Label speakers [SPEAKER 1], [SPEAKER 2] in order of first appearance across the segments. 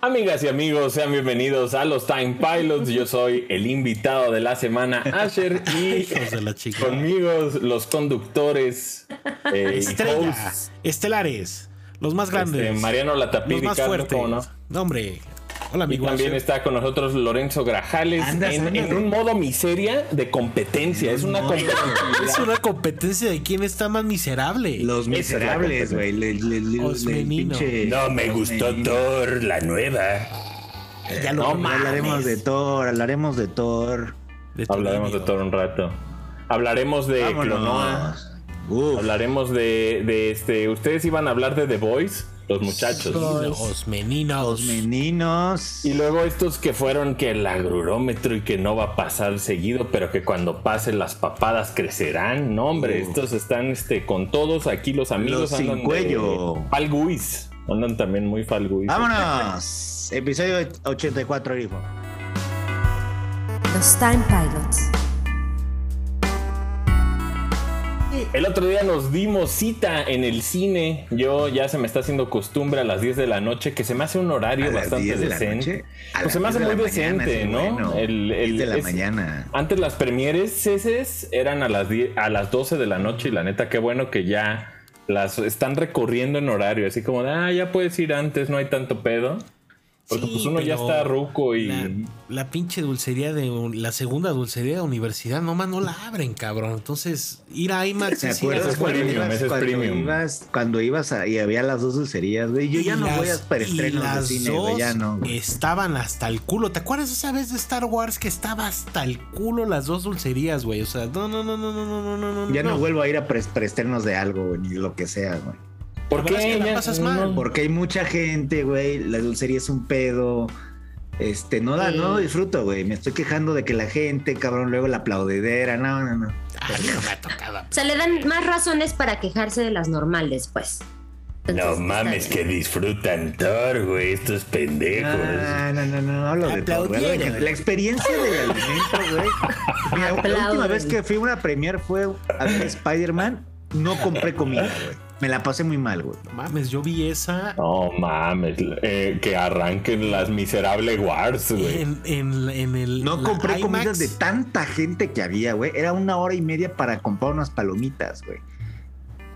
[SPEAKER 1] Amigas y amigos, sean bienvenidos a los Time Pilots. Yo soy el invitado de la semana, Asher, y
[SPEAKER 2] Hijos de la chica.
[SPEAKER 1] conmigo los conductores eh, y hosts,
[SPEAKER 2] Estrellas, estelares, los más grandes,
[SPEAKER 1] este, Mariano Latapí,
[SPEAKER 2] los más
[SPEAKER 1] Ricardo,
[SPEAKER 2] fuertes.
[SPEAKER 1] ¿cómo no?
[SPEAKER 2] No, hombre. Hola,
[SPEAKER 1] Y
[SPEAKER 2] amigo.
[SPEAKER 1] también
[SPEAKER 2] Asher.
[SPEAKER 1] está con nosotros Lorenzo Grajales
[SPEAKER 3] Andas,
[SPEAKER 1] en,
[SPEAKER 3] andas.
[SPEAKER 1] en un modo miseria de competencia. Es una
[SPEAKER 3] No.
[SPEAKER 2] Es
[SPEAKER 1] competencia.
[SPEAKER 2] una competencia de quién está más miserable.
[SPEAKER 3] Los
[SPEAKER 1] Esa es la
[SPEAKER 3] miserables, güey. le- le- le-
[SPEAKER 2] Os
[SPEAKER 3] le-
[SPEAKER 2] menino.
[SPEAKER 1] Eh,
[SPEAKER 3] pinche- Os menino.
[SPEAKER 1] Thor, la nueva.
[SPEAKER 2] ya lo
[SPEAKER 1] no
[SPEAKER 2] no,
[SPEAKER 1] mames.
[SPEAKER 3] Hablaremos de Thor, hablaremos de Thor.
[SPEAKER 1] Hablaremos de Thor un rato. Hablaremos de Clonoa.
[SPEAKER 3] Vámonos. Uf,
[SPEAKER 1] Hablaremos de, de este. Ustedes iban a hablar de The Voice, los muchachos.
[SPEAKER 2] Los meninos.
[SPEAKER 3] los meninos.
[SPEAKER 1] Y luego estos que fueron que el agrurómetro y que no va a pasar seguido, pero que cuando pase las papadas crecerán. No, hombre,
[SPEAKER 3] Uh.
[SPEAKER 1] estos están este, con todos aquí los amigos.
[SPEAKER 3] Los sin
[SPEAKER 1] andan de
[SPEAKER 3] cuello.
[SPEAKER 1] Falguis. Andan también muy falguis.
[SPEAKER 3] Vámonos. Episodio 84, hijo.
[SPEAKER 4] Los Time Pilots.
[SPEAKER 1] El otro día nos dimos cita en el cine. Yo ya se me está haciendo costumbre a las 10 de la noche, que se me hace un horario
[SPEAKER 3] A las
[SPEAKER 1] bastante
[SPEAKER 3] 10 de la
[SPEAKER 1] decente.
[SPEAKER 3] noche. A
[SPEAKER 1] Pues se
[SPEAKER 3] las
[SPEAKER 1] me hace
[SPEAKER 3] 10
[SPEAKER 1] muy
[SPEAKER 3] de la mañana,
[SPEAKER 1] decente,
[SPEAKER 3] sí,
[SPEAKER 1] ¿no?
[SPEAKER 3] bueno.
[SPEAKER 1] El- el-
[SPEAKER 3] 10 de la
[SPEAKER 1] es-
[SPEAKER 3] mañana.
[SPEAKER 1] Antes las premieres ceses eran a las, 10 a las 12 de la noche y la neta, qué bueno que ya las están recorriendo en horario, así como de, ah, ya puedes ir antes, no hay tanto pedo. Porque
[SPEAKER 2] Sí,
[SPEAKER 1] pues uno ya
[SPEAKER 2] pero
[SPEAKER 1] está ruco y...
[SPEAKER 2] La, la pinche dulcería de un- la segunda dulcería de universidad, nomás no la abren, cabrón. Entonces, ir a IMAX
[SPEAKER 3] ¿Te
[SPEAKER 2] es ir a
[SPEAKER 3] acuerdas
[SPEAKER 1] es
[SPEAKER 2] escuela.
[SPEAKER 3] cuando
[SPEAKER 1] premium,
[SPEAKER 3] ibas,
[SPEAKER 1] ese es
[SPEAKER 3] cuando
[SPEAKER 1] premium.
[SPEAKER 3] ibas, cuando ibas a- y había las dos dulcerías, güey? Yo
[SPEAKER 2] Y
[SPEAKER 3] ya no voy
[SPEAKER 2] las-
[SPEAKER 3] a para
[SPEAKER 2] y
[SPEAKER 3] estrenos de
[SPEAKER 2] las
[SPEAKER 3] cine,
[SPEAKER 2] dos
[SPEAKER 3] güey,
[SPEAKER 2] eh,
[SPEAKER 3] ya no. güey.
[SPEAKER 2] Estaban hasta el culo. ¿Te acuerdas esa vez de Star Wars que estaba hasta el culo las dos dulcerías, güey? O sea, no, no, no, no, no, no, no, no.
[SPEAKER 3] Ya no vuelvo a ir a pre- preestrenos de algo, güey, ni lo que sea, güey.
[SPEAKER 1] ¿Por
[SPEAKER 2] la verdad es que la pasas mal.
[SPEAKER 3] Porque hay mucha gente, güey. La dulcería es un pedo. Este, no la, no lo disfruto, güey. Me estoy quejando de que la gente, cabrón, luego la aplaudidera. No, no, no.
[SPEAKER 2] Ay, no me ha tocado.
[SPEAKER 4] O sea, le dan más razones para quejarse de las normales, pues. Entonces, está bien.
[SPEAKER 1] disfrutan Thor, güey, estos pendejos.
[SPEAKER 2] pues.
[SPEAKER 3] No, no, no, no, hablo de todo, güey, hablo de que- La experiencia del alimento, güey. Mira, la última
[SPEAKER 4] Aplauden.
[SPEAKER 3] vez que fui a una premier fue a ver Spider-Man. No compré comida, güey. Me la pasé muy mal, güey.
[SPEAKER 2] No Mames, yo vi esa
[SPEAKER 1] No mames, eh, que arranquen las miserables Wars, güey.
[SPEAKER 2] en, en, en el.
[SPEAKER 3] No
[SPEAKER 2] la
[SPEAKER 3] compré
[SPEAKER 2] IMAX.
[SPEAKER 3] comidas de tanta gente que había, güey. Era una hora y media para comprar unas palomitas, güey.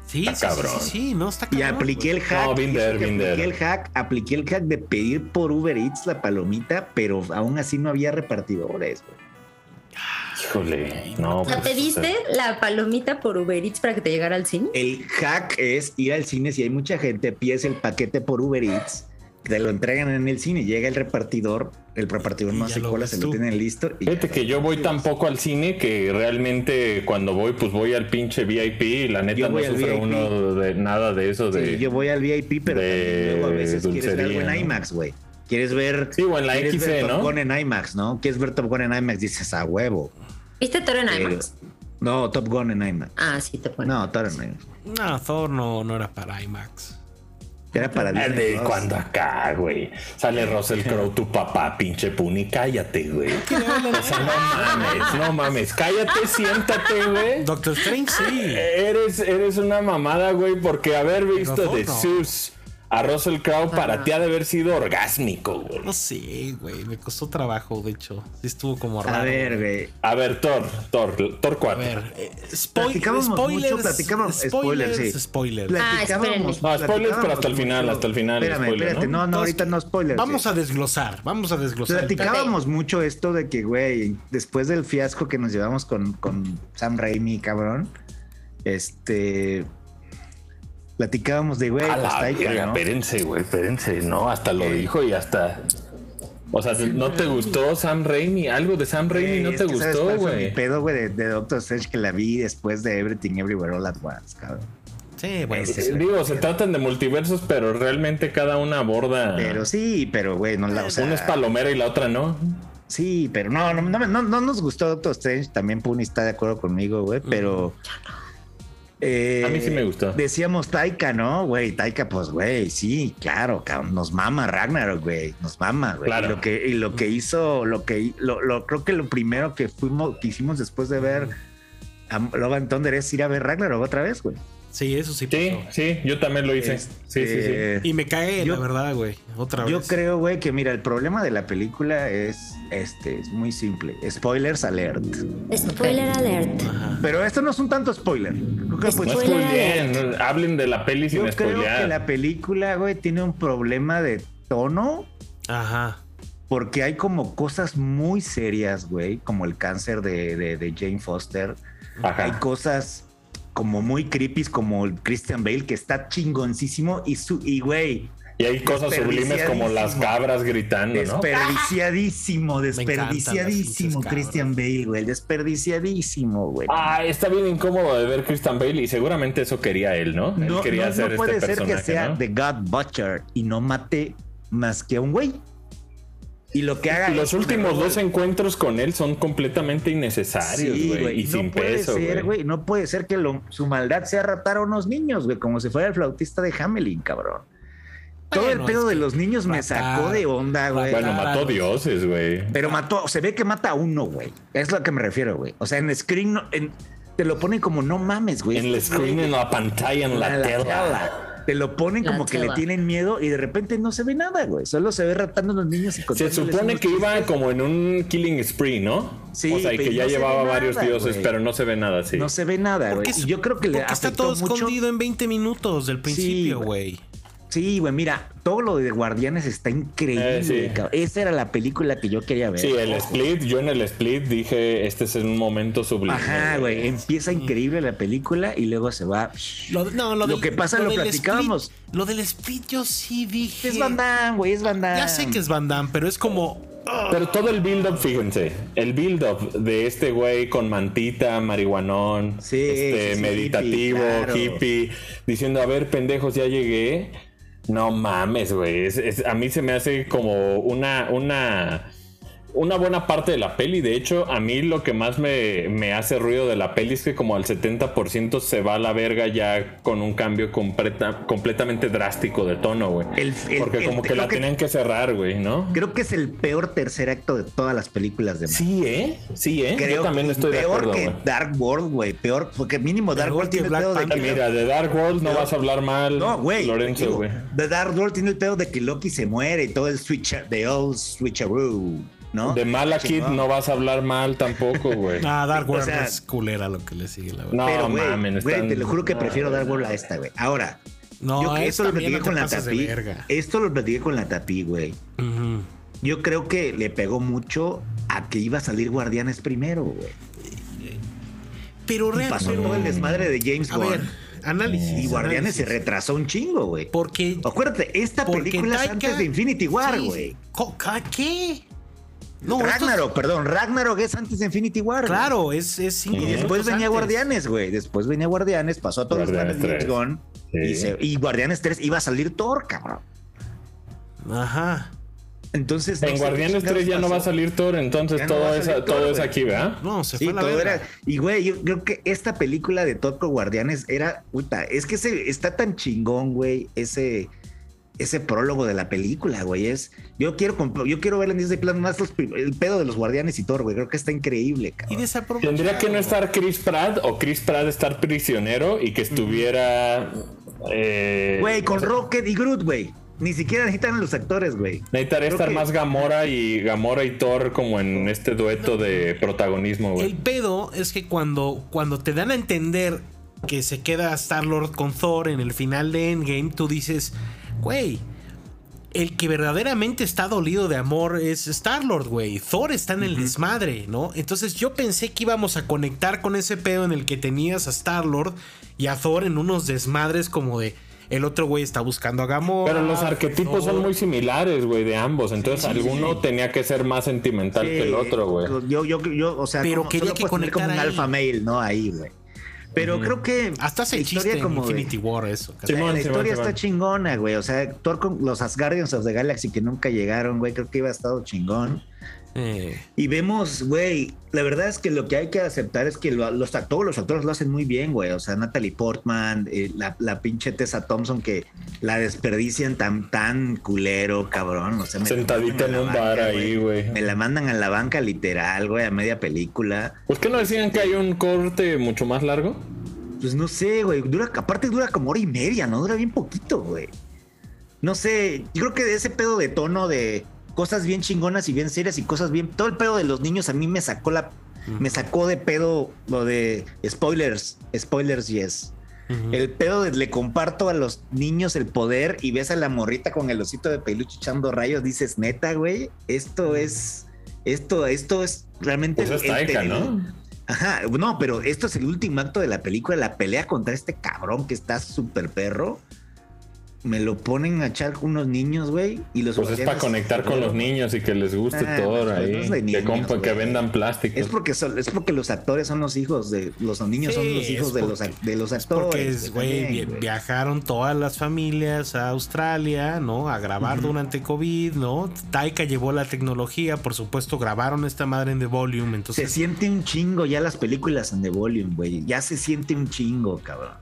[SPEAKER 2] Sí,
[SPEAKER 1] Está
[SPEAKER 2] sí, sí,
[SPEAKER 1] cabrón.
[SPEAKER 2] sí, sí, no está
[SPEAKER 3] Y
[SPEAKER 2] cabrón.
[SPEAKER 3] apliqué el hack.
[SPEAKER 1] No, been
[SPEAKER 3] y eso
[SPEAKER 1] there,
[SPEAKER 3] que
[SPEAKER 1] been
[SPEAKER 3] apliqué
[SPEAKER 1] there.
[SPEAKER 3] el hack, apliqué el hack de pedir por Uber Eats la palomita, pero aún así no había repartidores, güey.
[SPEAKER 1] Híjole, no.
[SPEAKER 4] ¿La
[SPEAKER 1] pues,
[SPEAKER 4] pediste la palomita por Uber Eats para que te llegara al cine?
[SPEAKER 3] El hack es ir al cine si hay mucha gente, pides el paquete por Uber Eats, te lo entregan en el cine, llega el repartidor, el repartidor
[SPEAKER 2] Y
[SPEAKER 3] no
[SPEAKER 2] ya
[SPEAKER 3] hace
[SPEAKER 2] lo
[SPEAKER 3] cola,
[SPEAKER 2] ves
[SPEAKER 3] se
[SPEAKER 2] tú.
[SPEAKER 3] lo tienen listo y
[SPEAKER 1] Fíjate
[SPEAKER 3] ya.
[SPEAKER 1] que yo voy tan poco al cine que realmente cuando voy, pues voy al pinche VIP y la neta
[SPEAKER 3] Yo
[SPEAKER 1] no
[SPEAKER 3] voy al
[SPEAKER 1] sufre
[SPEAKER 3] VIP.
[SPEAKER 1] uno de nada de eso de...
[SPEAKER 3] Sí, yo voy al VIP, pero
[SPEAKER 1] de
[SPEAKER 3] también luego a veces quieres ver algo
[SPEAKER 1] dulcería,
[SPEAKER 3] en
[SPEAKER 1] ¿no?
[SPEAKER 3] IMAX, güey. Quieres ver,
[SPEAKER 1] Sí, o en la
[SPEAKER 3] quieres
[SPEAKER 1] XC,
[SPEAKER 3] ver
[SPEAKER 1] ¿no?
[SPEAKER 3] Top Gun en IMAX, ¿no? Quieres ver Top Gun en IMAX, dices a huevo.
[SPEAKER 4] ¿Viste Toro en
[SPEAKER 3] Pero-
[SPEAKER 4] IMAX?
[SPEAKER 3] No, Top Gun en IMAX.
[SPEAKER 4] Ah, sí, te ponen.
[SPEAKER 3] No, Top Gun en IMAX.
[SPEAKER 2] No, Thor no, no era para IMAX.
[SPEAKER 3] Era para
[SPEAKER 1] Ah,
[SPEAKER 3] Disney
[SPEAKER 1] de
[SPEAKER 3] Plus.
[SPEAKER 1] cuando acá, güey. Sale Russell Crowe, tu papá, pinche puni, cállate, güey. O sea, no mames, no mames. Cállate, siéntate, güey.
[SPEAKER 2] Doctor Strange, sí.
[SPEAKER 1] Eres, eres una mamada, güey, porque haber visto
[SPEAKER 2] Pero
[SPEAKER 1] de
[SPEAKER 2] no.
[SPEAKER 1] Zeus a Russell Crowe para ti ha de haber sido orgásmico, güey.
[SPEAKER 2] No sé, güey. Me costó trabajo, de hecho. Sí estuvo como raro.
[SPEAKER 3] A ver, güey.
[SPEAKER 1] A ver, Thor, Thor, Thor
[SPEAKER 2] A
[SPEAKER 1] 4.
[SPEAKER 2] ver. eh, spoil-
[SPEAKER 3] Platicábamos
[SPEAKER 2] spoilers.
[SPEAKER 3] mucho, platicábamos-
[SPEAKER 2] spoilers.
[SPEAKER 3] spoilers, sí.
[SPEAKER 2] spoilers.
[SPEAKER 3] Platicábamos-
[SPEAKER 1] No, spoilers, pero hasta el
[SPEAKER 3] platicábamos
[SPEAKER 1] final,
[SPEAKER 3] mucho-
[SPEAKER 1] hasta el final,
[SPEAKER 3] Espérame,
[SPEAKER 1] spoiler,
[SPEAKER 3] espérate.
[SPEAKER 1] ¿no?
[SPEAKER 3] No, no, ahorita no spoilers.
[SPEAKER 2] Vamos
[SPEAKER 3] sí.
[SPEAKER 2] a desglosar. Vamos a desglosar.
[SPEAKER 3] Platicábamos mucho esto de que, güey, después del fiasco que nos llevamos con, con Sam Raimi, cabrón, este. Platicábamos de, güey,
[SPEAKER 1] A
[SPEAKER 3] pues
[SPEAKER 1] la
[SPEAKER 3] Taika,
[SPEAKER 1] verga,
[SPEAKER 3] ¿no?
[SPEAKER 1] espérense, güey, espérense, ¿no? Hasta lo dijo y hasta... O sea, ¿no te gustó Sam Raimi? Algo de Sam Raimi
[SPEAKER 3] Güey,
[SPEAKER 1] no
[SPEAKER 3] es
[SPEAKER 1] te
[SPEAKER 3] que, ¿sabes
[SPEAKER 1] gustó,
[SPEAKER 3] cuál fue
[SPEAKER 1] güey.
[SPEAKER 3] Mi pedo, güey, de, de Doctor Strange que la vi después de Everything Everywhere All at Once, cabrón.
[SPEAKER 1] Ah.
[SPEAKER 2] Sí, bueno.
[SPEAKER 3] Ese.
[SPEAKER 1] Eh, Digo, se tratan de multiversos, pero realmente cada una aborda...
[SPEAKER 3] Pero sí, pero, güey, no la. O sea,
[SPEAKER 1] Una es palomera y la otra no.
[SPEAKER 3] Sí, pero no, no, no, no, no nos gustó Doctor Strange. También Puni está de acuerdo conmigo, güey, pero. eh,
[SPEAKER 1] A mí sí me gustó.
[SPEAKER 3] Decíamos Taika, ¿no? Güey, Taika, pues, güey, sí, claro, cabrón, nos mama Ragnarok, güey, nos mama, güey.
[SPEAKER 1] Claro.
[SPEAKER 3] Y lo que, y lo que hizo, lo que, lo, lo- creo que lo primero que fuimos, que hicimos después de ver a Logan Thunder es ir a ver Ragnarok otra vez, güey.
[SPEAKER 2] Sí, eso sí pasó.
[SPEAKER 1] Sí, sí, yo también lo hice. Sí, sí, sí.
[SPEAKER 3] Este,
[SPEAKER 2] Y me cae
[SPEAKER 3] Yo-
[SPEAKER 2] la verdad, güey. Otra
[SPEAKER 3] Yo
[SPEAKER 2] vez.
[SPEAKER 3] creo, güey, que mira, el problema de la película es este, es muy simple. Spoilers alert.
[SPEAKER 4] Spoiler alert.
[SPEAKER 2] Ajá.
[SPEAKER 3] Pero esto no es un tanto spoiler. Creo que, pues,
[SPEAKER 1] No
[SPEAKER 4] Spoiler
[SPEAKER 1] spoileen, no, hablen de la peli
[SPEAKER 3] yo
[SPEAKER 1] sin
[SPEAKER 3] creo que
[SPEAKER 1] spoilear.
[SPEAKER 3] la película, güey, tiene un problema de tono
[SPEAKER 2] Ajá.
[SPEAKER 3] porque hay como cosas muy serias, güey, como el cáncer de, de- de Jane Foster.
[SPEAKER 1] Ajá.
[SPEAKER 3] Hay cosas como muy creepy, como el Christian Bale, que está chingoncísimo y, su, y güey,
[SPEAKER 1] Y hay cosas sublimes como las
[SPEAKER 3] desperdiciadísimo.
[SPEAKER 1] cabras gritando, ¿no?
[SPEAKER 3] Desperdiciadísimo,
[SPEAKER 2] encantan las
[SPEAKER 3] desperdiciadísimo,
[SPEAKER 2] pinches
[SPEAKER 3] Christian Bale, güey. Desperdiciadísimo, güey.
[SPEAKER 1] Ah, está bien incómodo de ver Christian Bale y seguramente eso quería él, ¿no? él
[SPEAKER 3] no,
[SPEAKER 1] quería
[SPEAKER 3] no- no
[SPEAKER 1] hacer
[SPEAKER 3] puede
[SPEAKER 1] este
[SPEAKER 3] ser que
[SPEAKER 1] personaje,
[SPEAKER 3] sea
[SPEAKER 1] ¿no?
[SPEAKER 3] The God Butcher y no mate más que a un güey. Y lo que haga.
[SPEAKER 1] Y los
[SPEAKER 3] es-
[SPEAKER 1] últimos dos encuentros con él son completamente innecesarios,
[SPEAKER 3] Sí,
[SPEAKER 1] güey.
[SPEAKER 3] güey,
[SPEAKER 1] y sin
[SPEAKER 3] puede
[SPEAKER 1] peso,
[SPEAKER 3] ser,
[SPEAKER 1] güey.
[SPEAKER 3] güey. No puede ser que lo- su maldad sea raptar a unos niños, güey, como si fuera el flautista de Hamelin, cabrón. Todo el
[SPEAKER 2] Bueno,
[SPEAKER 3] pedo
[SPEAKER 2] es
[SPEAKER 3] de
[SPEAKER 2] que
[SPEAKER 3] los niños me
[SPEAKER 2] matar,
[SPEAKER 3] sacó de onda, güey.
[SPEAKER 1] Bueno,
[SPEAKER 2] Claro.
[SPEAKER 1] mató dioses, güey.
[SPEAKER 3] Pero mató, se ve que mata a uno, güey. Es lo que me refiero, güey. O sea, en screen no- en- te lo ponen como no mames, güey.
[SPEAKER 1] En el
[SPEAKER 3] Este
[SPEAKER 1] screen,
[SPEAKER 3] güey
[SPEAKER 1] en la pantalla, en la,
[SPEAKER 3] en la
[SPEAKER 1] tela.
[SPEAKER 3] tela. Te lo ponen
[SPEAKER 4] La
[SPEAKER 3] como que le
[SPEAKER 4] tela.
[SPEAKER 3] tienen miedo y de repente no se ve nada, güey. Solo se ve ratando a los niños y
[SPEAKER 1] Se
[SPEAKER 3] contándoles
[SPEAKER 1] supone
[SPEAKER 3] unos
[SPEAKER 1] que iba
[SPEAKER 3] chistes.
[SPEAKER 1] como en un killing spree, ¿no?
[SPEAKER 3] Sí,
[SPEAKER 1] o sea, y
[SPEAKER 3] pero
[SPEAKER 1] que ya
[SPEAKER 3] no se ve
[SPEAKER 1] llevaba
[SPEAKER 3] nada,
[SPEAKER 1] varios dioses,
[SPEAKER 3] güey.
[SPEAKER 1] pero no se ve nada así.
[SPEAKER 3] No se ve nada, güey.
[SPEAKER 2] Porque
[SPEAKER 3] Y
[SPEAKER 2] es-
[SPEAKER 3] yo creo que le
[SPEAKER 2] porque está
[SPEAKER 3] afectó
[SPEAKER 2] todo
[SPEAKER 3] mucho.
[SPEAKER 2] escondido en 20 minutos del principio,
[SPEAKER 3] güey.
[SPEAKER 2] güey.
[SPEAKER 3] Sí, güey, mira, todo lo de Guardianes está increíble.
[SPEAKER 1] Eh, sí.
[SPEAKER 3] cabrón. Esa era la película que yo quería ver.
[SPEAKER 1] Sí, el split, yo en el split dije, este es un momento sublime.
[SPEAKER 3] Ajá, güey. Empieza increíble la película y luego se va.
[SPEAKER 2] Lo, no, lo,
[SPEAKER 3] Lo
[SPEAKER 2] del-
[SPEAKER 3] que pasa lo
[SPEAKER 2] del
[SPEAKER 3] platicábamos.
[SPEAKER 2] split- lo del split yo sí dije.
[SPEAKER 3] Es Van Damme, güey, es Van Damme.
[SPEAKER 2] Ya sé que es Van Damme, pero es como.
[SPEAKER 1] Pero todo el build-up, fíjense, el build-up de este güey con mantita, marihuanón,
[SPEAKER 3] Sí,
[SPEAKER 1] este,
[SPEAKER 3] sí, sí,
[SPEAKER 1] meditativo,
[SPEAKER 3] hippie, claro.
[SPEAKER 1] hippie, diciendo, a ver, pendejos, ya llegué. No mames, güey. Es- es- a mí se me hace como una, una, una buena parte de la peli. De hecho, a mí lo que más me, me hace ruido de la peli es que como al 70% se va a la verga ya con un cambio completa- completamente drástico de tono, güey.
[SPEAKER 3] El- el-
[SPEAKER 1] Porque
[SPEAKER 3] el-
[SPEAKER 1] como que
[SPEAKER 3] creo
[SPEAKER 1] la
[SPEAKER 3] que-
[SPEAKER 1] tienen que cerrar, güey, ¿no?
[SPEAKER 3] Creo que es el peor tercer acto de todas las películas de Marvel.
[SPEAKER 1] Sí, ¿eh? Sí, ¿eh?
[SPEAKER 3] Creo
[SPEAKER 1] Yo también
[SPEAKER 3] que
[SPEAKER 1] estoy de
[SPEAKER 3] peor
[SPEAKER 1] acuerdo,
[SPEAKER 3] que
[SPEAKER 1] güey.
[SPEAKER 3] Dark World, güey. Peor, porque mínimo Dark
[SPEAKER 2] Peor
[SPEAKER 3] World
[SPEAKER 2] que
[SPEAKER 3] tiene el
[SPEAKER 2] Black
[SPEAKER 3] pedo de
[SPEAKER 1] Ah,
[SPEAKER 2] Panther.
[SPEAKER 3] que.
[SPEAKER 1] Mira, de Dark World no
[SPEAKER 3] Pero-
[SPEAKER 1] vas a hablar mal,
[SPEAKER 3] No, güey.
[SPEAKER 1] Lorenzo,
[SPEAKER 3] digo,
[SPEAKER 1] güey.
[SPEAKER 3] The Dark World tiene el pedo de que Loki se muere y todo el switcher, the old switcheroo, ¿no?
[SPEAKER 1] De Mala Kid
[SPEAKER 3] Chingón.
[SPEAKER 1] no vas a hablar mal tampoco, güey.
[SPEAKER 2] Ah, Dark
[SPEAKER 3] O
[SPEAKER 2] World
[SPEAKER 3] sea-
[SPEAKER 2] es culera lo que le sigue, la verdad.
[SPEAKER 1] No,
[SPEAKER 3] Pero, güey,
[SPEAKER 1] mamen,
[SPEAKER 3] güey,
[SPEAKER 1] están-
[SPEAKER 3] te lo juro que
[SPEAKER 1] no,
[SPEAKER 3] prefiero
[SPEAKER 1] güey.
[SPEAKER 3] Dark World a esta, güey. Ahora,
[SPEAKER 2] No,
[SPEAKER 3] yo que
[SPEAKER 2] es
[SPEAKER 3] esto lo
[SPEAKER 2] también no
[SPEAKER 3] platiqué
[SPEAKER 2] te
[SPEAKER 3] con la Eh,
[SPEAKER 2] pases de
[SPEAKER 3] tapi.
[SPEAKER 2] verga.
[SPEAKER 3] Esto lo platiqué con la tapi, güey.
[SPEAKER 2] Ujú.
[SPEAKER 3] Yo creo que le pegó mucho a que iba a salir Guardianes primero, güey.
[SPEAKER 2] Pero
[SPEAKER 3] Y
[SPEAKER 2] real,
[SPEAKER 3] pasó
[SPEAKER 2] pero-
[SPEAKER 3] todo el desmadre de James
[SPEAKER 2] A ver,
[SPEAKER 3] Bond.
[SPEAKER 2] análisis.
[SPEAKER 3] Y Guardianes se
[SPEAKER 2] análisis.
[SPEAKER 3] retrasó un chingo, güey.
[SPEAKER 2] Porque.
[SPEAKER 3] Acuérdate, esta
[SPEAKER 2] porque
[SPEAKER 3] película es
[SPEAKER 2] Taika-
[SPEAKER 3] antes de Infinity War,
[SPEAKER 2] Sí.
[SPEAKER 3] güey.
[SPEAKER 2] Co- ca- ¿Qué? No, esto es-
[SPEAKER 3] Ragnarok, perdón, Ragnarok es antes de Infinity War. güey.
[SPEAKER 2] Claro, es, es
[SPEAKER 1] Y
[SPEAKER 2] cinco
[SPEAKER 3] Y
[SPEAKER 1] Ujú.
[SPEAKER 3] después
[SPEAKER 2] minutos
[SPEAKER 3] venía
[SPEAKER 2] antes.
[SPEAKER 3] Guardianes, güey. Después venía Guardianes, pasó a todos los
[SPEAKER 1] Guardianes
[SPEAKER 3] planes de
[SPEAKER 1] tres.
[SPEAKER 3] James Gunn.
[SPEAKER 1] Sí.
[SPEAKER 3] Y, se- y Guardianes 3 iba a salir Thor, cabrón.
[SPEAKER 2] Ajá.
[SPEAKER 3] Entonces. no
[SPEAKER 1] En
[SPEAKER 3] sé
[SPEAKER 1] Guardianes
[SPEAKER 3] qué chingados
[SPEAKER 1] 3 ya no va a
[SPEAKER 3] pasó.
[SPEAKER 1] salir Thor, entonces
[SPEAKER 3] Ya no va
[SPEAKER 1] todo,
[SPEAKER 3] a
[SPEAKER 1] es,
[SPEAKER 3] salir Thor,
[SPEAKER 1] todo es
[SPEAKER 3] güey.
[SPEAKER 1] aquí, ¿verdad?
[SPEAKER 2] No, se
[SPEAKER 3] Sí,
[SPEAKER 2] fue a la
[SPEAKER 3] todo
[SPEAKER 2] verga.
[SPEAKER 3] era. Y güey, yo creo que esta película de Todd con Guardianes era. Puta, es que se, está tan chingón, güey, ese. Ese prólogo de la película, güey, es. Yo quiero, comp- yo quiero ver en Disney Plus más los prim- el pedo de los guardianes y Thor, güey. Creo que está increíble,
[SPEAKER 2] Y
[SPEAKER 3] cabrón.
[SPEAKER 2] desaprovechado.
[SPEAKER 1] Tendría que no estar Chris Pratt o Chris Pratt estar prisionero y que estuviera. eh,
[SPEAKER 3] Güey, con Rocket y Groot, güey. Ni siquiera necesitan a los actores, güey.
[SPEAKER 1] Necesitaría
[SPEAKER 3] creo
[SPEAKER 1] estar
[SPEAKER 3] que-
[SPEAKER 1] más Gamora y Gamora y Thor como en este dueto de protagonismo,
[SPEAKER 2] El
[SPEAKER 1] güey.
[SPEAKER 2] pedo es que cuando, cuando te dan a entender que se queda Star-Lord con Thor en el final de Endgame, tú dices, güey, el que verdaderamente está dolido de amor es Star-Lord, güey. Thor está en el desmadre, ¿no? Entonces yo pensé que íbamos a conectar con ese pedo en el que tenías a Star-Lord y a Thor en unos desmadres como de... El otro güey está buscando a Gamora.
[SPEAKER 1] Pero los arquetipos son
[SPEAKER 2] Thor-
[SPEAKER 1] muy similares, güey, de ambos. Entonces, alguno tenía que ser más sentimental que el otro, güey.
[SPEAKER 3] Eh, Yo, yo, yo, o sea,
[SPEAKER 2] Pero
[SPEAKER 3] como-
[SPEAKER 2] quería
[SPEAKER 3] solo
[SPEAKER 2] que
[SPEAKER 3] puedes tener como un
[SPEAKER 2] conectara ahí.
[SPEAKER 3] alfa mail, ¿no? Ahí, güey. Pero creo que.
[SPEAKER 2] Hasta hace
[SPEAKER 3] la
[SPEAKER 2] el chiste en
[SPEAKER 3] de-
[SPEAKER 2] Infinity War eso. casi.
[SPEAKER 1] Sí, Simón,
[SPEAKER 3] la
[SPEAKER 1] Simón,
[SPEAKER 3] historia
[SPEAKER 1] Simón.
[SPEAKER 3] está chingona, güey. O sea, Thor con los Asgardians of the Galaxy que nunca llegaron, güey. Creo que iba a estado chingón.
[SPEAKER 2] Eh.
[SPEAKER 3] Y vemos, güey, la verdad es que lo que hay que aceptar es que lo- los actores, los actores lo hacen muy bien, güey. O sea, Natalie Portman, eh, la, la pinche Tessa Thompson que la desperdician tan, tan culero, cabrón. O sea, me la
[SPEAKER 1] Sentadita en
[SPEAKER 3] mandan a la
[SPEAKER 1] un
[SPEAKER 3] banca,
[SPEAKER 1] bar ahí, güey.
[SPEAKER 3] Me la mandan a la banca literal, güey, a media película.
[SPEAKER 1] ¿Pues ¿Por qué no decían que hay un corte mucho más largo?
[SPEAKER 3] Pues no sé, güey. Dura, aparte dura como hora y media, ¿no? Dura bien poquito, güey. No sé, yo creo que de ese pedo de tono de cosas bien chingonas y bien serias y cosas bien. Todo el pedo de los niños a mí me sacó la. Me sacó de pedo lo de spoilers. Spoilers, yes.
[SPEAKER 2] Eh, Ujú.
[SPEAKER 3] El pedo de le comparto a los niños el poder y ves a la morrita con el osito de peluche echando rayos, dices, neta, güey, esto es, esto, esto es realmente...
[SPEAKER 1] Eso Pues es
[SPEAKER 3] el
[SPEAKER 1] Taika,
[SPEAKER 3] tele-
[SPEAKER 1] ¿no?
[SPEAKER 3] Ajá, no, pero esto es el último acto de la película, la pelea contra este cabrón que está súper perro. Me lo ponen a echar con unos niños, güey, y los...
[SPEAKER 1] Pues es para
[SPEAKER 3] guardianes-
[SPEAKER 1] conectar con los niños y que les guste
[SPEAKER 3] Ah,
[SPEAKER 1] todo
[SPEAKER 3] pues, no
[SPEAKER 1] ahí.
[SPEAKER 3] es de
[SPEAKER 1] que,
[SPEAKER 3] niños,
[SPEAKER 1] compa- que
[SPEAKER 3] güey.
[SPEAKER 1] vendan plásticos.
[SPEAKER 3] Es porque, son- es porque los actores son los hijos de... Los niños son
[SPEAKER 2] Sí,
[SPEAKER 3] los hijos
[SPEAKER 2] es
[SPEAKER 3] de, los,
[SPEAKER 2] porque-
[SPEAKER 3] ac- de los actores.
[SPEAKER 2] Porque, es, güey,
[SPEAKER 3] también,
[SPEAKER 2] vi- viajaron todas las familias a Australia, ¿no? A grabar durante COVID, ¿no? Taika llevó la tecnología, por supuesto, grabaron esta madre en The Volume,
[SPEAKER 3] Se
[SPEAKER 2] entonces...
[SPEAKER 3] siente un chingo ya las películas en The Volume, güey. Ya se siente un chingo, cabrón.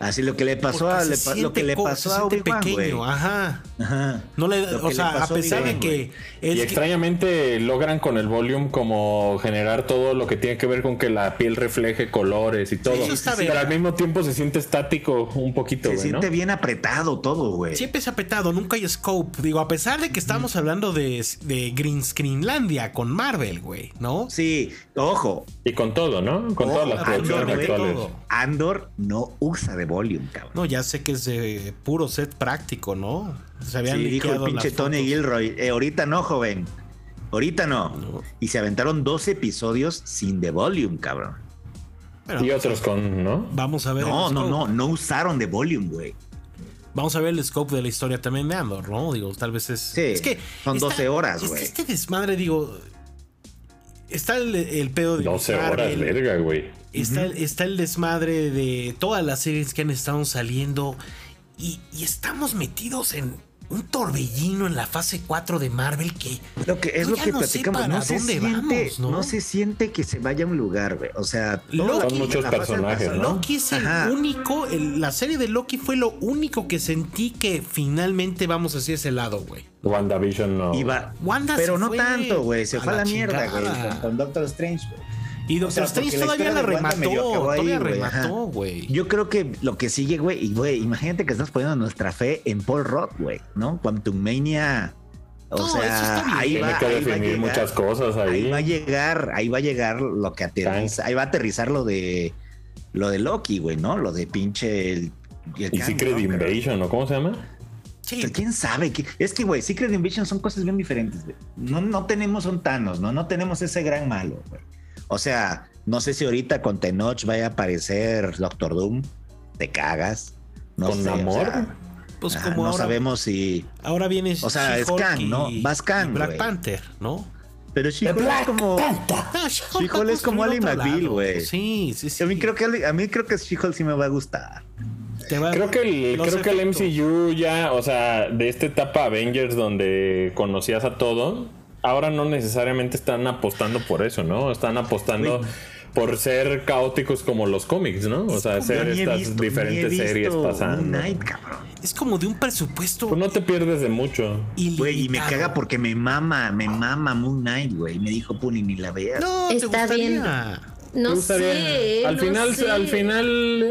[SPEAKER 3] Así lo que le pasó
[SPEAKER 2] porque
[SPEAKER 3] a
[SPEAKER 2] se
[SPEAKER 3] le pa- lo que
[SPEAKER 2] siente
[SPEAKER 3] le
[SPEAKER 2] co-
[SPEAKER 3] pasó
[SPEAKER 2] se
[SPEAKER 3] a
[SPEAKER 2] siente
[SPEAKER 3] Obi-Wan, güey.
[SPEAKER 2] pequeño, ah. ajá.
[SPEAKER 3] Ajá.
[SPEAKER 2] No le,
[SPEAKER 3] Lo
[SPEAKER 2] o
[SPEAKER 3] que
[SPEAKER 2] sea,
[SPEAKER 3] le pasó
[SPEAKER 2] a pesar de
[SPEAKER 3] Obi-Wan,
[SPEAKER 2] que es
[SPEAKER 1] y
[SPEAKER 2] que-
[SPEAKER 1] extrañamente logran con el volume como generar todo lo que tiene que ver con que la piel refleje colores y todo.
[SPEAKER 2] Eso está
[SPEAKER 1] Pero
[SPEAKER 2] verga.
[SPEAKER 1] al mismo tiempo se siente estático un poquito,
[SPEAKER 3] Se
[SPEAKER 1] güey, ¿no?
[SPEAKER 3] siente bien apretado todo, güey.
[SPEAKER 2] siempre es apretado, nunca hay scope. Digo, a pesar de que estamos hablando de, de Green Screenlandia con Marvel, güey, ¿no?
[SPEAKER 3] Sí, ojo.
[SPEAKER 1] Y con todo, ¿no? Con
[SPEAKER 3] Oh,
[SPEAKER 1] todas las
[SPEAKER 3] ah,
[SPEAKER 1] producciones
[SPEAKER 3] no, güey,
[SPEAKER 1] actuales.
[SPEAKER 2] todo.
[SPEAKER 3] Andor no usa The Volume, cabrón.
[SPEAKER 2] No, ya sé que es de puro set práctico, ¿no? Se habían
[SPEAKER 3] sí, dijo el
[SPEAKER 2] liqueado
[SPEAKER 3] pinche
[SPEAKER 2] las
[SPEAKER 3] Tony
[SPEAKER 2] fotos.
[SPEAKER 3] Gilroy. "Eh, ahorita no, joven. Ahorita no.
[SPEAKER 2] No.
[SPEAKER 3] Y se aventaron dos episodios sin The Volume, cabrón.
[SPEAKER 2] Pero
[SPEAKER 1] Y otros con, ¿no?
[SPEAKER 2] vamos a ver.
[SPEAKER 3] No,
[SPEAKER 2] el
[SPEAKER 3] no,
[SPEAKER 2] scope.
[SPEAKER 3] no. No usaron The Volume, güey.
[SPEAKER 2] Vamos a ver el scope de la historia también de Andor, ¿no? Digo, tal vez es.
[SPEAKER 3] Sí,
[SPEAKER 2] es que
[SPEAKER 3] son 12 horas,
[SPEAKER 2] es que
[SPEAKER 3] güey.
[SPEAKER 2] Este desmadre, digo. Está el, el pedo de.
[SPEAKER 1] 12 horas, ¿eh?
[SPEAKER 2] Marvel,
[SPEAKER 1] verga, güey.
[SPEAKER 2] Está, el- está el desmadre de todas las series que han estado saliendo. Y, y estamos metidos en un torbellino en la fase 4 de Marvel que.
[SPEAKER 3] Lo que es
[SPEAKER 2] Yo
[SPEAKER 3] lo
[SPEAKER 2] Pues ya
[SPEAKER 3] que
[SPEAKER 2] no sé
[SPEAKER 3] platicamos,
[SPEAKER 2] para
[SPEAKER 3] no se
[SPEAKER 2] dónde
[SPEAKER 3] siente,
[SPEAKER 2] vamos, ¿no?
[SPEAKER 3] ¿no? se siente que se vaya a un lugar, güey. O sea, toda
[SPEAKER 2] Loki-
[SPEAKER 3] la-
[SPEAKER 2] Son
[SPEAKER 1] muchos
[SPEAKER 3] la fase
[SPEAKER 1] personajes,
[SPEAKER 3] pasada-
[SPEAKER 1] ¿no?
[SPEAKER 2] Loki es el
[SPEAKER 3] Ajá.
[SPEAKER 2] único. el- la serie de Loki fue lo único que sentí que finalmente vamos hacia ese lado, güey.
[SPEAKER 1] WandaVision no.
[SPEAKER 3] Y va-
[SPEAKER 2] Wanda
[SPEAKER 3] pero
[SPEAKER 2] se
[SPEAKER 3] no
[SPEAKER 2] fue
[SPEAKER 3] tanto, güey. Se
[SPEAKER 2] a
[SPEAKER 3] fue a
[SPEAKER 2] la
[SPEAKER 3] la, mierda,
[SPEAKER 2] chingada.
[SPEAKER 3] güey. Con Doctor Strange, güey.
[SPEAKER 2] Y
[SPEAKER 3] O sea,
[SPEAKER 2] Doctor Strange
[SPEAKER 3] porque
[SPEAKER 2] todavía
[SPEAKER 3] la
[SPEAKER 2] la
[SPEAKER 3] historia de Wanda
[SPEAKER 2] remató.
[SPEAKER 3] medio acabó ahí,
[SPEAKER 2] Todavía
[SPEAKER 3] güey, ajá.
[SPEAKER 2] remató, güey.
[SPEAKER 3] Yo creo que lo que sigue, güey, y güey, imagínate que estás poniendo nuestra fe en Paul Roth, güey, ¿no? Quantum Mania. O
[SPEAKER 2] No, eso está bien.
[SPEAKER 3] sea, ahí
[SPEAKER 1] Tiene
[SPEAKER 3] va,
[SPEAKER 1] que
[SPEAKER 3] ahí va a
[SPEAKER 1] definir
[SPEAKER 3] llegar-
[SPEAKER 1] muchas cosas
[SPEAKER 3] Ahí
[SPEAKER 1] ahí.
[SPEAKER 3] va a llegar, ahí va a llegar lo que aterriza, ahí va a aterrizar lo de lo de Loki, güey, ¿no? Lo de pinche el, el
[SPEAKER 1] y
[SPEAKER 3] cambio,
[SPEAKER 1] Secret
[SPEAKER 3] ¿no? Pero-
[SPEAKER 1] Invasion, ¿no? ¿Cómo se llama?
[SPEAKER 2] Sí,
[SPEAKER 3] Pero Pues, ¿Quién sabe? qué- Es que, güey, Secret Invasion son cosas bien diferentes, güey. No, no tenemos un Thanos, ¿no? No tenemos ese gran malo, güey. O sea, no sé si ahorita con Tenoch vaya a aparecer Doctor Doom. Te cagas. No
[SPEAKER 1] ¿Con
[SPEAKER 3] sé, o
[SPEAKER 1] Namor?
[SPEAKER 3] sea,
[SPEAKER 2] pues
[SPEAKER 3] ajá,
[SPEAKER 2] como
[SPEAKER 3] ah, no
[SPEAKER 2] ahora,
[SPEAKER 3] sabemos si...
[SPEAKER 2] ahora viene.
[SPEAKER 3] O sea, es
[SPEAKER 2] She-Hulk
[SPEAKER 3] Kang,
[SPEAKER 2] y-
[SPEAKER 3] ¿no? Vas Kang,
[SPEAKER 2] y Black
[SPEAKER 3] güey.
[SPEAKER 2] Panther, ¿no?
[SPEAKER 3] Pero sí, es
[SPEAKER 2] No,
[SPEAKER 3] como...
[SPEAKER 2] She-Hulk
[SPEAKER 3] She-Hulk
[SPEAKER 2] va a
[SPEAKER 3] es
[SPEAKER 2] construir
[SPEAKER 3] como Ali
[SPEAKER 2] otro
[SPEAKER 3] McBeal,
[SPEAKER 2] lado.
[SPEAKER 3] güey.
[SPEAKER 2] Sí, sí, sí.
[SPEAKER 3] A mí creo que, a mí creo que She-Hulk sí me va a gustar.
[SPEAKER 2] Te
[SPEAKER 3] Ah,
[SPEAKER 2] va-
[SPEAKER 1] Creo que el,
[SPEAKER 2] los
[SPEAKER 1] creo que el
[SPEAKER 2] efectos.
[SPEAKER 1] MCU ya, o sea, de esta etapa Avengers donde conocías a todo, ahora no necesariamente están apostando por eso, ¿no? Están apostando por ser caóticos como los cómics, ¿no? O sea,
[SPEAKER 3] Yo
[SPEAKER 1] hacer
[SPEAKER 3] ni he
[SPEAKER 1] estas
[SPEAKER 3] visto-
[SPEAKER 1] diferentes
[SPEAKER 3] ni he
[SPEAKER 1] series
[SPEAKER 3] visto
[SPEAKER 1] pasando.
[SPEAKER 3] Moon Knight, cabrón.
[SPEAKER 2] Es como de un presupuesto.
[SPEAKER 1] Pues no te pierdes de mucho.
[SPEAKER 3] Güey, y me
[SPEAKER 2] ilimitado.
[SPEAKER 3] caga porque me mama, me mama Moon Knight, güey. Me dijo, Puni, ni la veas.
[SPEAKER 2] No, te
[SPEAKER 4] Está bien.
[SPEAKER 2] gustaría.
[SPEAKER 4] No
[SPEAKER 1] Me gustaría-
[SPEAKER 4] sé.
[SPEAKER 1] al
[SPEAKER 4] no
[SPEAKER 1] final,
[SPEAKER 4] sé.
[SPEAKER 1] al final.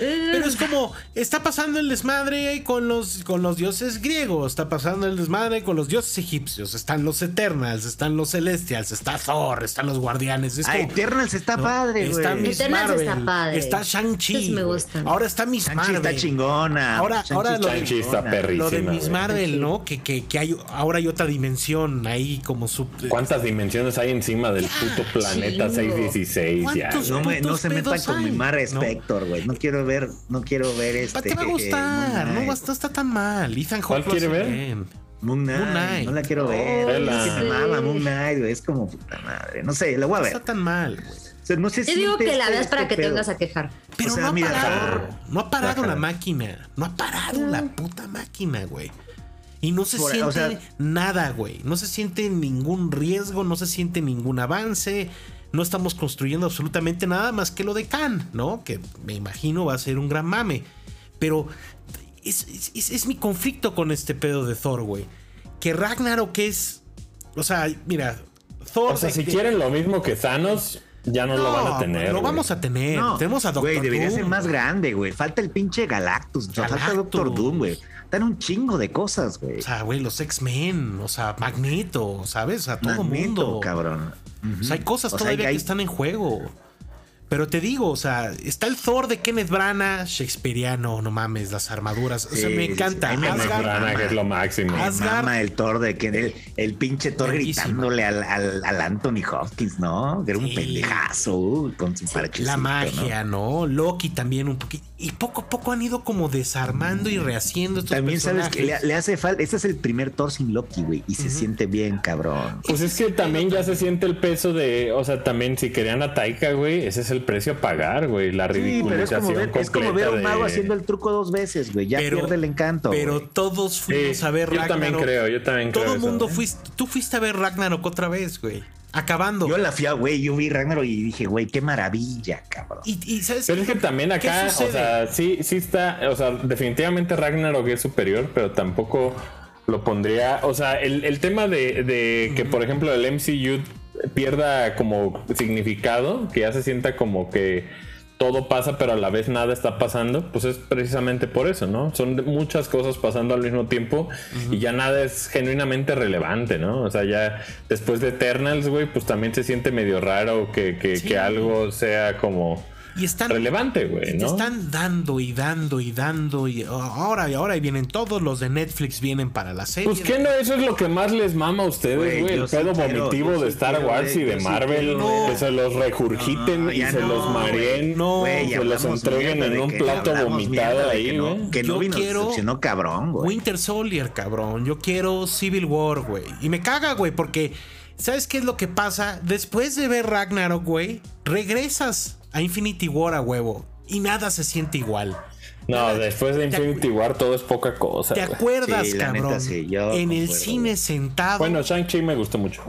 [SPEAKER 1] eh,
[SPEAKER 2] Pero es como, está pasando el desmadre con los, con los dioses griegos, está pasando el desmadre con los dioses egipcios, están los Eternals, están los Celestials, está Thor, están los Guardianes. Es
[SPEAKER 3] Ah,
[SPEAKER 2] como,
[SPEAKER 3] Eternals está
[SPEAKER 2] ¿no?
[SPEAKER 3] padre, güey.
[SPEAKER 2] Está Miss
[SPEAKER 4] Eternals
[SPEAKER 2] Marvel,
[SPEAKER 4] está padre.
[SPEAKER 2] está Shang-Chi.
[SPEAKER 4] Esos me
[SPEAKER 2] güey.
[SPEAKER 4] gustan.
[SPEAKER 2] Ahora está Miss
[SPEAKER 3] Shang-Chi está
[SPEAKER 2] Marvel.
[SPEAKER 3] chingona.
[SPEAKER 2] Ahora-
[SPEAKER 3] Shang-Chi
[SPEAKER 2] ahora lo de-
[SPEAKER 1] Shang-Chi está
[SPEAKER 3] chingona.
[SPEAKER 1] perrísima.
[SPEAKER 2] Lo de Miss
[SPEAKER 1] güey.
[SPEAKER 2] Marvel, ¿no? Que, que, que hay, ahora hay otra dimensión ahí como sub...
[SPEAKER 1] ¿Cuántas dimensiones hay encima del
[SPEAKER 3] Ah,
[SPEAKER 1] puto planeta
[SPEAKER 4] chingo.
[SPEAKER 1] 616? Ya.
[SPEAKER 2] ¿Cuántos?
[SPEAKER 1] güey.
[SPEAKER 3] No, me- no
[SPEAKER 2] Putos
[SPEAKER 3] se metan
[SPEAKER 2] pedos
[SPEAKER 3] con mi
[SPEAKER 2] hay,
[SPEAKER 3] Mar
[SPEAKER 2] ¿no?
[SPEAKER 3] Spector, güey. No quiero ver, no quiero ver este.
[SPEAKER 2] te va a
[SPEAKER 3] eh,
[SPEAKER 2] gustar,
[SPEAKER 3] Moon
[SPEAKER 2] no,
[SPEAKER 3] Knight.
[SPEAKER 2] va- no está tan mal. Ethan
[SPEAKER 1] ¿Cuál
[SPEAKER 2] Hawke lo
[SPEAKER 1] quiere
[SPEAKER 2] hace
[SPEAKER 1] ver?
[SPEAKER 2] bien.
[SPEAKER 3] Moon Knight,
[SPEAKER 2] Moon Knight.
[SPEAKER 3] No la quiero ver.
[SPEAKER 1] Vela.
[SPEAKER 3] Es que me mama Moon Knight, güey. Es como puta madre. No sé, la voy a
[SPEAKER 2] No
[SPEAKER 3] ver.
[SPEAKER 2] está tan mal, güey.
[SPEAKER 3] O sea, no sé
[SPEAKER 4] Te
[SPEAKER 3] si
[SPEAKER 4] digo que
[SPEAKER 3] este-
[SPEAKER 4] la veas para
[SPEAKER 3] este
[SPEAKER 4] que
[SPEAKER 3] pedo.
[SPEAKER 4] tengas a quejar.
[SPEAKER 2] Pero
[SPEAKER 3] O sea,
[SPEAKER 2] no, ha
[SPEAKER 3] mira,
[SPEAKER 2] parado,
[SPEAKER 1] Thor.
[SPEAKER 2] no ha parado la
[SPEAKER 1] Ajá.
[SPEAKER 2] máquina. No ha parado la puta máquina, güey. Y no se
[SPEAKER 3] Por-
[SPEAKER 2] siente
[SPEAKER 3] o sea-
[SPEAKER 2] nada, güey. No se siente ningún riesgo, no se siente ningún avance. No estamos construyendo absolutamente nada más que lo de Khan, ¿no? Que me imagino va a ser un gran mame. Pero es, es- es- es mi conflicto con este pedo de Thor, güey. Que Ragnarok es. O sea, mira, Thor.
[SPEAKER 1] O sea,
[SPEAKER 2] de-
[SPEAKER 1] si
[SPEAKER 2] de-
[SPEAKER 1] quieren lo mismo que Thanos, Ya no, lo van a tener.
[SPEAKER 2] Lo
[SPEAKER 1] güey.
[SPEAKER 2] vamos a tener.
[SPEAKER 3] No,
[SPEAKER 2] Eh, Tenemos a Doctor
[SPEAKER 3] Güey, debería
[SPEAKER 2] Doom.
[SPEAKER 3] ser más grande, güey. Falta el pinche Galactus. o sea, Falta
[SPEAKER 2] Galactus.
[SPEAKER 3] Doctor Doom, güey. Están un chingo de cosas, güey.
[SPEAKER 2] O sea, güey, los X-Men, o sea, Magneto, ¿sabes? A todo
[SPEAKER 3] Magneto,
[SPEAKER 2] mundo.
[SPEAKER 3] cabrón.
[SPEAKER 2] O sea, hay cosas
[SPEAKER 3] O sea,
[SPEAKER 2] todavía
[SPEAKER 3] hay-
[SPEAKER 2] que están en juego. Pero te digo, o sea, está el Thor de Kenneth Branagh, shakespeariano, no mames, las armaduras. o sea,
[SPEAKER 3] Sí,
[SPEAKER 2] me
[SPEAKER 3] sí,
[SPEAKER 2] encanta.
[SPEAKER 3] sí, me
[SPEAKER 1] Kenneth
[SPEAKER 2] Asgard,
[SPEAKER 1] Branagh es lo máximo.
[SPEAKER 2] Asgard.
[SPEAKER 3] Me mama el Thor de que el, el pinche Thor
[SPEAKER 2] Verguísima.
[SPEAKER 3] gritándole al, al- al Anthony Hopkins, ¿no? Que era un
[SPEAKER 2] Sí.
[SPEAKER 3] pendejazo uy, con su parchecito,
[SPEAKER 2] la
[SPEAKER 3] ¿no?
[SPEAKER 2] magia, ¿no? Loki también un poquito. Y poco a poco han ido como desarmando y rehaciendo estos
[SPEAKER 3] Mm. También sabes que le,
[SPEAKER 2] personajes.
[SPEAKER 3] le hace falta. Este es el primer Thor sin Loki, güey. Y se siente bien, cabrón.
[SPEAKER 1] Pues es que también ya se siente el peso de, o sea, también si querían a Taika, güey, ese es el precio a pagar, güey, la
[SPEAKER 3] Sí, pero es
[SPEAKER 1] ridiculización
[SPEAKER 3] como ver,
[SPEAKER 1] completa
[SPEAKER 3] es como ver a un mago
[SPEAKER 1] de-
[SPEAKER 3] haciendo el truco dos veces, güey. Ya
[SPEAKER 2] Pero-
[SPEAKER 3] pierde el encanto.
[SPEAKER 2] Pero
[SPEAKER 3] güey.
[SPEAKER 2] todos
[SPEAKER 1] Sí,
[SPEAKER 2] fuimos a ver
[SPEAKER 1] Yo también
[SPEAKER 2] Ragnarok.
[SPEAKER 1] creo, yo también creo.
[SPEAKER 2] Todo el
[SPEAKER 1] eso,
[SPEAKER 2] mundo
[SPEAKER 1] ¿eh?
[SPEAKER 2] fuiste, tú fuiste a ver Ragnarok otra vez, güey. Acabando.
[SPEAKER 3] Yo la fui a, güey, yo vi Ragnarok y dije, güey, qué maravilla, cabrón.
[SPEAKER 2] Y, y sabes
[SPEAKER 1] Pero es que también acá,
[SPEAKER 2] ¿Qué
[SPEAKER 1] o
[SPEAKER 2] sucede?
[SPEAKER 1] sea, sí, sí está, o sea, definitivamente Ragnarok es superior, pero tampoco lo pondría, o sea, el, el tema de, de que, por ejemplo, el MCU pierda como significado, que ya se sienta como que todo pasa, pero a la vez nada está pasando, pues es precisamente por eso, ¿no? Son de- muchas cosas pasando al mismo tiempo y ya nada es genuinamente relevante, ¿no? O sea, ya después de Eternals, güey, pues también se siente medio raro que, que-
[SPEAKER 2] Sí.
[SPEAKER 1] que algo sea como
[SPEAKER 2] y están
[SPEAKER 1] relevante, güey,
[SPEAKER 2] Y te
[SPEAKER 1] ¿no?
[SPEAKER 2] están dando y dando y dando y ahora y ahora y vienen todos los de Netflix vienen para la serie.
[SPEAKER 1] Pues que no, eso es lo que más les mama a ustedes,
[SPEAKER 3] Güey,
[SPEAKER 1] güey.
[SPEAKER 3] yo
[SPEAKER 1] El
[SPEAKER 3] sí
[SPEAKER 1] pedo
[SPEAKER 3] quiero,
[SPEAKER 1] vomitivo
[SPEAKER 3] yo sí
[SPEAKER 1] de Star
[SPEAKER 3] quiero,
[SPEAKER 1] Wars
[SPEAKER 3] güey,
[SPEAKER 1] y de
[SPEAKER 3] yo sí
[SPEAKER 1] Marvel,
[SPEAKER 3] quiero,
[SPEAKER 1] que se los regurgiten
[SPEAKER 3] No,
[SPEAKER 1] y
[SPEAKER 3] ya
[SPEAKER 1] se
[SPEAKER 3] no,
[SPEAKER 1] los
[SPEAKER 3] güey.
[SPEAKER 1] mareen.
[SPEAKER 2] No,
[SPEAKER 3] Güey,
[SPEAKER 1] se los
[SPEAKER 3] hablamos
[SPEAKER 1] entreguen
[SPEAKER 3] mierda
[SPEAKER 1] en
[SPEAKER 3] de
[SPEAKER 1] un
[SPEAKER 3] que-
[SPEAKER 1] plato
[SPEAKER 3] hablamos
[SPEAKER 1] vomitado
[SPEAKER 3] mierda de
[SPEAKER 1] ahí,
[SPEAKER 3] que no-
[SPEAKER 1] güey.
[SPEAKER 3] Que no
[SPEAKER 2] Yo
[SPEAKER 3] vino,
[SPEAKER 2] quiero-
[SPEAKER 3] cabrón, güey.
[SPEAKER 2] Winter Soldier, cabrón. Yo quiero Civil War, güey. Y me caga, güey, porque ¿sabes qué es lo que pasa? Después de ver Ragnarok, güey, regresas a Infinity War a huevo y nada se siente igual.
[SPEAKER 1] No, después de
[SPEAKER 2] Te
[SPEAKER 1] Infinity War todo es poca cosa,
[SPEAKER 2] ¿Te
[SPEAKER 1] güey.
[SPEAKER 2] acuerdas,
[SPEAKER 3] Sí, la neta,
[SPEAKER 2] cabrón?
[SPEAKER 3] sí, yo
[SPEAKER 2] en el
[SPEAKER 3] concuerdo,
[SPEAKER 2] cine
[SPEAKER 3] güey.
[SPEAKER 2] sentado,
[SPEAKER 1] Bueno, Shang-Chi me gustó mucho.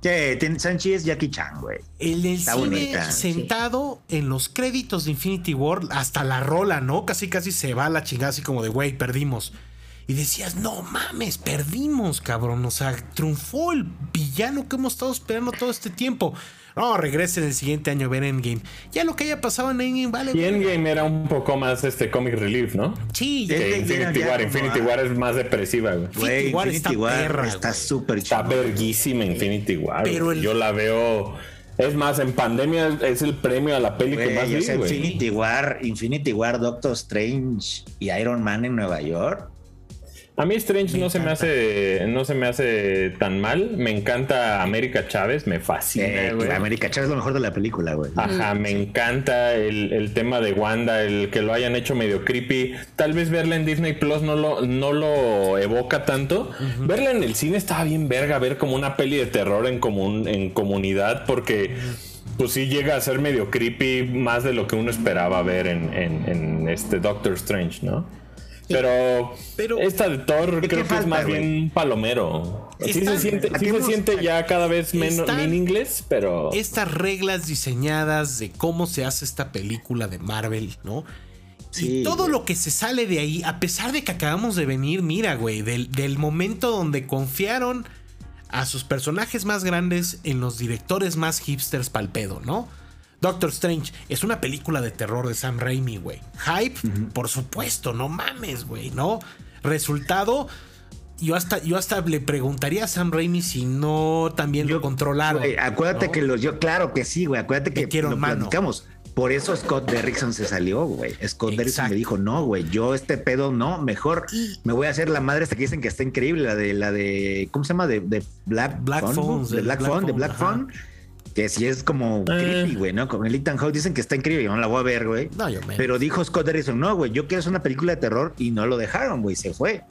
[SPEAKER 3] Che, ten- Sanchi es Jackie Chan, güey.
[SPEAKER 2] en el
[SPEAKER 3] está
[SPEAKER 2] cine
[SPEAKER 3] bonita, sí.
[SPEAKER 2] sentado en los créditos de Infinity War, hasta la rola, ¿no? Casi casi se va la chingada así como de, güey, perdimos. Y decías, no mames, perdimos, cabrón. O sea, triunfó el villano que hemos estado esperando todo este tiempo. No, regresen el siguiente año a ver Endgame. Ya lo que haya pasado en Endgame, vale.
[SPEAKER 1] Y
[SPEAKER 2] güey.
[SPEAKER 1] Endgame era un poco más este comic relief, ¿no?
[SPEAKER 2] Sí, ya-
[SPEAKER 1] Que
[SPEAKER 3] Endgame era
[SPEAKER 1] Infinity
[SPEAKER 3] ya
[SPEAKER 1] War,
[SPEAKER 3] como,
[SPEAKER 1] Infinity
[SPEAKER 3] ah.
[SPEAKER 1] War es más depresiva, güey.
[SPEAKER 2] Infinity War está perra,
[SPEAKER 3] está
[SPEAKER 2] güey.
[SPEAKER 3] súper
[SPEAKER 1] Está
[SPEAKER 3] chingón.
[SPEAKER 1] verguísima Infinity War.
[SPEAKER 2] Pero
[SPEAKER 1] güey.
[SPEAKER 2] el-
[SPEAKER 1] Yo la veo. Es más, en pandemia es el premio a la peli que más
[SPEAKER 3] Güey, o
[SPEAKER 1] vi,
[SPEAKER 3] sea,
[SPEAKER 1] güey.
[SPEAKER 3] Infinity War, Infinity War, Doctor Strange y Iron Man en Nueva York.
[SPEAKER 1] A mí Strange
[SPEAKER 2] Me
[SPEAKER 1] no se me
[SPEAKER 2] encanta.
[SPEAKER 1] hace no se me hace tan mal. Me encanta América Chávez, me fascina,
[SPEAKER 3] Eh,
[SPEAKER 1] güey.
[SPEAKER 3] América Chávez es lo mejor de la película, güey.
[SPEAKER 1] Ajá, me encanta el, el tema de Wanda, el que lo hayan hecho medio creepy. Tal vez verla en Disney Plus no lo, no lo evoca tanto. Verla en el cine estaba bien verga, ver como una peli de terror en, comun, en comunidad, porque pues sí llega a ser medio creepy más de lo que uno esperaba ver en, en- en este Doctor Strange, ¿no? Pero,
[SPEAKER 2] Pero-
[SPEAKER 1] esta de Thor creo que
[SPEAKER 3] ¿Qué- qué
[SPEAKER 1] es
[SPEAKER 3] falta,
[SPEAKER 1] más
[SPEAKER 3] güey?
[SPEAKER 1] bien un palomero. Sí
[SPEAKER 2] Están-
[SPEAKER 1] se siente,
[SPEAKER 3] ¿a
[SPEAKER 1] sí
[SPEAKER 3] qué
[SPEAKER 1] se
[SPEAKER 3] hemos-
[SPEAKER 1] siente ya cada vez menos
[SPEAKER 2] Están-
[SPEAKER 1] en inglés, pero...
[SPEAKER 2] estas reglas diseñadas de cómo se hace esta película de Marvel, ¿no?
[SPEAKER 3] Sí,
[SPEAKER 2] y todo
[SPEAKER 3] güey.
[SPEAKER 2] lo que se sale de ahí, a pesar de que acabamos de venir, mira, güey, del, del momento donde confiaron a sus personajes más grandes en los directores más hipsters pal pedo, ¿no? Doctor Strange es una película de terror de Sam Raimi, güey. Hype, por supuesto, no mames, güey, ¿no? Resultado, yo hasta, yo hasta le preguntaría a Sam Raimi si no también lo
[SPEAKER 3] Yo-
[SPEAKER 2] controlaron.
[SPEAKER 3] Güey, Eh, acuérdate
[SPEAKER 2] ¿no?
[SPEAKER 3] que los yo, claro que sí, güey. Acuérdate que
[SPEAKER 2] Metieron
[SPEAKER 3] lo
[SPEAKER 2] mano.
[SPEAKER 3] platicamos. Por eso Scott Derrickson se salió, güey. Scott Derrickson
[SPEAKER 2] Exacto.
[SPEAKER 3] me dijo, no, güey, yo este pedo no, mejor
[SPEAKER 2] Y-
[SPEAKER 3] me voy a hacer la madre hasta que dicen que está increíble, la de, la de, ¿cómo se llama? De, de Black,
[SPEAKER 2] Black
[SPEAKER 3] Phone,
[SPEAKER 2] Phones,
[SPEAKER 3] de
[SPEAKER 2] el
[SPEAKER 3] Black,
[SPEAKER 2] Black
[SPEAKER 3] Phone, de
[SPEAKER 2] Phone,
[SPEAKER 3] Black
[SPEAKER 2] ajá.
[SPEAKER 3] Phone, que sí es como creepy, güey, ¿no? Con el Ethan Hawke dicen que está increíble, yo no la voy a ver, güey.
[SPEAKER 2] No, yo me.
[SPEAKER 3] Pero dijo Scott Derrickson, no, güey, yo quiero hacer una película de terror y no lo dejaron, güey, se fue.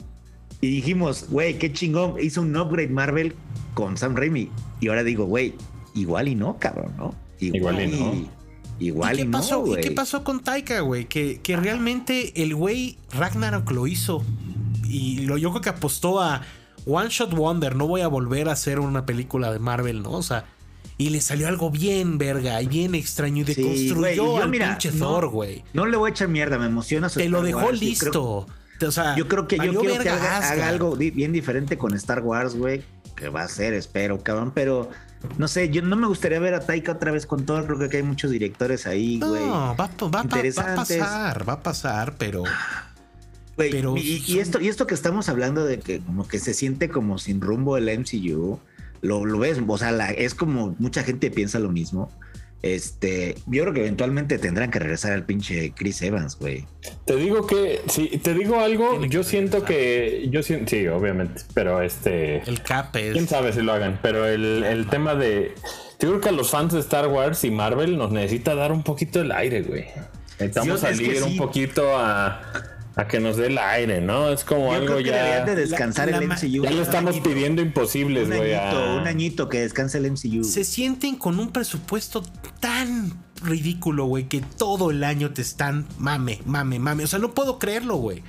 [SPEAKER 3] Y dijimos, güey, qué chingón, hizo un upgrade Marvel con Sam Raimi. Y ahora digo, güey, igual y no, cabrón, ¿no?
[SPEAKER 1] Igual y no.
[SPEAKER 2] ¿Y
[SPEAKER 3] Igual y,
[SPEAKER 2] qué,
[SPEAKER 3] no,
[SPEAKER 2] pasó, ¿Y
[SPEAKER 3] güey.
[SPEAKER 2] qué pasó con Taika, güey? Que, que realmente el güey Ragnarok lo hizo. Y lo, yo creo que apostó a One Shot Wonder. No voy a volver a hacer una película de Marvel, ¿no? O sea, y le salió algo bien verga y bien extraño. Y
[SPEAKER 3] Sí, güey, y
[SPEAKER 2] deconstruyó
[SPEAKER 3] yo,
[SPEAKER 2] al
[SPEAKER 3] mira,
[SPEAKER 2] pinche
[SPEAKER 3] no-
[SPEAKER 2] Thor, güey.
[SPEAKER 3] No le voy a echar mierda, me emociona. su
[SPEAKER 2] Te lo
[SPEAKER 3] Star
[SPEAKER 2] dejó
[SPEAKER 3] Wars, yo creo-
[SPEAKER 2] listo. o sea,
[SPEAKER 3] Yo creo que yo
[SPEAKER 2] valió
[SPEAKER 3] quiero que
[SPEAKER 2] verga
[SPEAKER 3] haga, haga
[SPEAKER 2] Asgard.
[SPEAKER 3] algo di- bien diferente con Star Wars, güey. que va a ser, espero, cabrón, pero no sé, yo no me gustaría ver a Taika otra vez con Thor, creo que hay muchos directores ahí, güey.
[SPEAKER 2] No, va, va- va- va a
[SPEAKER 3] Interesantes.
[SPEAKER 2] pasar, va a pasar, pero.
[SPEAKER 3] Güey,
[SPEAKER 2] Pero
[SPEAKER 3] y, y
[SPEAKER 2] son-
[SPEAKER 3] esto, y esto que estamos hablando de que como que se siente como sin rumbo el MCU, lo, lo ves, o sea, la- es como mucha gente piensa lo mismo. Este, yo creo que eventualmente tendrán que regresar al pinche Chris Evans, güey.
[SPEAKER 1] Te digo que, si te digo algo,
[SPEAKER 2] Tiene que
[SPEAKER 1] yo siento
[SPEAKER 2] regresar.
[SPEAKER 1] que, yo siento, sí, obviamente, pero este,
[SPEAKER 2] El cap
[SPEAKER 1] quién
[SPEAKER 2] es.
[SPEAKER 1] sabe si lo hagan, pero el, el tema de, yo creo que a los fans de Star Wars y Marvel nos necesita dar un poquito el aire, güey. Necesitamos
[SPEAKER 3] Yo- es que
[SPEAKER 1] salir un
[SPEAKER 3] sí.
[SPEAKER 1] poquito a, a que nos dé el aire, ¿no? Es como
[SPEAKER 3] Yo
[SPEAKER 1] algo
[SPEAKER 3] creo que
[SPEAKER 1] ya,
[SPEAKER 3] deberían de descansar
[SPEAKER 2] la-
[SPEAKER 3] el
[SPEAKER 2] la ma-
[SPEAKER 3] MCU.
[SPEAKER 1] ya lo
[SPEAKER 3] Un
[SPEAKER 1] estamos
[SPEAKER 3] añito,
[SPEAKER 1] pidiendo imposibles,
[SPEAKER 3] Un
[SPEAKER 1] güey. a-
[SPEAKER 3] añito, un añito que descanse el MCU.
[SPEAKER 2] Se sienten con un presupuesto tan ridículo, güey, que todo el año te están mame, mame, mame. O sea, no puedo creerlo, güey.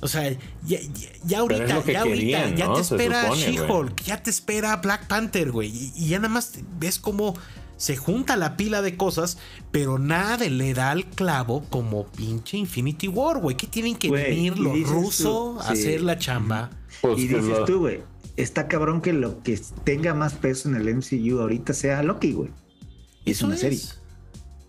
[SPEAKER 2] O sea, ya, ya- ya
[SPEAKER 1] Pero es
[SPEAKER 2] ahorita,
[SPEAKER 1] lo que
[SPEAKER 2] ya ahorita,
[SPEAKER 1] querían,
[SPEAKER 2] ya
[SPEAKER 1] ¿no?
[SPEAKER 2] te
[SPEAKER 1] Se
[SPEAKER 2] espera
[SPEAKER 1] supone, güey.
[SPEAKER 2] She-Hulk, ya te espera Black Panther, güey. Y, y ya nada más te- ves cómo se junta la pila de cosas, pero nadie le da al clavo como pinche Infinity War, güey. ¿Qué tienen que
[SPEAKER 3] Güey,
[SPEAKER 2] venir
[SPEAKER 3] y
[SPEAKER 2] los
[SPEAKER 3] dices
[SPEAKER 2] rusos
[SPEAKER 3] tú,
[SPEAKER 2] a
[SPEAKER 3] sí.
[SPEAKER 2] hacer la chamba?
[SPEAKER 1] pues,
[SPEAKER 3] y
[SPEAKER 1] que
[SPEAKER 3] dices
[SPEAKER 1] lo-
[SPEAKER 3] tú, güey, está cabrón que lo que tenga más peso en el MCU ahorita sea Loki, güey. Y es
[SPEAKER 2] Eso
[SPEAKER 3] una serie.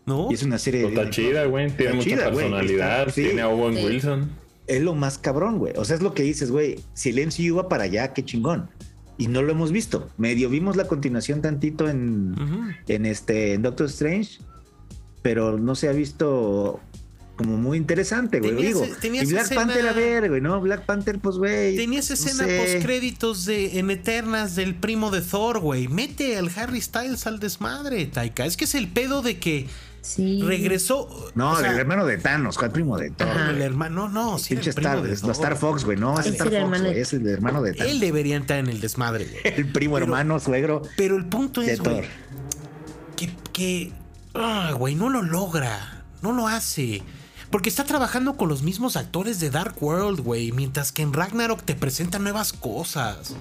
[SPEAKER 2] ¿No?
[SPEAKER 3] Y es una serie
[SPEAKER 1] pues, está
[SPEAKER 3] de-
[SPEAKER 1] chida, güey. Tiene
[SPEAKER 3] eh, Está
[SPEAKER 1] mucha
[SPEAKER 3] chida, güey,
[SPEAKER 1] personalidad.
[SPEAKER 3] está- sí.
[SPEAKER 1] Tiene a Owen
[SPEAKER 4] Sí.
[SPEAKER 1] Wilson.
[SPEAKER 3] es lo más cabrón, güey. O sea, es lo que dices, güey. Si el MCU va para allá, qué chingón. Y no lo hemos visto. Medio vimos la continuación tantito en,
[SPEAKER 2] Ujú.
[SPEAKER 3] en este en Doctor Strange, pero no se ha visto como muy interesante, güey.
[SPEAKER 2] Tenías-
[SPEAKER 3] Digo,
[SPEAKER 2] tenías
[SPEAKER 3] y Black
[SPEAKER 2] escena-
[SPEAKER 3] Panther, a ver, güey, ¿no? Black Panther, pues, güey.
[SPEAKER 2] Tenías
[SPEAKER 3] no
[SPEAKER 2] escena
[SPEAKER 3] sé.
[SPEAKER 2] postcréditos de en Eternas del primo de Thor, güey. Mete al Harry Styles al desmadre, Taika. Es que es el pedo de que
[SPEAKER 4] Sí.
[SPEAKER 2] regresó.
[SPEAKER 3] No,
[SPEAKER 2] o sea,
[SPEAKER 3] el hermano de Thanos, ¿cuál primo de Thor?
[SPEAKER 2] ah,
[SPEAKER 3] güey?
[SPEAKER 2] el hermano. No, no, sí. era el
[SPEAKER 3] Pinche
[SPEAKER 2] primo
[SPEAKER 3] Star,
[SPEAKER 2] de
[SPEAKER 3] no,
[SPEAKER 2] Thor.
[SPEAKER 3] Star Fox, güey, no, es
[SPEAKER 4] Sí,
[SPEAKER 3] Star
[SPEAKER 4] sí, el
[SPEAKER 3] Fox,
[SPEAKER 4] hermano de-
[SPEAKER 3] güey, es el hermano de Thanos.
[SPEAKER 2] Él debería entrar en el desmadre, güey.
[SPEAKER 3] El primo
[SPEAKER 2] Pero-
[SPEAKER 3] hermano, suegro
[SPEAKER 2] Pero el punto
[SPEAKER 3] de
[SPEAKER 2] es,
[SPEAKER 3] Thor.
[SPEAKER 2] güey, que, que ah, güey, no lo logra, no lo hace. Porque está trabajando con los mismos actores de Dark World, güey, mientras que en Ragnarok te presenta nuevas cosas.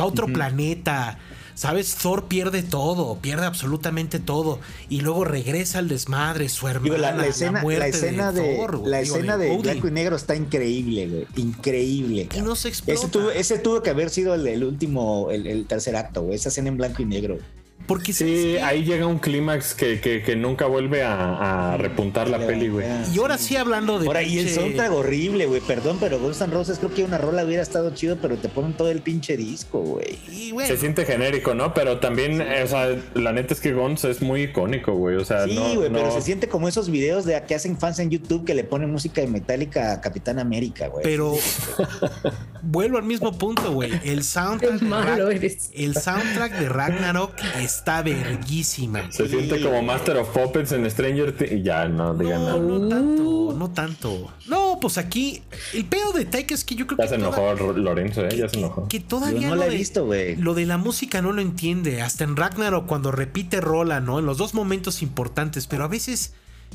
[SPEAKER 2] Va a otro planeta. ¿Sabes? Thor pierde todo, pierde absolutamente todo. Y luego regresa al desmadre, su hermana.
[SPEAKER 3] Digo, la, la escena, la
[SPEAKER 2] Ah, muerte
[SPEAKER 3] escena de,
[SPEAKER 2] Thor, güey,
[SPEAKER 3] la
[SPEAKER 2] digo,
[SPEAKER 3] escena de,
[SPEAKER 2] Odin.
[SPEAKER 3] blanco y negro está increíble, güey. Increíble.
[SPEAKER 2] Y
[SPEAKER 3] cabrón.
[SPEAKER 2] no se explota.
[SPEAKER 3] Ese tuvo, ese tuvo que haber sido el, el último, el, el tercer acto, güey. Esa escena en blanco y negro.
[SPEAKER 2] Porque ¿sabes
[SPEAKER 1] Sí,
[SPEAKER 3] ah,
[SPEAKER 2] qué?
[SPEAKER 1] ahí llega un clímax que, que- que nunca vuelve a, a repuntar la
[SPEAKER 3] Ya,
[SPEAKER 1] peli, güey.
[SPEAKER 3] ya.
[SPEAKER 2] Y ahora sí hablando de.
[SPEAKER 3] Ahora, y el
[SPEAKER 2] pinche-
[SPEAKER 3] soundtrack horrible, güey. Perdón, pero Guns N' Roses creo que una rola hubiera estado chido, pero te ponen todo el pinche disco, güey.
[SPEAKER 2] Y, güey,
[SPEAKER 1] Se siente genérico, ¿no? Pero también, eh, o sea, la neta es que Gonz es muy icónico, güey. O sea,
[SPEAKER 3] Sí,
[SPEAKER 1] Ah, no-
[SPEAKER 3] güey, pero
[SPEAKER 1] no-
[SPEAKER 3] se siente como esos videos de que hacen fans en YouTube que le ponen música de Metallica a Capitán América, güey.
[SPEAKER 2] Pero vuelvo al mismo punto, güey. El soundtrack,
[SPEAKER 4] Qué
[SPEAKER 2] de
[SPEAKER 4] malo eh.
[SPEAKER 2] Ragn-
[SPEAKER 4] eres.
[SPEAKER 2] el soundtrack de Ragnarok está verguísima.
[SPEAKER 1] se
[SPEAKER 3] Sí,
[SPEAKER 1] siente como
[SPEAKER 3] güey.
[SPEAKER 1] Master of Puppets en Stranger Things. Y Ya, no, digan nada.
[SPEAKER 2] No, no tanto, no tanto. No, pues aquí el pedo de Taika es que yo creo
[SPEAKER 1] Ya
[SPEAKER 2] que
[SPEAKER 1] se
[SPEAKER 2] toda-
[SPEAKER 1] enojó R- Lorenzo, ¿eh? Ya se enojó.
[SPEAKER 2] que
[SPEAKER 3] Yo
[SPEAKER 2] todavía
[SPEAKER 3] no
[SPEAKER 2] lo
[SPEAKER 3] la he
[SPEAKER 2] de-
[SPEAKER 3] visto, güey.
[SPEAKER 2] Lo de la música no lo entiende, hasta en Ragnarok cuando repite rola, ¿no? En los dos momentos importantes, pero a veces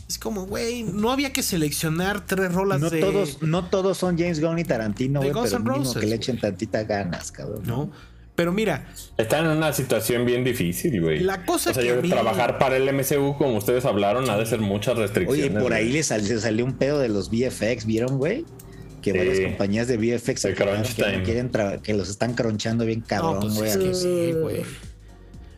[SPEAKER 2] es como, güey, no había que seleccionar tres rolas
[SPEAKER 3] No
[SPEAKER 2] de
[SPEAKER 3] todos, no todos son James Gunn y Tarantino,
[SPEAKER 2] de
[SPEAKER 3] güey,
[SPEAKER 2] Guns
[SPEAKER 3] pero
[SPEAKER 2] N'
[SPEAKER 3] mínimo
[SPEAKER 2] Roses,
[SPEAKER 3] que le
[SPEAKER 2] güey.
[SPEAKER 3] echen tantita ganas, cabrón.
[SPEAKER 2] ¿no? Pero mira,
[SPEAKER 1] Están en una situación bien difícil, güey.
[SPEAKER 2] La cosa
[SPEAKER 1] o sea,
[SPEAKER 2] que
[SPEAKER 1] yo
[SPEAKER 2] a mí-
[SPEAKER 1] trabajar para el MCU, como ustedes hablaron, ha de ser muchas restricciones.
[SPEAKER 3] Oye, por
[SPEAKER 1] güey.
[SPEAKER 3] ahí le sal- se salió un pedo de los VFX, ¿vieron, güey? Que
[SPEAKER 1] Sí.
[SPEAKER 3] varias compañías de VFX
[SPEAKER 1] El crunch
[SPEAKER 3] aclararon que, no
[SPEAKER 1] time.
[SPEAKER 3] quieren tra- que los están cronchando bien
[SPEAKER 2] No,
[SPEAKER 3] cabrón,
[SPEAKER 2] pues
[SPEAKER 3] güey.
[SPEAKER 2] es que sí, güey.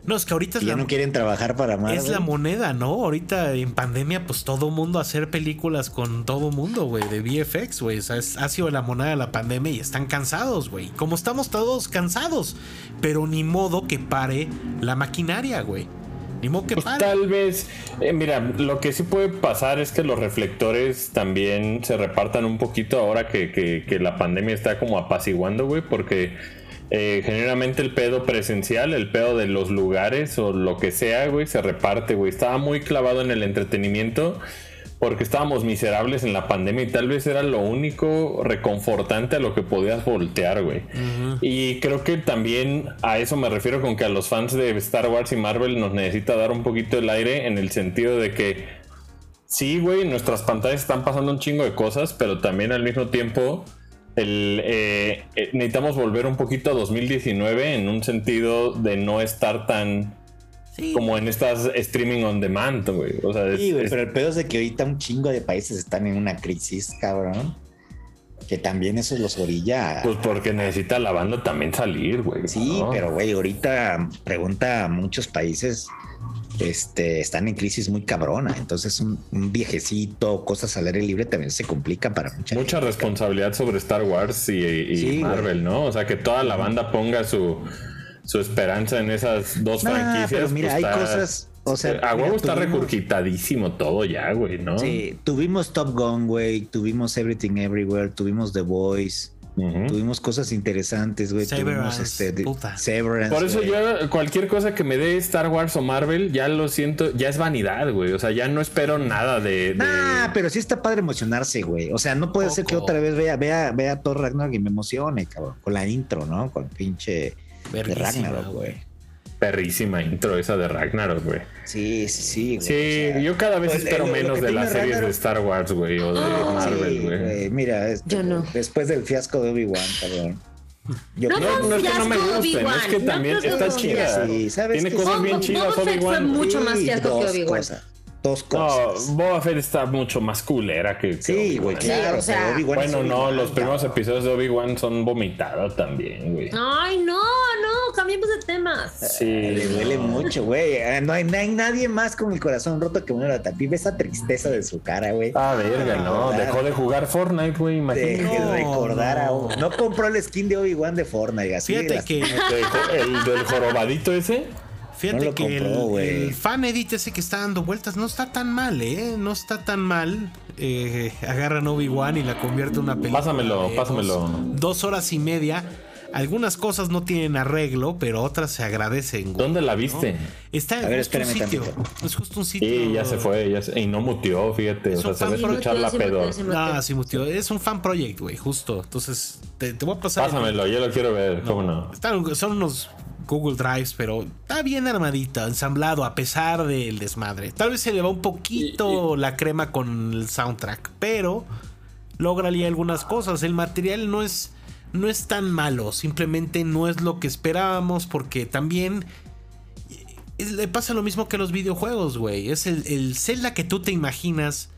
[SPEAKER 2] No, es que ahorita es
[SPEAKER 3] que ya
[SPEAKER 2] la,
[SPEAKER 3] no quieren trabajar para más.
[SPEAKER 2] es la moneda, ¿no? Ahorita en pandemia, pues todo mundo hacer películas con todo mundo, güey, de VFX, güey. O sea, es- ha sido la moneda de la pandemia y están cansados, güey. Como estamos todos cansados, pero ni modo que pare la maquinaria, güey. Ni modo que
[SPEAKER 1] Pues
[SPEAKER 2] pare.
[SPEAKER 1] tal vez, eh, mira, lo que sí puede pasar es que los reflectores también se repartan un poquito ahora que, que- que la pandemia está como apaciguando, güey, porque eh, generalmente el pedo presencial, el pedo de los lugares o lo que sea, güey, se reparte, güey. Estaba muy clavado en el entretenimiento porque estábamos miserables en la pandemia y tal vez era lo único reconfortante a lo que podías voltear, güey. Y creo que también a eso me refiero con que a los fans de Star Wars y Marvel nos necesita dar un poquito el aire en el sentido de que sí, güey, en nuestras pantallas están pasando un chingo de cosas, pero también al mismo tiempo el, eh, eh, necesitamos volver un poquito a 2019 en un sentido de no estar tan
[SPEAKER 2] Sí.
[SPEAKER 1] como en estas streaming on demand, güey. O sea, es-
[SPEAKER 3] Sí, güey,
[SPEAKER 1] es-
[SPEAKER 3] pero el pedo es de que ahorita un chingo de países están en una crisis, cabrón. Que también eso los orilla. a-
[SPEAKER 1] Pues porque necesita la banda también salir, güey.
[SPEAKER 3] Sí,
[SPEAKER 1] Pues, ¿no?
[SPEAKER 3] pero güey, ahorita pregunta a muchos países, este, están en crisis muy cabrona, entonces un, un viejecito, cosas al aire libre también se complica para mucha gente.
[SPEAKER 1] Mucha responsabilidad sobre Star Wars y, y
[SPEAKER 3] Sí, güey.
[SPEAKER 1] Marvel, ¿no? O sea, que toda la banda ponga su, su esperanza en esas dos
[SPEAKER 3] No,
[SPEAKER 1] franquicias.
[SPEAKER 3] pero mira,
[SPEAKER 1] pues,
[SPEAKER 3] hay
[SPEAKER 1] está-
[SPEAKER 3] cosas, o sea,
[SPEAKER 1] Eh, a huevo
[SPEAKER 3] mira,
[SPEAKER 1] está
[SPEAKER 3] tuvimos-
[SPEAKER 1] recurquitadísimo todo ya, güey, ¿no?
[SPEAKER 3] Sí, tuvimos Top Gun, güey, tuvimos Everything Everywhere, tuvimos The Voice,
[SPEAKER 1] Ujú.
[SPEAKER 3] tuvimos cosas interesantes, güey, tuvimos
[SPEAKER 2] Severance,
[SPEAKER 3] este de-
[SPEAKER 2] puta.
[SPEAKER 3] Severance.
[SPEAKER 1] Por eso
[SPEAKER 3] güey.
[SPEAKER 1] yo cualquier cosa que me dé Star Wars o Marvel, ya lo siento, ya es vanidad, güey. O sea, ya no espero nada de... de-
[SPEAKER 3] Nah, pero sí está padre emocionarse, güey. O sea, no puede ser que
[SPEAKER 2] Poco.
[SPEAKER 3] otra vez vea, vea, vea Thor Ragnarok y me emocione, cabrón. Con la intro, ¿no? Con pinche de
[SPEAKER 2] Verguísima,
[SPEAKER 3] Ragnarok,
[SPEAKER 2] güey.
[SPEAKER 3] güey.
[SPEAKER 1] Perrísima intro esa de Ragnarok, güey.
[SPEAKER 3] Sí, sí, sí. güey.
[SPEAKER 1] Sí,
[SPEAKER 3] O sea,
[SPEAKER 1] yo cada vez
[SPEAKER 3] pues,
[SPEAKER 1] espero
[SPEAKER 3] lo- lo
[SPEAKER 1] menos
[SPEAKER 3] que
[SPEAKER 1] de
[SPEAKER 3] tiene
[SPEAKER 1] las series de
[SPEAKER 3] Ragnarok-
[SPEAKER 1] Star Wars, güey, o de
[SPEAKER 4] Ah,
[SPEAKER 3] sí,
[SPEAKER 1] Marvel, güey.
[SPEAKER 3] güey, Mira, este,
[SPEAKER 4] Yo no.
[SPEAKER 3] después del fiasco de Obi-Wan, cabrón. Yo
[SPEAKER 1] No,
[SPEAKER 4] No,
[SPEAKER 1] no es que no me
[SPEAKER 4] Fiasco
[SPEAKER 1] gusten,
[SPEAKER 4] Obi-Wan.
[SPEAKER 1] es que
[SPEAKER 4] No
[SPEAKER 1] también
[SPEAKER 4] creo que
[SPEAKER 1] está
[SPEAKER 4] lo
[SPEAKER 1] chida.
[SPEAKER 3] odies. Sí, ¿sabes
[SPEAKER 1] Tiene
[SPEAKER 3] qué?
[SPEAKER 1] cosas
[SPEAKER 4] Boba-
[SPEAKER 1] bien
[SPEAKER 4] Boba
[SPEAKER 1] chidas,
[SPEAKER 4] Fett fue
[SPEAKER 1] Obi-Wan.
[SPEAKER 4] mucho más
[SPEAKER 3] Sí,
[SPEAKER 4] fiasco que
[SPEAKER 3] dos
[SPEAKER 4] Obi-Wan.
[SPEAKER 3] cosas, Dos
[SPEAKER 1] No,
[SPEAKER 3] cosas.
[SPEAKER 1] Boba Fett está mucho más culera que. que
[SPEAKER 3] sí,
[SPEAKER 1] Obi-Wan.
[SPEAKER 3] güey,
[SPEAKER 4] Sí,
[SPEAKER 3] claro.
[SPEAKER 4] o sea-
[SPEAKER 3] pero Obi-Wan es
[SPEAKER 1] Bueno, no,
[SPEAKER 3] Obi-Wan,
[SPEAKER 1] los primeros
[SPEAKER 3] cabrón.
[SPEAKER 1] episodios de Obi-Wan son vomitados también, güey.
[SPEAKER 4] Ay, no, no, cambiemos de temas.
[SPEAKER 1] Sí,
[SPEAKER 3] Le duele
[SPEAKER 1] no.
[SPEAKER 3] mucho, Ah, güey. Ah, No hay, no hay nadie más con el corazón roto que Manuel Atapí. Ve esa tristeza de su cara, güey.
[SPEAKER 1] Ah, verga, no.
[SPEAKER 3] Ah,
[SPEAKER 1] Dejó de jugar Fortnite, güey,
[SPEAKER 3] de
[SPEAKER 1] imagínate.
[SPEAKER 2] No,
[SPEAKER 3] recordar a
[SPEAKER 2] no.
[SPEAKER 3] No compró el skin de Obi-Wan de Fortnite. Así de
[SPEAKER 2] Fíjate
[SPEAKER 3] las-
[SPEAKER 2] que,
[SPEAKER 1] Dejó- El del jorobadito ese.
[SPEAKER 2] fíjate
[SPEAKER 3] No lo
[SPEAKER 2] que el-
[SPEAKER 3] compró,
[SPEAKER 2] el,
[SPEAKER 3] güey.
[SPEAKER 2] fan edit ese que está dando vueltas no está tan mal, ¿eh? No está tan mal. Eh, agarran Obi-Wan y la convierte en una película.
[SPEAKER 1] Pásamelo,
[SPEAKER 2] de
[SPEAKER 1] pásamelo.
[SPEAKER 2] Dos, dos horas y media. Algunas cosas no tienen arreglo, pero otras se agradecen. güey.
[SPEAKER 1] ¿Dónde la viste?
[SPEAKER 2] Está
[SPEAKER 3] A ver,
[SPEAKER 2] es justo un
[SPEAKER 3] espérame
[SPEAKER 2] sitio.
[SPEAKER 3] tantito.
[SPEAKER 2] Es justo un sitio.
[SPEAKER 1] Y ya se fue, ya se- y no muteó, fíjate.
[SPEAKER 2] Es
[SPEAKER 1] O sea,
[SPEAKER 2] un
[SPEAKER 1] se va a
[SPEAKER 2] fan-
[SPEAKER 1] escuchar la
[SPEAKER 4] Sí, me
[SPEAKER 1] pedo.
[SPEAKER 4] parece, me parece.
[SPEAKER 2] Ah, sí, tío. Es un fan project, güey, justo. Entonces, te, te voy a pasar. el-
[SPEAKER 1] Pásamelo, yo lo quiero ver, ¿cómo no?
[SPEAKER 2] Están- son unos Google Drives, pero está bien armadito, ensamblado, a pesar del desmadre. Tal vez se le va un poquito la crema con el soundtrack, pero lograría algunas cosas. El material no es, no es tan malo, simplemente no es lo que esperábamos, porque también es- le pasa lo mismo que los videojuegos, güey. Es el, el Zelda que tú te imaginas.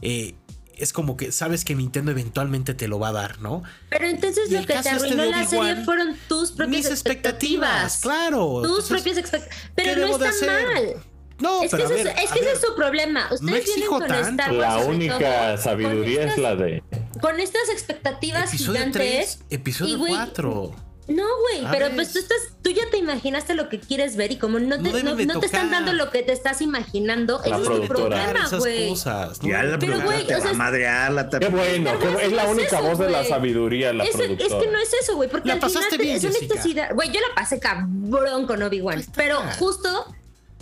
[SPEAKER 2] eh, es como que sabes que Nintendo eventualmente te lo va a dar, ¿no?
[SPEAKER 4] Pero entonces
[SPEAKER 2] Y
[SPEAKER 4] lo
[SPEAKER 2] el
[SPEAKER 4] que te
[SPEAKER 2] caso este
[SPEAKER 4] arruinó
[SPEAKER 2] de
[SPEAKER 4] la serie
[SPEAKER 2] Obi-Wan,
[SPEAKER 4] fueron tus propias
[SPEAKER 2] Mis expectativas, claro.
[SPEAKER 4] Tus
[SPEAKER 2] Entonces,
[SPEAKER 4] propias expectativas. Pero
[SPEAKER 2] ¿qué
[SPEAKER 4] no
[SPEAKER 2] debo de
[SPEAKER 4] está
[SPEAKER 2] hacer?
[SPEAKER 4] mal.
[SPEAKER 2] No,
[SPEAKER 4] es que,
[SPEAKER 2] pero
[SPEAKER 4] ese
[SPEAKER 2] a ver,
[SPEAKER 4] es, es
[SPEAKER 2] a
[SPEAKER 4] que ese
[SPEAKER 2] ver.
[SPEAKER 4] es su problema. Ustedes vienen
[SPEAKER 2] exijo
[SPEAKER 4] con
[SPEAKER 2] tanto.
[SPEAKER 4] Star Wars.
[SPEAKER 1] La
[SPEAKER 4] sobre todo,
[SPEAKER 1] única
[SPEAKER 4] con
[SPEAKER 1] sabiduría es
[SPEAKER 4] estas-
[SPEAKER 1] la de.
[SPEAKER 4] Con estas expectativas
[SPEAKER 2] Episodio
[SPEAKER 4] gigantes.
[SPEAKER 2] 3, episodio
[SPEAKER 4] y, güey,
[SPEAKER 2] 4.
[SPEAKER 4] No, güey,
[SPEAKER 2] A
[SPEAKER 4] pero
[SPEAKER 2] ver.
[SPEAKER 4] pues tú estás, tú ya te imaginaste lo que quieres ver y como no
[SPEAKER 2] No
[SPEAKER 4] te,
[SPEAKER 2] deben
[SPEAKER 4] no,
[SPEAKER 2] de
[SPEAKER 4] no te están
[SPEAKER 2] tocar.
[SPEAKER 4] dando lo que te estás imaginando,
[SPEAKER 1] La
[SPEAKER 4] ese es tu
[SPEAKER 1] productora.
[SPEAKER 4] problema,
[SPEAKER 2] esas
[SPEAKER 4] güey.
[SPEAKER 2] cosas. ¿no?
[SPEAKER 3] Ya la
[SPEAKER 4] Pero,
[SPEAKER 3] productora
[SPEAKER 4] güey,
[SPEAKER 3] te
[SPEAKER 4] o
[SPEAKER 3] va
[SPEAKER 4] sea,
[SPEAKER 3] a madrear la
[SPEAKER 1] Qué
[SPEAKER 3] tapa.
[SPEAKER 1] bueno, qué
[SPEAKER 4] Pero
[SPEAKER 1] bu- es la
[SPEAKER 4] no es
[SPEAKER 1] única
[SPEAKER 4] eso,
[SPEAKER 1] voz de la
[SPEAKER 4] güey.
[SPEAKER 1] sabiduría, la
[SPEAKER 4] Es, es
[SPEAKER 1] productora.
[SPEAKER 4] que no es eso, güey, porque
[SPEAKER 2] La
[SPEAKER 4] al
[SPEAKER 2] pasaste
[SPEAKER 4] final
[SPEAKER 2] bien,
[SPEAKER 4] es una
[SPEAKER 2] Jessica. Pues
[SPEAKER 4] necesidad. Güey, yo la pasé cabrón con Obi-Wan, pero justo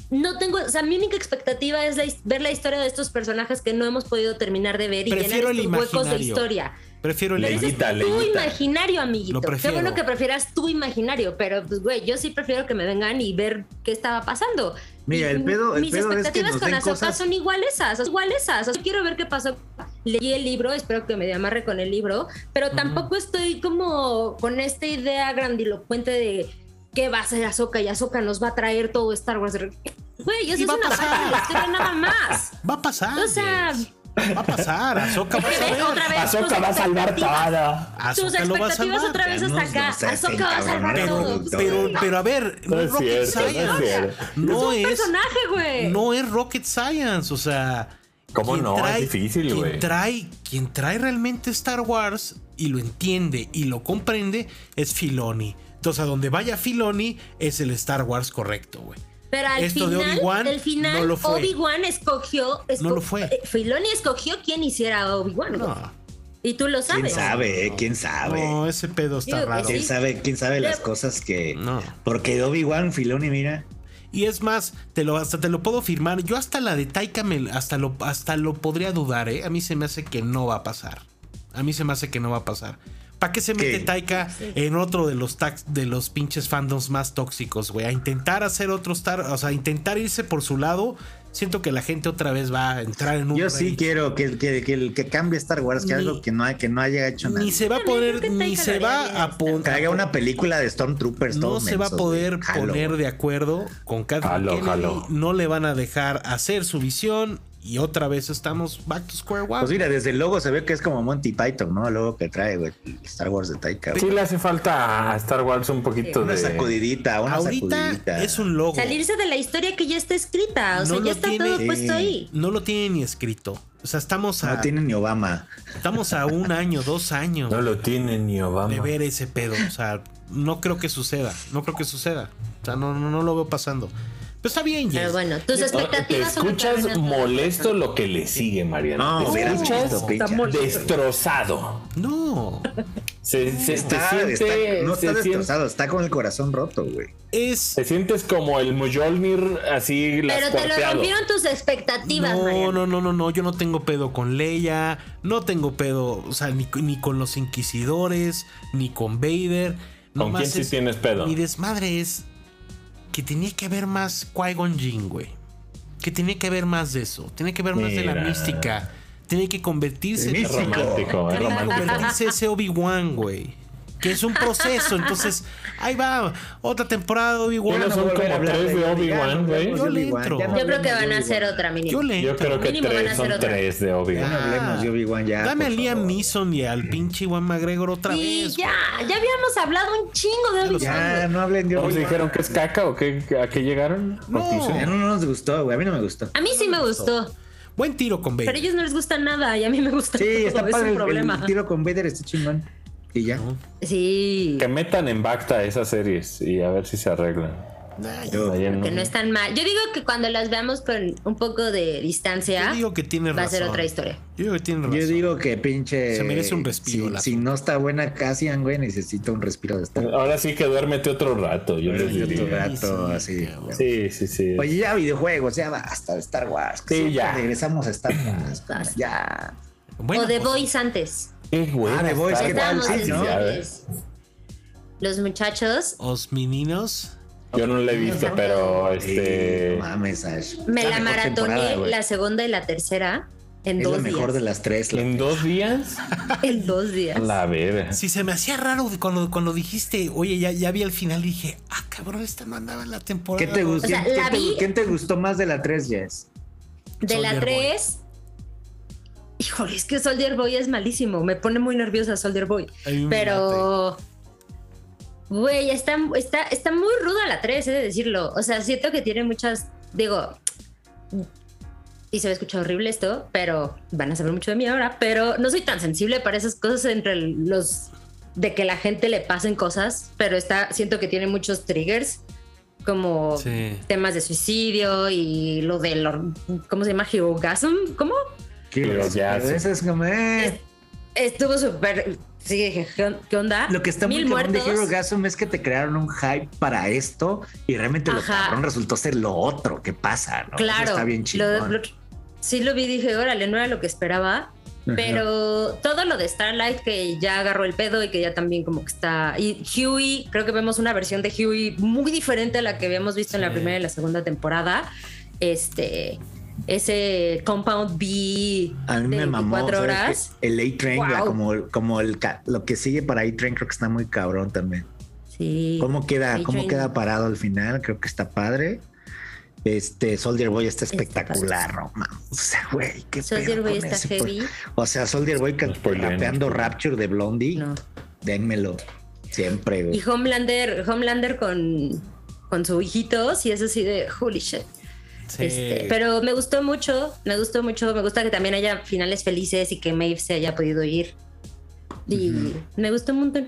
[SPEAKER 4] no tengo, o sea, mi única expectativa es la his- ver la historia de estos personajes que no hemos podido terminar de ver y
[SPEAKER 2] Prefiero el
[SPEAKER 4] llenar estos huecos de
[SPEAKER 2] imaginario.
[SPEAKER 4] historia.
[SPEAKER 2] Prefiero el
[SPEAKER 1] Le-
[SPEAKER 4] Pero ese es
[SPEAKER 1] Leñita,
[SPEAKER 4] tu
[SPEAKER 1] leñita.
[SPEAKER 4] imaginario,
[SPEAKER 2] Lo
[SPEAKER 4] amiguito. Qué
[SPEAKER 2] prefiero.
[SPEAKER 4] bueno que prefieras tu imaginario, pero pues, güey, yo sí prefiero que me vengan y ver qué estaba pasando.
[SPEAKER 3] Mira,
[SPEAKER 4] Y
[SPEAKER 3] el pedo- el
[SPEAKER 4] mis
[SPEAKER 3] pedo es que
[SPEAKER 4] expectativas
[SPEAKER 3] nos
[SPEAKER 4] con
[SPEAKER 3] den
[SPEAKER 4] Azoka
[SPEAKER 3] cosas-
[SPEAKER 4] son igual esas, igual esas. O sea, quiero ver qué pasó. Leí el libro, espero que me amarre con el libro, pero tampoco estoy como con esta idea grandilocuente de qué va a hacer Azoka y Azoka nos va a traer todo Star Wars. Güey, eso
[SPEAKER 2] Y
[SPEAKER 4] es
[SPEAKER 2] va a
[SPEAKER 4] una
[SPEAKER 2] pasar.
[SPEAKER 4] parte de la historia nada más.
[SPEAKER 2] Va a pasar.
[SPEAKER 4] O sea,
[SPEAKER 2] Jess. va a pasar. Azoka va a
[SPEAKER 4] Porque ves
[SPEAKER 2] saber.
[SPEAKER 4] otra vez
[SPEAKER 1] Ahsoka
[SPEAKER 4] tus
[SPEAKER 1] va a salvar
[SPEAKER 4] expectativas.
[SPEAKER 1] todo.
[SPEAKER 4] Tus
[SPEAKER 2] Azoka lo va a
[SPEAKER 4] expectativas
[SPEAKER 2] salvar.
[SPEAKER 4] otra vez hasta
[SPEAKER 3] No,
[SPEAKER 4] acá.
[SPEAKER 3] no seas
[SPEAKER 4] Azoka va a salvar
[SPEAKER 3] encabrón,
[SPEAKER 4] todo.
[SPEAKER 2] Pero,
[SPEAKER 3] Productora.
[SPEAKER 2] pero, pero a ver,
[SPEAKER 1] No
[SPEAKER 2] no
[SPEAKER 1] es
[SPEAKER 2] es Rocket
[SPEAKER 1] cierto, no es
[SPEAKER 2] Science.
[SPEAKER 1] cierto.
[SPEAKER 2] No
[SPEAKER 4] es un
[SPEAKER 2] es,
[SPEAKER 4] personaje, güey.
[SPEAKER 2] no es Rocket Science. O sea.
[SPEAKER 1] ¿Cómo
[SPEAKER 2] quien
[SPEAKER 1] no? Es difícil,
[SPEAKER 2] quien
[SPEAKER 1] güey.
[SPEAKER 2] Trae, quien trae realmente Star Wars y lo entiende y lo comprende es Filoni. Entonces, a donde vaya Filoni es el Star Wars correcto, güey.
[SPEAKER 4] Pero al
[SPEAKER 2] Esto de
[SPEAKER 4] final,
[SPEAKER 2] Obi-Wan
[SPEAKER 4] al final
[SPEAKER 2] no lo fue.
[SPEAKER 4] Obi-Wan escogió, esco-
[SPEAKER 2] No lo fue.
[SPEAKER 4] eh, Filoni escogió quién hiciera a Obi-Wan. güey.
[SPEAKER 2] No,
[SPEAKER 4] Y tú lo
[SPEAKER 3] ¿Quién
[SPEAKER 4] sabes.
[SPEAKER 3] sabe? eh? ¿Quién sabe?
[SPEAKER 2] no, ese pedo está
[SPEAKER 4] Digo que
[SPEAKER 2] raro.
[SPEAKER 4] sí.
[SPEAKER 3] ¿Quién sabe? ¿Quién sabe las
[SPEAKER 4] Le-
[SPEAKER 3] cosas que...
[SPEAKER 2] No.
[SPEAKER 3] Porque Obi-Wan, Filoni, mira...
[SPEAKER 2] Y es más, te lo, hasta te lo puedo firmar. Yo hasta la de Taika me- hasta, lo, hasta lo podría dudar, ¿eh? A mí se me hace que no va a pasar. A mí se me hace que no va a pasar. ¿Para qué se
[SPEAKER 3] ¿Qué?
[SPEAKER 2] mete Taika
[SPEAKER 4] Sí.
[SPEAKER 2] en otro de los, tax- de los pinches fandoms más tóxicos, güey? A intentar hacer otro Star... O sea, intentar irse por su lado. Siento que la gente otra vez va a entrar en un...
[SPEAKER 3] Yo sí
[SPEAKER 2] rage.
[SPEAKER 3] quiero que, que, que, el- que cambie Star Wars, que
[SPEAKER 2] Ni-
[SPEAKER 3] algo que no, ha- que no haya hecho nada.
[SPEAKER 2] Ni se va a
[SPEAKER 4] También creo que
[SPEAKER 2] poder... Ni
[SPEAKER 4] Taika
[SPEAKER 2] se
[SPEAKER 4] lo haría bien,
[SPEAKER 2] va a
[SPEAKER 4] está.
[SPEAKER 2] poner...
[SPEAKER 3] Que haga una película de Stormtroopers.
[SPEAKER 2] no
[SPEAKER 3] todo
[SPEAKER 2] se va a
[SPEAKER 3] menso,
[SPEAKER 2] poder
[SPEAKER 3] güey. Jalo,
[SPEAKER 2] poner
[SPEAKER 3] güey.
[SPEAKER 2] de acuerdo con Kathleen
[SPEAKER 1] Jalo,
[SPEAKER 2] Kennedy.
[SPEAKER 1] jalo.
[SPEAKER 2] No le van a dejar hacer su visión. y otra vez estamos back to square one.
[SPEAKER 3] Pues mira, desde el logo se ve que es como Monty Python, ¿no? El logo que trae, güey, el Star Wars de Taika. güey.
[SPEAKER 1] Sí le hace falta a Star Wars un poquito
[SPEAKER 3] Una
[SPEAKER 1] de...
[SPEAKER 3] sacudidita, una
[SPEAKER 2] Ahorita
[SPEAKER 3] sacudidita.
[SPEAKER 2] es un logo.
[SPEAKER 4] Salirse de la historia que ya está escrita. O sea,
[SPEAKER 2] No lo
[SPEAKER 4] ya está
[SPEAKER 2] tiene.
[SPEAKER 4] todo
[SPEAKER 3] Sí.
[SPEAKER 4] puesto ahí.
[SPEAKER 2] No lo tiene ni escrito. O sea, estamos a,
[SPEAKER 3] No tiene ni Obama.
[SPEAKER 2] estamos a un año, dos años
[SPEAKER 1] No lo tiene ni Obama.
[SPEAKER 2] de ver ese pedo. O sea, no creo que suceda. No creo que suceda. O sea, no, no, no lo veo pasando. Pero está bien,
[SPEAKER 4] Pero
[SPEAKER 2] Jess.
[SPEAKER 4] bueno, tus
[SPEAKER 1] Ahora, Te
[SPEAKER 4] expectativas son que te
[SPEAKER 1] escuchas
[SPEAKER 4] arruinas todo.
[SPEAKER 1] molesto lo que le sigue, Mariana.
[SPEAKER 3] No,
[SPEAKER 1] te
[SPEAKER 3] verás
[SPEAKER 1] escuchas
[SPEAKER 3] esto, pinche.
[SPEAKER 4] Está molesto.
[SPEAKER 1] destrozado.
[SPEAKER 2] No.
[SPEAKER 1] Se, se- te
[SPEAKER 3] Está-
[SPEAKER 1] siente-
[SPEAKER 3] está- no está
[SPEAKER 1] se siente-
[SPEAKER 3] destrozado, está con el corazón roto, güey.
[SPEAKER 2] Es.
[SPEAKER 1] Te sientes como el Mjolnir así
[SPEAKER 4] Pero te lo
[SPEAKER 1] lascuarteado.
[SPEAKER 4] rompieron tus expectativas,
[SPEAKER 2] No,
[SPEAKER 4] Mariana.
[SPEAKER 2] no, no, no, no. Yo no tengo pedo con Leia. No tengo pedo, o sea, ni, ni con los Inquisidores, ni con Vader. No
[SPEAKER 1] ¿Con quién sí tienes pedo?
[SPEAKER 2] Mi desmadre es que tenía que haber más Qui-Gon Jinn, güey. Que tenía que haber más de eso. Tenía que haber más de la
[SPEAKER 1] Mira.
[SPEAKER 2] mística. Tiene que convertirse.
[SPEAKER 1] Es
[SPEAKER 3] Místico.
[SPEAKER 1] romántico, es
[SPEAKER 2] Tiene que
[SPEAKER 1] romántico.
[SPEAKER 2] convertirse ese Obi-Wan, güey. Que es un proceso. Entonces, ahí va. Otra temporada de Obi-Wan.
[SPEAKER 1] Bueno,
[SPEAKER 3] Ya
[SPEAKER 1] son
[SPEAKER 3] volver
[SPEAKER 1] como
[SPEAKER 3] a hablar
[SPEAKER 1] tres
[SPEAKER 3] de-
[SPEAKER 1] de
[SPEAKER 3] ya
[SPEAKER 1] Obi-Wan,
[SPEAKER 3] no
[SPEAKER 1] güey.
[SPEAKER 3] hablemos
[SPEAKER 2] Yo
[SPEAKER 3] de
[SPEAKER 2] le
[SPEAKER 3] Obi-Wan,
[SPEAKER 2] entro.
[SPEAKER 3] ya no
[SPEAKER 4] Yo creo que
[SPEAKER 3] hablemos
[SPEAKER 4] van
[SPEAKER 3] de
[SPEAKER 4] a hacer
[SPEAKER 3] Obi-Wan.
[SPEAKER 4] otra mini.
[SPEAKER 2] Yo le
[SPEAKER 1] Yo
[SPEAKER 2] entro.
[SPEAKER 1] creo que
[SPEAKER 4] Mínimo van a
[SPEAKER 1] tres,
[SPEAKER 4] hacer
[SPEAKER 1] son
[SPEAKER 4] otra.
[SPEAKER 1] tres de
[SPEAKER 3] Ya
[SPEAKER 1] Obi-Wan.
[SPEAKER 3] no hablemos de Obi-Wan ya.
[SPEAKER 2] Dame a
[SPEAKER 3] por
[SPEAKER 2] Liam
[SPEAKER 3] favor.
[SPEAKER 2] Neeson y al pinche Juan McGregor otra
[SPEAKER 4] Sí,
[SPEAKER 2] vez.
[SPEAKER 4] ya, ya habíamos hablado un chingo de obi
[SPEAKER 3] Ya, no hablen de
[SPEAKER 1] ¿Nos
[SPEAKER 3] Obi-Wan.
[SPEAKER 1] dijeron que es caca o qué, a qué llegaron?
[SPEAKER 2] No.
[SPEAKER 1] Conclusión.
[SPEAKER 3] Ya no nos gustó, güey. A mí no me gustó.
[SPEAKER 4] A mí sí me gustó,
[SPEAKER 2] Buen tiro con
[SPEAKER 4] pero a
[SPEAKER 2] Bader.
[SPEAKER 4] ellos no les gusta nada y a mí me gusta
[SPEAKER 3] Sí,
[SPEAKER 4] todo,
[SPEAKER 3] está
[SPEAKER 4] es
[SPEAKER 3] padre.
[SPEAKER 4] un
[SPEAKER 3] el-
[SPEAKER 4] problema.
[SPEAKER 3] El tiro con Vader está chingón. Y ya.
[SPEAKER 4] Sí,
[SPEAKER 1] Que metan en Bacta esas series y a ver si se arreglan.
[SPEAKER 2] Ay,
[SPEAKER 3] Yo-
[SPEAKER 1] Ahí en-
[SPEAKER 4] que no es tan mal. Yo digo que cuando las veamos con un poco de distancia,
[SPEAKER 2] Yo digo que tiene
[SPEAKER 4] va a
[SPEAKER 2] razón.
[SPEAKER 4] ser otra historia.
[SPEAKER 2] Yo digo que tiene razón.
[SPEAKER 3] Yo digo que pinche.
[SPEAKER 2] Se merece un respiro,
[SPEAKER 3] si-
[SPEAKER 2] la-
[SPEAKER 3] Si, no está buena Cassian, güey, necesita un respiro de estar.
[SPEAKER 1] Ahora sí que duérmete otro rato, yo les
[SPEAKER 3] Duérmete otro
[SPEAKER 1] diría.
[SPEAKER 3] rato, así.
[SPEAKER 1] Sí, sí, sí.
[SPEAKER 3] Oye, ya videojuegos, ya basta de Star Wars. que
[SPEAKER 1] Sí,
[SPEAKER 3] siempre
[SPEAKER 1] ya.
[SPEAKER 3] Regresamos a Star Wars. güey,
[SPEAKER 4] Basta.
[SPEAKER 3] ya.
[SPEAKER 2] Bueno,
[SPEAKER 4] o The
[SPEAKER 2] pues,
[SPEAKER 4] Voice antes.
[SPEAKER 1] Qué buena
[SPEAKER 3] Ah, de Boys,
[SPEAKER 1] está.
[SPEAKER 3] ¿qué tal?
[SPEAKER 4] Estábamos
[SPEAKER 3] Sí,
[SPEAKER 4] en
[SPEAKER 3] ¿no?
[SPEAKER 4] series. Los muchachos
[SPEAKER 2] Os meninos.
[SPEAKER 1] Yo no la he visto, pero
[SPEAKER 3] Sí,
[SPEAKER 1] este.
[SPEAKER 3] no mames, Ash.
[SPEAKER 4] me
[SPEAKER 3] mejor
[SPEAKER 4] la,
[SPEAKER 3] temporada,
[SPEAKER 4] maratoné
[SPEAKER 3] güey.
[SPEAKER 4] la segunda y la tercera en
[SPEAKER 3] Es
[SPEAKER 4] dos
[SPEAKER 3] la mejor de
[SPEAKER 4] días.
[SPEAKER 3] las tres. la-
[SPEAKER 1] En dos días,
[SPEAKER 4] En dos días.
[SPEAKER 1] la verga.
[SPEAKER 2] Si se me hacía raro de cuando, cuando dijiste, oye, ya, ya vi al final, dije, ah, cabrón, esta no andaba en la temporada.
[SPEAKER 3] ¿Qué te
[SPEAKER 2] dos".
[SPEAKER 3] gustó?
[SPEAKER 4] sea,
[SPEAKER 3] ¿quién,
[SPEAKER 4] la
[SPEAKER 3] te,
[SPEAKER 4] vi-
[SPEAKER 3] quién te gustó más de la tres, Jess?
[SPEAKER 4] De la
[SPEAKER 2] Soldier Boy.
[SPEAKER 4] 3. Híjole, es que Soldier Boy es malísimo. Me pone muy nerviosa Soldier Boy.
[SPEAKER 2] A mí me
[SPEAKER 4] Pero. Güey, está, está, está muy ruda la 3, he de decirlo. O sea, siento que tiene muchas. Digo. Y se me escucha horrible esto, pero van a saber mucho de mí ahora. Pero no soy tan sensible para esas cosas entre los. de que la gente le pasen cosas. Pero está. Siento que tiene muchos triggers. Como
[SPEAKER 2] Sí.
[SPEAKER 4] temas de suicidio y lo del. or- ¿Cómo se llama? Hirogasm. ¿Cómo?
[SPEAKER 1] Pero ya,
[SPEAKER 3] Pero
[SPEAKER 1] sí.
[SPEAKER 3] eso es como, eh,
[SPEAKER 4] Estuvo súper. Sí, dije, ¿qué- ¿qué onda?
[SPEAKER 3] Lo que está muy
[SPEAKER 4] Mil
[SPEAKER 3] cabrón de
[SPEAKER 4] muertos.
[SPEAKER 3] Hero Gasm es que te crearon un hype para esto y realmente lo
[SPEAKER 4] Ajá.
[SPEAKER 3] cabrón resultó ser lo otro que pasa, ¿no? Eso
[SPEAKER 4] Claro.
[SPEAKER 3] Está bien
[SPEAKER 4] lo-
[SPEAKER 3] chingón.
[SPEAKER 4] lo- sí lo vi, dije, órale, no era lo que esperaba.
[SPEAKER 3] Ajá.
[SPEAKER 4] Pero todo lo de Starlight que ya agarró el pedo y que ya también como que está... Y Huey, creo que vemos una versión de Huey muy diferente a la que habíamos visto en la
[SPEAKER 2] Sí.
[SPEAKER 4] primera y la segunda temporada. Este... Ese Compound B
[SPEAKER 3] A mí
[SPEAKER 4] de
[SPEAKER 3] me mamó
[SPEAKER 4] 24
[SPEAKER 3] ¿sabes
[SPEAKER 4] horas.
[SPEAKER 3] qué? el A-Train, la-
[SPEAKER 4] Wow.
[SPEAKER 3] como, como el, ca- lo que sigue para A-Train, creo que está muy cabrón también.
[SPEAKER 4] Sí.
[SPEAKER 3] ¿Cómo queda, cómo
[SPEAKER 4] A-Train.
[SPEAKER 3] queda parado al final? Creo que está padre. Este Soldier Boy está
[SPEAKER 4] Está
[SPEAKER 3] espectacular, no mames. O sea, güey, qué
[SPEAKER 4] Soldier
[SPEAKER 3] pedo
[SPEAKER 4] Boy
[SPEAKER 3] con
[SPEAKER 4] está
[SPEAKER 3] ese, pues.
[SPEAKER 4] heavy.
[SPEAKER 3] O sea, Soldier Boy ca-
[SPEAKER 1] No spoileen.
[SPEAKER 3] rapeando Rapture de Blondie.
[SPEAKER 4] No.
[SPEAKER 3] Dénmelo. Siempre, güey.
[SPEAKER 4] Y Homelander, Homelander con, con su hijito, sí es así de holy shit.
[SPEAKER 2] Sí.
[SPEAKER 4] Este, pero me gustó mucho, me gustó mucho, me gusta que también haya finales felices y que Maeve se haya podido ir. Y me gustó un montón.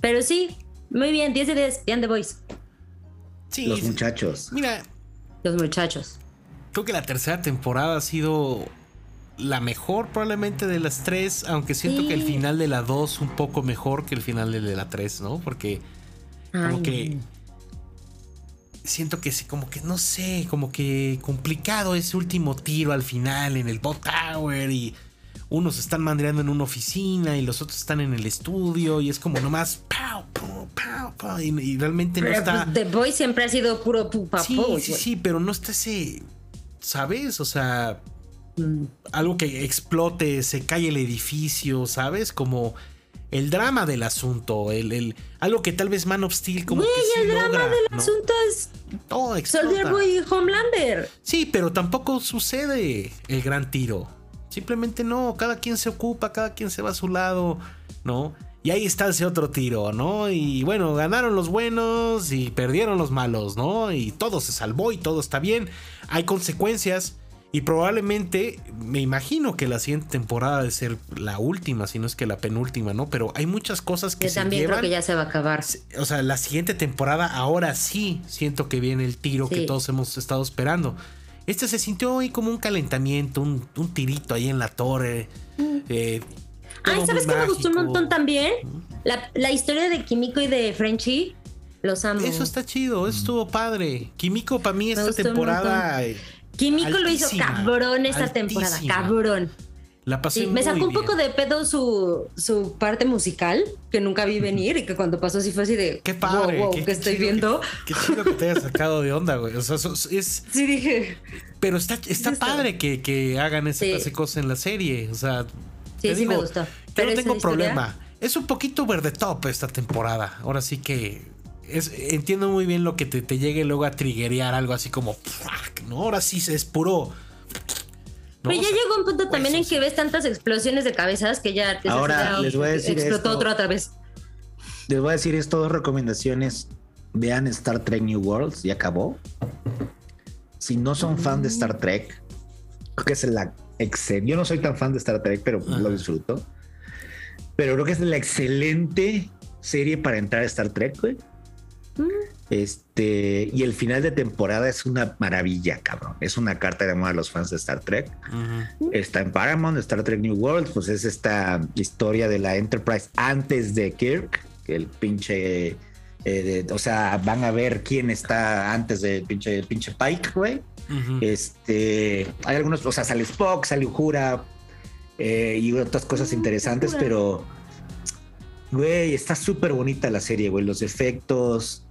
[SPEAKER 4] Pero sí, muy bien, 10 de 10, bien The Boys,
[SPEAKER 2] Sí,
[SPEAKER 3] Los
[SPEAKER 2] sí.
[SPEAKER 3] muchachos.
[SPEAKER 2] Mira,
[SPEAKER 4] los muchachos.
[SPEAKER 2] creo que la tercera temporada ha sido la mejor probablemente de las tres, aunque siento
[SPEAKER 4] Sí.
[SPEAKER 2] que el final de la dos un poco mejor que el final de la tres, ¿no? Porque como
[SPEAKER 4] Ay,
[SPEAKER 2] que siento que sí, como que no sé, como que complicado ese último tiro al final en el bot tower y unos están mandreando en una oficina y los otros están en el estudio y es como nomás pow, pow, pow, pow, y, y realmente no
[SPEAKER 4] pero,
[SPEAKER 2] está
[SPEAKER 4] pues, The Boys siempre ha sido puro pupa
[SPEAKER 2] sí,
[SPEAKER 4] po,
[SPEAKER 2] sí,
[SPEAKER 4] güey.
[SPEAKER 2] sí, pero no está ese, ¿sabes? O sea,
[SPEAKER 4] Mm.
[SPEAKER 2] algo que explote, se cae el edificio, ¿sabes? Como el drama del asunto, el, el- algo que tal vez Man of Steel como
[SPEAKER 4] Güey,
[SPEAKER 2] que sí
[SPEAKER 4] el drama
[SPEAKER 2] logra,
[SPEAKER 4] del
[SPEAKER 2] ¿no?
[SPEAKER 4] asunto es
[SPEAKER 2] todo
[SPEAKER 4] Soldier
[SPEAKER 2] explota.
[SPEAKER 4] Boy y Homelander.
[SPEAKER 2] Sí, pero tampoco sucede el gran tiro. Simplemente no, cada quien se ocupa, cada quien se va a su lado, ¿no? Y ahí está ese otro tiro, ¿no? Y bueno, ganaron los buenos y perdieron los malos, ¿no? Y todo se salvó y todo está bien. Hay consecuencias y probablemente, me imagino que la siguiente temporada de ser la última, si no es que la penúltima, ¿no? Pero hay muchas cosas que
[SPEAKER 4] Yo
[SPEAKER 2] se
[SPEAKER 4] también creo
[SPEAKER 2] llevan
[SPEAKER 4] que ya se va a acabar.
[SPEAKER 2] o sea, la siguiente temporada, ahora sí siento que viene el tiro
[SPEAKER 4] Sí.
[SPEAKER 2] que todos hemos estado esperando. Este se sintió hoy como un calentamiento, un, un tirito ahí en la torre. eh,
[SPEAKER 4] Mm. Ay,
[SPEAKER 2] todo
[SPEAKER 4] ¿sabes
[SPEAKER 2] muy
[SPEAKER 4] qué me gustó un
[SPEAKER 2] mágico.
[SPEAKER 4] montón también? La, la historia de Kimiko y de Frenchie. Los amo.
[SPEAKER 2] Eso está chido, eso estuvo padre. Químico para mí esta
[SPEAKER 4] gustó un
[SPEAKER 2] temporada eh,
[SPEAKER 4] Kimiko lo hizo
[SPEAKER 2] altísima,
[SPEAKER 4] cabrón esta
[SPEAKER 2] altísima.
[SPEAKER 4] temporada, cabrón.
[SPEAKER 2] la pasé
[SPEAKER 4] Sí, me
[SPEAKER 2] muy
[SPEAKER 4] sacó un
[SPEAKER 2] bien.
[SPEAKER 4] poco de pedo su, su parte musical, que nunca vi venir y que cuando pasó sí fue así de.
[SPEAKER 2] Qué padre,
[SPEAKER 4] Wow, wow,
[SPEAKER 2] qué-
[SPEAKER 4] que
[SPEAKER 2] qué
[SPEAKER 4] estoy
[SPEAKER 2] chido
[SPEAKER 4] viendo.
[SPEAKER 2] Qué chido que te hayas sacado de onda, güey. O sea, so- es,
[SPEAKER 4] Sí, dije.
[SPEAKER 2] pero está, está
[SPEAKER 4] Listo.
[SPEAKER 2] padre que, que hagan esa
[SPEAKER 4] Sí.
[SPEAKER 2] clase de cosas en la serie. O sea,
[SPEAKER 4] Sí,
[SPEAKER 2] te
[SPEAKER 4] sí me gustó.
[SPEAKER 2] Yo
[SPEAKER 4] Pero
[SPEAKER 2] no
[SPEAKER 4] es
[SPEAKER 2] tengo
[SPEAKER 4] una historia-
[SPEAKER 2] problema. Es un poquito verde top esta temporada. Ahora sí que es- entiendo muy bien lo que te, te llegue luego a triggerear algo así como "Fuck", ¿no? Ahora sí se espuró. ¿no?
[SPEAKER 4] Pero
[SPEAKER 2] O
[SPEAKER 4] ya
[SPEAKER 2] sea,
[SPEAKER 4] llegó un punto también en
[SPEAKER 2] huesos.
[SPEAKER 4] que ves tantas explosiones de cabezas que ya te
[SPEAKER 3] Ahora,
[SPEAKER 4] ya
[SPEAKER 3] les voy a decir
[SPEAKER 4] explotó
[SPEAKER 3] esto.
[SPEAKER 4] otro otra vez.
[SPEAKER 3] Les voy a decir esto, dos recomendaciones. Vean Star Trek New Worlds, ya acabó. Si no son fan de Star Trek, creo que es la excelente. Yo no soy tan fan de Star Trek, pero
[SPEAKER 2] Ajá.
[SPEAKER 3] lo disfruto. Pero creo que es la excelente serie para entrar a Star Trek, güey. Este, y el final de temporada es una maravilla, cabrón. Es una carta de amor a los fans de Star Trek.
[SPEAKER 2] Ujú.
[SPEAKER 3] Está en Paramount, Star Trek New World, pues es esta historia de la Enterprise antes de Kirk, que el pinche, eh, de- o sea, van a ver quién está antes del pinche, el pinche Pike, güey.
[SPEAKER 2] Ujú.
[SPEAKER 3] Este, hay algunos, o sea, sale Spock, sale Uhura eh, y otras cosas interesantes,
[SPEAKER 4] Uhura.
[SPEAKER 3] pero, güey, está súper bonita la serie, güey, los efectos,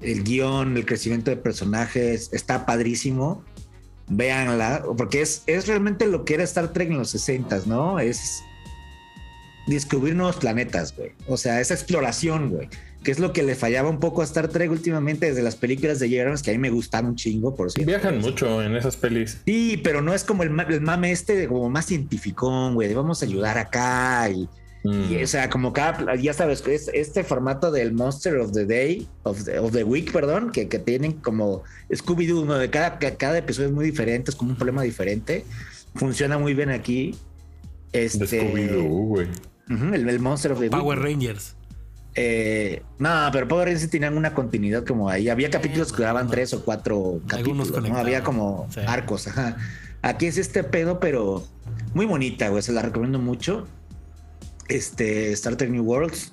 [SPEAKER 3] el guión, el crecimiento de personajes, está padrísimo. Véanla, porque es, es realmente lo que era Star Trek en los 60, ¿no? Es descubrir nuevos planetas, güey. O sea, esa exploración, güey. Que es lo que le fallaba un poco a Star Trek últimamente desde las películas de J.R. Abrams, que a mí me gustan un chingo, por cierto.
[SPEAKER 1] Viajan mucho en esas pelis.
[SPEAKER 3] Sí, pero no es como el, ma- el mame este, de como más cientificón, güey, de vamos a ayudar acá. Y,
[SPEAKER 1] Mm.
[SPEAKER 3] y, o sea, como cada, pla- ya sabes, es este formato del Monster of the Day, of the, of the Week, perdón, que, que tienen como Scooby-Doo, ¿no? de cada, ca- cada episodio es muy diferente, es como un problema diferente. Funciona muy bien aquí.
[SPEAKER 1] De
[SPEAKER 3] Este,
[SPEAKER 1] Scooby-Doo, güey.
[SPEAKER 3] Ujú, el, el Monster of the Week.
[SPEAKER 2] Power Rangers.
[SPEAKER 3] Eh, no, pero Power Rangers sí tenían una continuidad como ahí. Había capítulos que duraban
[SPEAKER 2] no.
[SPEAKER 3] tres o cuatro capítulos, ¿no?
[SPEAKER 2] conectaban.
[SPEAKER 3] Había como
[SPEAKER 2] Sí.
[SPEAKER 3] arcos, ajá. Aquí es este pedo, pero muy bonita, güey. Se la recomiendo mucho. Este, Star Trek New Worlds.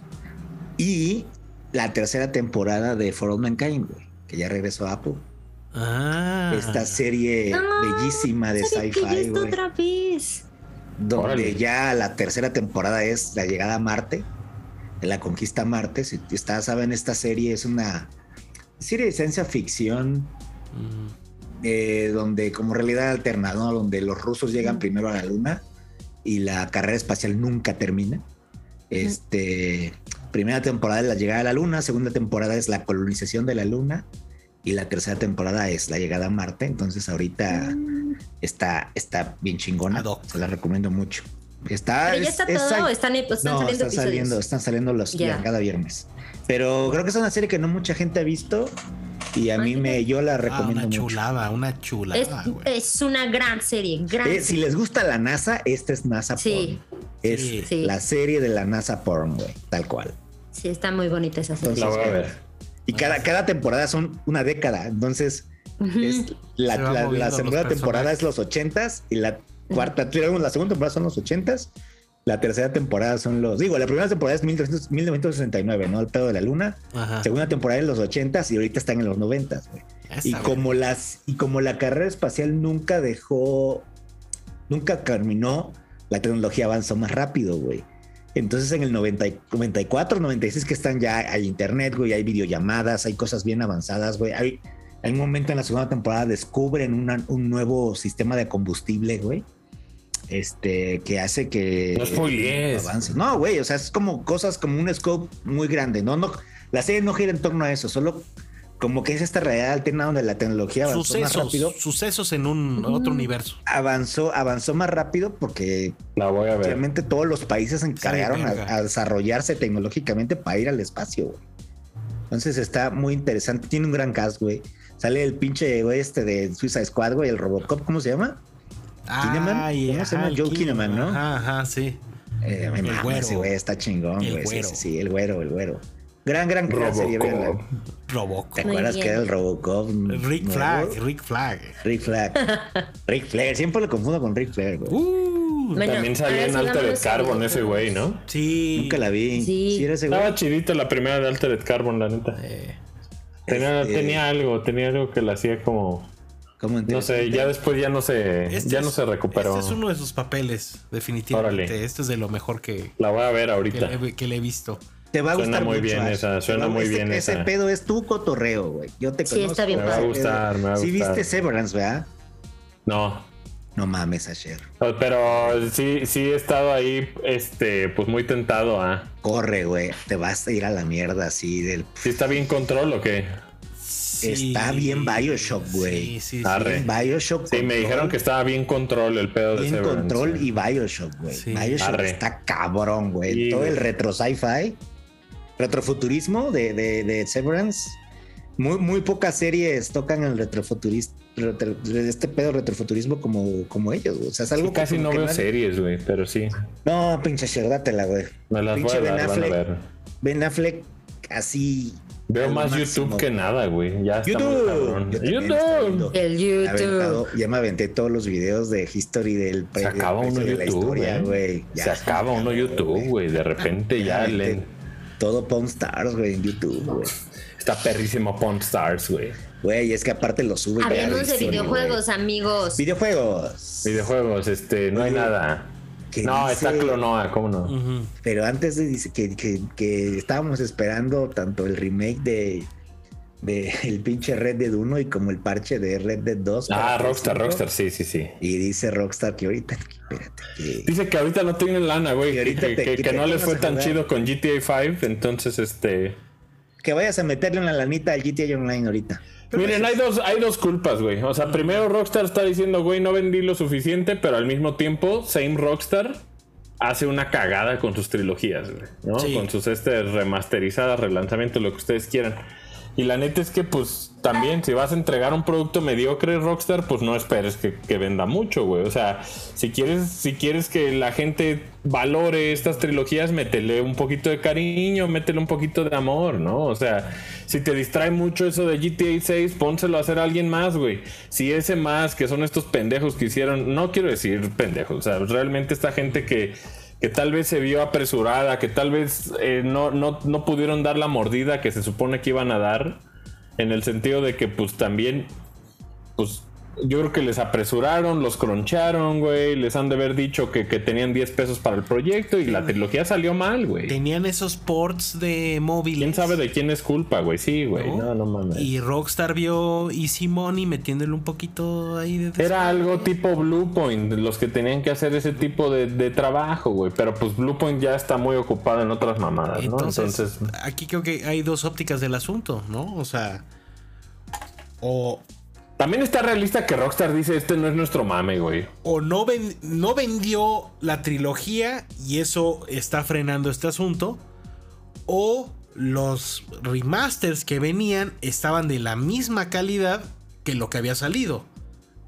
[SPEAKER 3] Y la tercera temporada de For All Mankind, güey, que ya regresó a Apple.
[SPEAKER 2] Ah.
[SPEAKER 3] Esta serie
[SPEAKER 4] Ah,
[SPEAKER 3] bellísima de
[SPEAKER 4] Sabía que ya
[SPEAKER 3] sci-fi,
[SPEAKER 4] está
[SPEAKER 3] güey.
[SPEAKER 4] otra vez.
[SPEAKER 3] Donde
[SPEAKER 1] Órale.
[SPEAKER 3] ya la tercera temporada es la llegada a Marte, la conquista a Marte. Si está, saben, esta serie es una serie de ciencia ficción
[SPEAKER 2] Mm.
[SPEAKER 3] eh, donde como realidad alterna, ¿no? Donde los rusos llegan primero a la luna y la carrera espacial nunca termina. Este, primera temporada es la llegada a la luna, segunda temporada es la colonización de la luna y la tercera temporada es la llegada a Marte. Entonces
[SPEAKER 4] Ah.
[SPEAKER 3] ahorita
[SPEAKER 4] Mm.
[SPEAKER 3] está, está bien chingona,
[SPEAKER 2] Ad hoc.
[SPEAKER 3] se la recomiendo mucho. Está,
[SPEAKER 4] Pero ya
[SPEAKER 3] Ah, es-
[SPEAKER 4] está
[SPEAKER 3] es
[SPEAKER 4] todo,
[SPEAKER 3] sci-
[SPEAKER 4] o están, están
[SPEAKER 3] no,
[SPEAKER 4] saliendo
[SPEAKER 3] están saliendo,
[SPEAKER 4] episodios.
[SPEAKER 3] están saliendo los
[SPEAKER 4] Ya.
[SPEAKER 3] cada viernes. Pero creo que es una serie que no mucha gente ha visto y a mí
[SPEAKER 4] Ay,
[SPEAKER 3] me yo la
[SPEAKER 2] Ah,
[SPEAKER 3] recomiendo
[SPEAKER 2] una
[SPEAKER 3] mucho.
[SPEAKER 2] chulada, una
[SPEAKER 4] Es,
[SPEAKER 2] chulada, güey.
[SPEAKER 4] es una gran serie, gran
[SPEAKER 3] Eh, si
[SPEAKER 4] serie.
[SPEAKER 3] les gusta la NASA, esta es NASA
[SPEAKER 4] Sí.
[SPEAKER 3] Porn. Es
[SPEAKER 2] Sí.
[SPEAKER 4] Sí.
[SPEAKER 3] la serie de la NASA Porn, güey, tal cual.
[SPEAKER 4] Sí, está muy bonita esa serie.
[SPEAKER 1] La voy a ver.
[SPEAKER 2] Ah,
[SPEAKER 3] Y cada, cada temporada son una década. Entonces, es la,
[SPEAKER 2] Se van
[SPEAKER 3] la- la
[SPEAKER 2] moviendo los
[SPEAKER 3] segunda temporada es los ochentas y la cuarta, digamos, la segunda temporada son los ochentas. La tercera temporada son los. Digo, la primera temporada es 1900 1969, ¿no? El pedo de la luna.
[SPEAKER 2] Ajá.
[SPEAKER 3] Segunda temporada en los 80 y ahorita están en los 90
[SPEAKER 2] Esa,
[SPEAKER 3] Y
[SPEAKER 2] güey.
[SPEAKER 3] como las y como la carrera espacial nunca dejó nunca terminó, la tecnología avanzó más rápido, güey. Entonces en el 90, y- 94, 96 que están ya hay internet, güey, hay videollamadas, hay cosas bien avanzadas, güey. Hay hay un momento en la segunda temporada descubren una- un nuevo sistema de combustible, güey. Este que hace que
[SPEAKER 1] No spoilees.
[SPEAKER 3] avance. Pues, No, güey, o sea, es como cosas como un scope muy grande, no no la serie no gira en torno a eso, solo como que es esta realidad alterna donde la tecnología avanzó pues, más rápido.
[SPEAKER 2] Sucesos, sucesos en un otro universo.
[SPEAKER 3] Avanzó, avanzó más rápido porque
[SPEAKER 1] La voy a ver.
[SPEAKER 3] obviamente todos los países se encargaron a,
[SPEAKER 2] verga.
[SPEAKER 3] a desarrollarse tecnológicamente para ir al espacio. güey. Entonces está muy interesante. Tiene un gran cast, güey. Sale el pinche güey este de Suiza Squad, güey, el Robocop, ¿cómo se llama? Kinnaman,
[SPEAKER 2] Ay,
[SPEAKER 3] ¿cómo se
[SPEAKER 2] ajá,
[SPEAKER 3] llama?
[SPEAKER 2] el
[SPEAKER 3] Joe Kinnaman, ¿no?
[SPEAKER 2] Ajá, ajá, sí.
[SPEAKER 3] Eh, me
[SPEAKER 2] El
[SPEAKER 3] mama
[SPEAKER 2] güero.
[SPEAKER 3] ese güey está chingón,
[SPEAKER 2] El
[SPEAKER 3] güey. Sí,
[SPEAKER 2] güero.
[SPEAKER 3] sí, sí, el güero, el güero. Gran, gran, gran serie,
[SPEAKER 1] Robocop.
[SPEAKER 3] verla.
[SPEAKER 2] Robocop.
[SPEAKER 3] ¿Te
[SPEAKER 4] Muy
[SPEAKER 3] acuerdas
[SPEAKER 4] bien.
[SPEAKER 3] que era el Robocop?
[SPEAKER 2] Rick
[SPEAKER 3] nuevo?
[SPEAKER 2] Flag, Rick Flag.
[SPEAKER 3] Rick Flag. Rick Flair, siempre lo confundo con Rick Flair, güey.
[SPEAKER 2] Uh,
[SPEAKER 4] Bueno,
[SPEAKER 1] También salía
[SPEAKER 4] ahora
[SPEAKER 1] en
[SPEAKER 4] sí
[SPEAKER 1] Altered
[SPEAKER 4] vámonos a
[SPEAKER 1] Carbon
[SPEAKER 4] los
[SPEAKER 1] ese
[SPEAKER 4] juegos.
[SPEAKER 1] güey, ¿no?
[SPEAKER 2] sí.
[SPEAKER 3] Nunca la vi.
[SPEAKER 4] Sí.
[SPEAKER 3] era ese güey.
[SPEAKER 1] Estaba chidita la primera de Altered Carbon, la neta.
[SPEAKER 2] Eh,
[SPEAKER 1] Tenía,
[SPEAKER 3] Este-
[SPEAKER 1] tenía algo, tenía algo que la hacía como.
[SPEAKER 3] ¿Cómo
[SPEAKER 1] No sé,
[SPEAKER 3] interesante?
[SPEAKER 1] ya después ya no se,
[SPEAKER 2] este
[SPEAKER 1] ya
[SPEAKER 2] es-
[SPEAKER 1] no se recuperó.
[SPEAKER 2] Este es uno de sus papeles, definitivamente.
[SPEAKER 1] Órale.
[SPEAKER 2] Este es de lo mejor que,
[SPEAKER 1] La voy a ver
[SPEAKER 2] que
[SPEAKER 1] ahorita.
[SPEAKER 2] le, que le he visto.
[SPEAKER 3] Te va a
[SPEAKER 1] Suena
[SPEAKER 3] gustar
[SPEAKER 1] muy
[SPEAKER 3] mucho,
[SPEAKER 1] bien
[SPEAKER 3] Ash.
[SPEAKER 1] esa,
[SPEAKER 3] Te
[SPEAKER 1] suena
[SPEAKER 3] va a
[SPEAKER 1] muy
[SPEAKER 3] gustar-
[SPEAKER 1] bien
[SPEAKER 3] Ese
[SPEAKER 1] esa.
[SPEAKER 3] pedo es tu cotorreo, güey. Yo te
[SPEAKER 4] Sí,
[SPEAKER 3] conozco.
[SPEAKER 4] está bien
[SPEAKER 1] Me va a
[SPEAKER 3] güey.
[SPEAKER 1] gustar, me va a
[SPEAKER 3] Sí
[SPEAKER 1] gustar.
[SPEAKER 3] viste Severance, ¿verdad?
[SPEAKER 1] No.
[SPEAKER 3] No mames, Asher.
[SPEAKER 1] Oh, Pero sí, sí he estado ahí, este, pues muy tentado a.
[SPEAKER 3] Corre, güey. Te vas a ir a la mierda así del...
[SPEAKER 1] ¿Sí está bien control o qué?
[SPEAKER 2] Sí.
[SPEAKER 3] Está bien Bioshock, güey.
[SPEAKER 2] Sí, sí,
[SPEAKER 1] Arre.
[SPEAKER 2] sí.
[SPEAKER 3] Bioshock.
[SPEAKER 1] Sí, me
[SPEAKER 3] Control,
[SPEAKER 1] dijeron que estaba bien control el pedo de
[SPEAKER 3] Bien
[SPEAKER 1] Severance.
[SPEAKER 3] Control y Bioshock, güey.
[SPEAKER 2] Sí.
[SPEAKER 3] Bioshock
[SPEAKER 1] Arre.
[SPEAKER 3] está cabrón, güey.
[SPEAKER 1] Sí,
[SPEAKER 3] Todo
[SPEAKER 1] güey.
[SPEAKER 3] el retro sci-fi, retrofuturismo de, de, de Severance. Muy, muy pocas series tocan el retrofuturismo, este pedo retrofuturismo como, como ellos. güey. O sea, es algo
[SPEAKER 1] Sí, casi
[SPEAKER 3] que
[SPEAKER 1] no
[SPEAKER 3] como
[SPEAKER 1] veo
[SPEAKER 3] que
[SPEAKER 1] series, güey, pero sí.
[SPEAKER 3] No, pinche Sherdatela, güey.
[SPEAKER 1] Me las voy
[SPEAKER 3] Pinche
[SPEAKER 1] a
[SPEAKER 3] Ben
[SPEAKER 1] dar, van a
[SPEAKER 3] Affleck.
[SPEAKER 1] ver.
[SPEAKER 3] Ben Affleck, así.
[SPEAKER 1] Veo
[SPEAKER 3] al
[SPEAKER 1] más
[SPEAKER 3] máximo.
[SPEAKER 1] YouTube que nada, güey. Ya está
[SPEAKER 3] YouTube.
[SPEAKER 1] muy cabrón.
[SPEAKER 3] Yo también estaba viendo.
[SPEAKER 1] YouTube.
[SPEAKER 4] El
[SPEAKER 3] Me he
[SPEAKER 4] YouTube.
[SPEAKER 3] aventado- ya me aventé todos los videos de History del pre-
[SPEAKER 1] Se acaba
[SPEAKER 3] del
[SPEAKER 1] uno
[SPEAKER 3] precio de la
[SPEAKER 1] YouTube,
[SPEAKER 3] historia,
[SPEAKER 1] eh.
[SPEAKER 3] güey. Ya,
[SPEAKER 1] Se acaba uno YouTube, güey. De repente ya le...
[SPEAKER 3] Todo Pawn Stars, güey, en YouTube, güey.
[SPEAKER 1] está perrísimo Pawn Stars, güey.
[SPEAKER 3] Güey, es que aparte lo sube.
[SPEAKER 4] Hablemos de
[SPEAKER 3] perrísimo,
[SPEAKER 4] videojuegos, amigos.
[SPEAKER 3] güey. Videojuegos.
[SPEAKER 1] Videojuegos, este, no hay
[SPEAKER 3] Oye,
[SPEAKER 1] nada.
[SPEAKER 3] ¿qué
[SPEAKER 1] No,
[SPEAKER 3] dice? Mm.
[SPEAKER 1] está Clonoa, ¿cómo no? Ah,
[SPEAKER 2] Ujú.
[SPEAKER 3] Pero antes de dice que, que- que estábamos esperando tanto el remake de, de el pinche Red Dead 1 y como el parche de Red Dead 2.
[SPEAKER 1] Ah,
[SPEAKER 3] para
[SPEAKER 1] Rockstar,
[SPEAKER 3] 3.5.
[SPEAKER 1] Rockstar, sí, sí, sí.
[SPEAKER 3] Y dice Rockstar que ahorita, que espérate, que
[SPEAKER 1] Dice que ahorita no tienen lana, güey.
[SPEAKER 3] Y
[SPEAKER 1] Que,
[SPEAKER 3] ahorita te-
[SPEAKER 1] que-
[SPEAKER 3] que
[SPEAKER 1] que
[SPEAKER 3] te
[SPEAKER 1] no les
[SPEAKER 3] pongas
[SPEAKER 1] fue
[SPEAKER 3] a
[SPEAKER 1] tan
[SPEAKER 3] jugar.
[SPEAKER 1] chido con GTA 5, entonces este...
[SPEAKER 3] que vayas a meterle una lanita al GTA Online ahorita.
[SPEAKER 1] Miren, hay dos, hay dos culpas, güey. O sea, primero Rockstar está diciendo, güey, no vendí lo suficiente, pero al mismo tiempo, Same Rockstar hace una cagada con sus trilogías, güey. ¿no?
[SPEAKER 2] Sí.
[SPEAKER 1] Con sus este, remasterizadas, relanzamientos, lo que ustedes quieran. Y la neta es que, pues, también, si vas a entregar un producto mediocre Rockstar, pues no esperes que, que venda mucho, güey. O sea, si quieres, si quieres que la gente valore estas trilogías, métele un poquito de cariño, métele un poquito de amor, ¿no? O sea, si te distrae mucho eso de GTA 6, pónselo a hacer a alguien más, güey. Si ese más, que son estos pendejos que hicieron, no quiero decir pendejos, o sea, realmente esta gente que que tal vez se vio apresurada, que tal vez eh, no, no, no pudieron dar la mordida que se supone que iban a dar, en el sentido de que pues también, pues yo creo que les apresuraron, los croncharon, güey, les han de haber dicho que, que tenían 10 pesos para el proyecto y la trilogía salió mal, güey.
[SPEAKER 2] Tenían esos ports de móviles.
[SPEAKER 1] ¿Quién sabe de quién es culpa, güey? Sí, güey, no, no mames.
[SPEAKER 2] Y Rockstar vio Easy Money metiéndole un poquito ahí de...
[SPEAKER 1] Era algo tipo Bluepoint, los que tenían que hacer ese tipo de, de trabajo, güey. Pero pues Bluepoint ya está muy ocupado en otras mamadas, ¿no?
[SPEAKER 2] Entonces,
[SPEAKER 1] Entonces,
[SPEAKER 2] aquí creo que hay dos ópticas del asunto, ¿no? O sea, o,
[SPEAKER 1] También está realista que Rockstar dice, este no es nuestro mame, güey.
[SPEAKER 2] o no, ven- no vendió la trilogía y eso está frenando este asunto, o los remasters que venían estaban de la misma calidad que lo que había salido,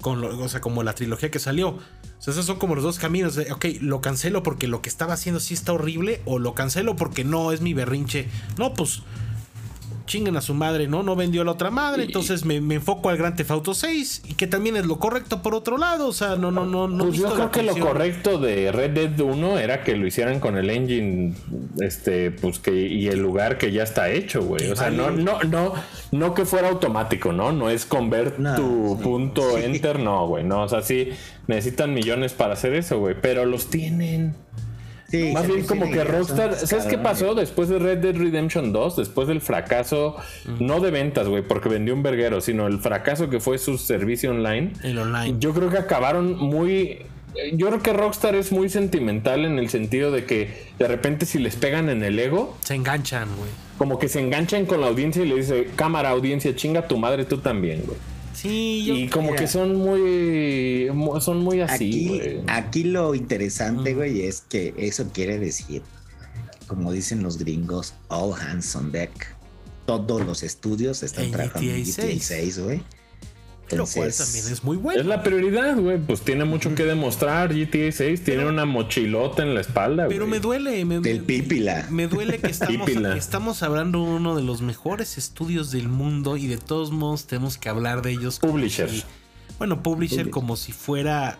[SPEAKER 2] con lo- o sea, como la trilogía que salió. O sea, esos son como los dos caminos de, ok, lo cancelo porque lo que estaba haciendo sí está horrible, o lo cancelo porque no es mi berrinche. No, pues chingan a su madre, ¿no? No vendió la otra madre, entonces me, me enfoco al Gran Theft Auto 6 y que también es lo correcto por otro lado, o sea, no, no, no, no. he
[SPEAKER 1] pues yo
[SPEAKER 2] visto
[SPEAKER 1] creo
[SPEAKER 2] la
[SPEAKER 1] que lo
[SPEAKER 2] tensión.
[SPEAKER 1] correcto de Red Dead 1 era que lo hicieran con el engine, este, pues que, y el lugar que ya está hecho, güey. O sea, no,
[SPEAKER 2] vale.
[SPEAKER 1] no, no, no que fuera automático, ¿no? No es convert
[SPEAKER 3] No,
[SPEAKER 1] tu
[SPEAKER 3] sí.
[SPEAKER 1] punto enter, no, güey. No, o sea, sí necesitan millones para hacer eso, güey. Pero los tienen.
[SPEAKER 3] Sí,
[SPEAKER 1] Más
[SPEAKER 3] se
[SPEAKER 1] bien
[SPEAKER 3] los
[SPEAKER 1] como
[SPEAKER 3] tiene
[SPEAKER 1] que
[SPEAKER 3] son
[SPEAKER 1] Rockstar,
[SPEAKER 3] unos
[SPEAKER 1] ¿sabes qué
[SPEAKER 3] cabrones.
[SPEAKER 1] pasó después de Red Dead Redemption 2? Después del fracaso, no de ventas, güey, porque vendió un verguero, sino el fracaso que fue su servicio online.
[SPEAKER 2] El online.
[SPEAKER 1] Yo creo que acabaron muy Yo creo que Rockstar es muy sentimental en el sentido de que de repente si les pegan en el ego,
[SPEAKER 2] Se enganchan, güey.
[SPEAKER 1] como que se enganchan con la audiencia y le dice, cámara audiencia, chinga tu madre tú también, güey.
[SPEAKER 2] Sí, yo.
[SPEAKER 1] Y como
[SPEAKER 3] mira.
[SPEAKER 1] que son muy, mu- son muy así,
[SPEAKER 3] Aquí,
[SPEAKER 1] güey.
[SPEAKER 3] aquí lo interesante,
[SPEAKER 2] Mm.
[SPEAKER 3] güey, es que eso quiere decir, como dicen los gringos, all hands on deck. Todos los estudios están
[SPEAKER 2] En
[SPEAKER 3] trabajando en
[SPEAKER 2] GTA
[SPEAKER 3] GTA 6, güey.
[SPEAKER 2] Lo cual
[SPEAKER 1] pues
[SPEAKER 3] Entonces,
[SPEAKER 2] también es muy bueno.
[SPEAKER 1] Es la prioridad, güey. Pues tiene mucho que demostrar. GTA 6 tiene una mochilota en la espalda, güey.
[SPEAKER 2] Pero me duele. Me,
[SPEAKER 3] Del
[SPEAKER 2] me-
[SPEAKER 3] pípila.
[SPEAKER 2] Me duele que estamos,
[SPEAKER 1] Pípila.
[SPEAKER 2] que estamos hablando de uno de los mejores estudios del mundo y de todos modos tenemos que hablar de ellos. como
[SPEAKER 1] Publishers.
[SPEAKER 2] si- bueno, publisher
[SPEAKER 3] Publishers.
[SPEAKER 2] como si fuera,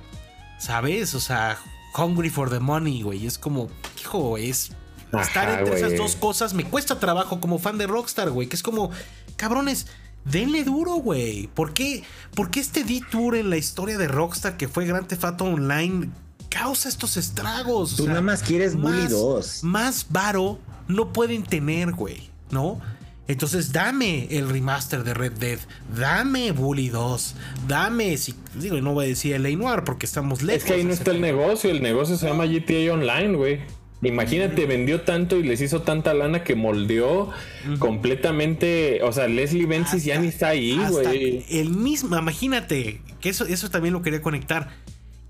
[SPEAKER 2] ¿sabes? O sea, hungry for the money, güey. Es como, hijo, es...
[SPEAKER 1] Ajá,
[SPEAKER 2] estar entre esas
[SPEAKER 1] güey.
[SPEAKER 2] dos cosas me cuesta trabajo como fan de Rockstar, güey. Que es como, cabrones, denle duro, güey. ¿Por qué, por qué este detour en la historia de Rockstar que fue Grand Theft Auto Online causa estos estragos? O
[SPEAKER 3] Tú
[SPEAKER 2] sea,
[SPEAKER 3] nada más quieres Bully
[SPEAKER 2] más-
[SPEAKER 3] 2.
[SPEAKER 2] más varo no pueden tener, güey, ¿no? Entonces dame el remaster de Red Dead, dame Bully 2, dame, si, digo, no voy a decir el Noir porque estamos lejos.
[SPEAKER 1] Es que ahí no está el negocio. El negocio se llama GTA Online, güey. Imagínate, vendió tanto y les hizo tanta lana que moldeó completamente. O sea, Leslie Benzies ya ni está ahí,
[SPEAKER 2] Hasta
[SPEAKER 1] güey.
[SPEAKER 2] El mismo, imagínate, que eso, eso también lo quería conectar,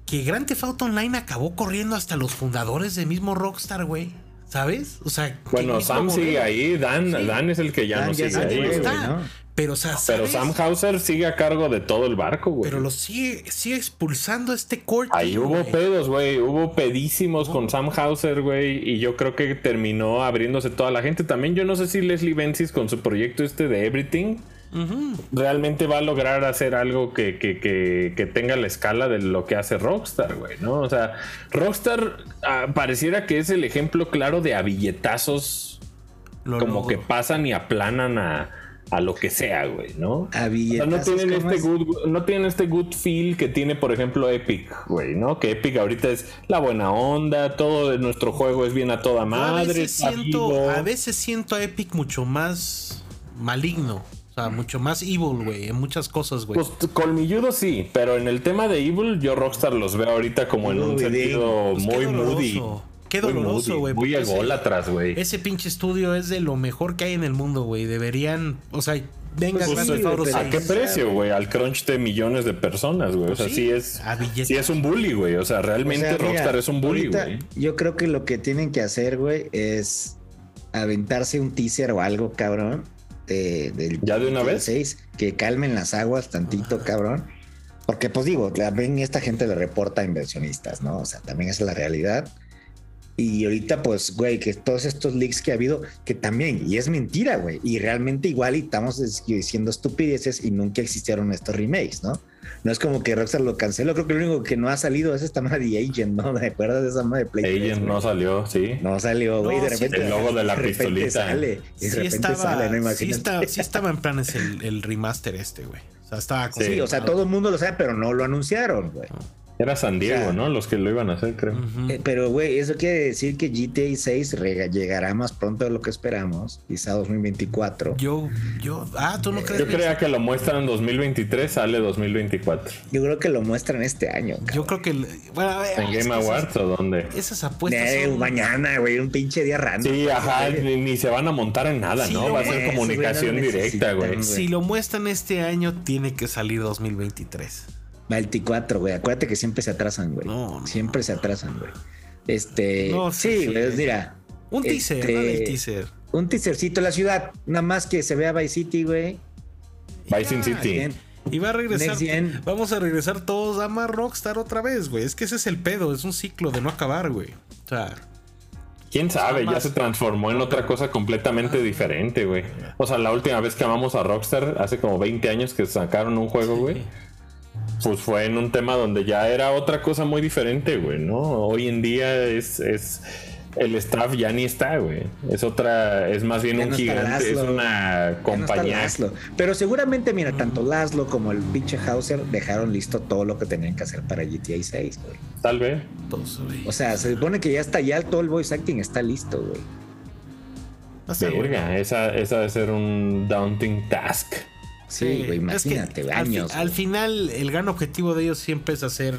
[SPEAKER 2] que Grand Theft Auto Online acabó corriendo hasta los fundadores de mismo Rockstar, güey, ¿sabes? O sea, que el
[SPEAKER 1] Bueno,
[SPEAKER 2] mismo
[SPEAKER 1] Sam sigue
[SPEAKER 2] modelo.
[SPEAKER 1] ahí. Dan,
[SPEAKER 2] Sí.
[SPEAKER 1] Dan es el que ya
[SPEAKER 3] Dan
[SPEAKER 1] no
[SPEAKER 3] ya
[SPEAKER 1] sigue
[SPEAKER 3] se
[SPEAKER 1] ahí,
[SPEAKER 3] fue,
[SPEAKER 1] güey.
[SPEAKER 3] güey,
[SPEAKER 2] está.
[SPEAKER 3] ¿no?
[SPEAKER 2] Pero, o sea,
[SPEAKER 1] Pero
[SPEAKER 2] ¿sabes?
[SPEAKER 1] Sam Hauser sigue a cargo de todo el barco, güey.
[SPEAKER 2] Pero lo sigue, sigue expulsando este corte.
[SPEAKER 1] Ahí hubo
[SPEAKER 2] güey.
[SPEAKER 1] pedos, güey. Hubo pedísimos con Sam Hauser, güey. Y yo creo que terminó abriéndose toda la gente. También yo no sé si Leslie Benzies con su proyecto este de Everything
[SPEAKER 2] Ujú.
[SPEAKER 1] realmente va a lograr hacer algo que, que- que- que tenga la escala de lo que hace Rockstar, güey, ¿no? O sea, Rockstar ah, pareciera que es el ejemplo claro de a billetazos
[SPEAKER 2] Lo
[SPEAKER 1] como
[SPEAKER 2] logró.
[SPEAKER 1] que pasan y aplanan a, a lo que sea, güey, ¿no?
[SPEAKER 3] A
[SPEAKER 1] O sea, no
[SPEAKER 3] billetazos,
[SPEAKER 1] tienen,
[SPEAKER 3] ¿cómo
[SPEAKER 1] este
[SPEAKER 3] es?
[SPEAKER 1] good, no tienen este good feel que tiene, por ejemplo, Epic, güey, ¿no? Que Epic ahorita es la buena onda, todo de nuestro juego es bien a toda
[SPEAKER 2] Yo
[SPEAKER 1] madre.
[SPEAKER 2] a veces
[SPEAKER 1] está
[SPEAKER 2] siento,
[SPEAKER 1] vivo.
[SPEAKER 2] a veces siento a Epic mucho más maligno. O sea, mucho más evil, güey. En muchas cosas, güey.
[SPEAKER 1] Pues colmilludo sí, pero en el tema de Evil, yo Rockstar los veo ahorita como en un
[SPEAKER 3] Moody.
[SPEAKER 1] sentido
[SPEAKER 2] Pues qué
[SPEAKER 1] muy
[SPEAKER 2] doloroso,
[SPEAKER 1] moody.
[SPEAKER 2] Qué
[SPEAKER 1] Muy
[SPEAKER 2] doloroso,
[SPEAKER 1] moody,
[SPEAKER 2] güey.
[SPEAKER 1] Muy
[SPEAKER 2] porque ese-
[SPEAKER 1] ególatras, güey.
[SPEAKER 2] Ese pinche estudio es de lo mejor que hay en el mundo, güey. Deberían, o sea, venga,
[SPEAKER 3] Pues
[SPEAKER 2] Grand
[SPEAKER 1] sí,
[SPEAKER 2] Theft Auto
[SPEAKER 3] pero-
[SPEAKER 1] ¿A
[SPEAKER 2] seis.
[SPEAKER 1] qué
[SPEAKER 3] o sea,
[SPEAKER 1] precio, güey? Al crunch de millones de personas, güey. O sea,
[SPEAKER 2] Sí,
[SPEAKER 1] sí, es.
[SPEAKER 2] a billetes.
[SPEAKER 1] Sí es un bully, güey. O sea, realmente
[SPEAKER 3] O sea, mira,
[SPEAKER 1] Rockstar es un bully,
[SPEAKER 3] ahorita
[SPEAKER 1] güey.
[SPEAKER 3] Yo creo que lo que tienen que hacer, güey, es aventarse un teaser o algo, cabrón. De, del
[SPEAKER 1] ¿Ya de una
[SPEAKER 3] del
[SPEAKER 1] vez?
[SPEAKER 3] seis, que calmen las aguas tantito, cabrón. Porque, pues digo, también esta gente le reporta a inversionistas, ¿no? O sea, también esa es la realidad. Y ahorita, pues, güey, que todos estos leaks que ha habido, que también, y es mentira, güey, y realmente igual y estamos es- diciendo estupideces y nunca existieron estos remakes, ¿no? No es como que Rockstar lo canceló, creo que lo único que no ha salido es esta madre de Agent, ¿no? ¿Te acuerdas de esa madre de Play 3,
[SPEAKER 1] Agent
[SPEAKER 3] güey?
[SPEAKER 1] no salió, sí.
[SPEAKER 3] No salió, güey,
[SPEAKER 2] No,
[SPEAKER 3] de
[SPEAKER 2] sí,
[SPEAKER 3] repente.
[SPEAKER 1] El logo de la
[SPEAKER 3] repente
[SPEAKER 1] pistolita.
[SPEAKER 3] Sale, y de
[SPEAKER 2] Sí
[SPEAKER 3] repente
[SPEAKER 2] estaba,
[SPEAKER 3] sale, ¿no?
[SPEAKER 2] sí,
[SPEAKER 3] Imagínate.
[SPEAKER 2] está- sí estaba en planes el, el remaster este, güey. O sea, estaba
[SPEAKER 1] Sí,
[SPEAKER 3] Sí, o sea, todo el mundo lo sabe, pero no lo anunciaron, güey.
[SPEAKER 1] Era San Diego,
[SPEAKER 3] O sea,
[SPEAKER 1] ¿no? Los que lo iban a hacer, creo.
[SPEAKER 2] Ujú.
[SPEAKER 3] Eh, Pero, güey, eso quiere decir que GTA 6 rega- llegará más pronto de lo que esperamos, quizá 2024.
[SPEAKER 2] Yo, yo, ah, tú no crees.
[SPEAKER 1] Yo creía que lo muestran en 2023, sale 2024.
[SPEAKER 3] Yo creo que lo muestran este año. cabrón.
[SPEAKER 2] Yo creo que, el- bueno, a
[SPEAKER 3] Ah,
[SPEAKER 2] ver,
[SPEAKER 1] ¿En
[SPEAKER 2] es
[SPEAKER 1] Game
[SPEAKER 2] que esas-
[SPEAKER 1] Awards o dónde?
[SPEAKER 2] Esas apuestas.
[SPEAKER 3] Eh,
[SPEAKER 2] Pues son-
[SPEAKER 3] mañana, güey, un pinche día random.
[SPEAKER 1] Sí, ajá, ni, ni se van a montar en nada,
[SPEAKER 2] Sí,
[SPEAKER 1] ¿no?
[SPEAKER 2] no,
[SPEAKER 1] Va a ser
[SPEAKER 3] güey,
[SPEAKER 1] comunicación
[SPEAKER 3] eso, güey, no
[SPEAKER 1] directa, güey.
[SPEAKER 3] necesitan.
[SPEAKER 2] Si lo muestran este año, tiene que salir 2023.
[SPEAKER 3] 24, güey. Acuérdate que siempre se atrasan, güey.
[SPEAKER 2] No, no,
[SPEAKER 3] siempre se atrasan, güey. Este.
[SPEAKER 2] No, sí,
[SPEAKER 3] sí,
[SPEAKER 2] sí.
[SPEAKER 3] güey, mira.
[SPEAKER 2] Un teaser,
[SPEAKER 3] Este-
[SPEAKER 2] dale el teaser.
[SPEAKER 3] Un teasercito de la ciudad. Nada más que se vea Vice City, güey.
[SPEAKER 1] Vice Sin City.
[SPEAKER 3] Bien.
[SPEAKER 2] Y va a regresar.
[SPEAKER 3] Next Gen.
[SPEAKER 2] Vamos a regresar todos a más Rockstar otra vez, güey. Es que ese es el pedo, es un ciclo de no acabar, güey. O sea,
[SPEAKER 1] ¿Quién sabe? Ya
[SPEAKER 2] más-
[SPEAKER 1] se transformó en otra cosa completamente diferente, güey. O sea, la última vez que amamos a Rockstar, hace como 20 años que sacaron un juego, güey. Pues fue en un tema donde ya era otra cosa muy diferente, güey, ¿no? Hoy en día es, es el staff ya ni está, güey. Es otra, es más bien
[SPEAKER 3] Ya
[SPEAKER 1] un
[SPEAKER 3] no está
[SPEAKER 1] gigante, es
[SPEAKER 3] Laszlo.
[SPEAKER 1] una
[SPEAKER 3] Ya no está
[SPEAKER 1] compañía.
[SPEAKER 3] Laszlo. Pero seguramente, mira, tanto Laszlo como el pinche Hauser dejaron listo todo lo que tenían que hacer para GTA 6, güey.
[SPEAKER 1] Tal vez.
[SPEAKER 2] todos, güey.
[SPEAKER 3] O sea, se supone que ya está, ya todo el voice acting está listo, güey.
[SPEAKER 2] Va a estar bueno.
[SPEAKER 1] Verga, esa, esa debe ser un daunting task.
[SPEAKER 3] Sí, güey,
[SPEAKER 2] es que
[SPEAKER 3] imagínate, güey,
[SPEAKER 2] al fi-
[SPEAKER 3] años.
[SPEAKER 2] Al,
[SPEAKER 3] güey.
[SPEAKER 2] final, el gran objetivo de ellos siempre es hacer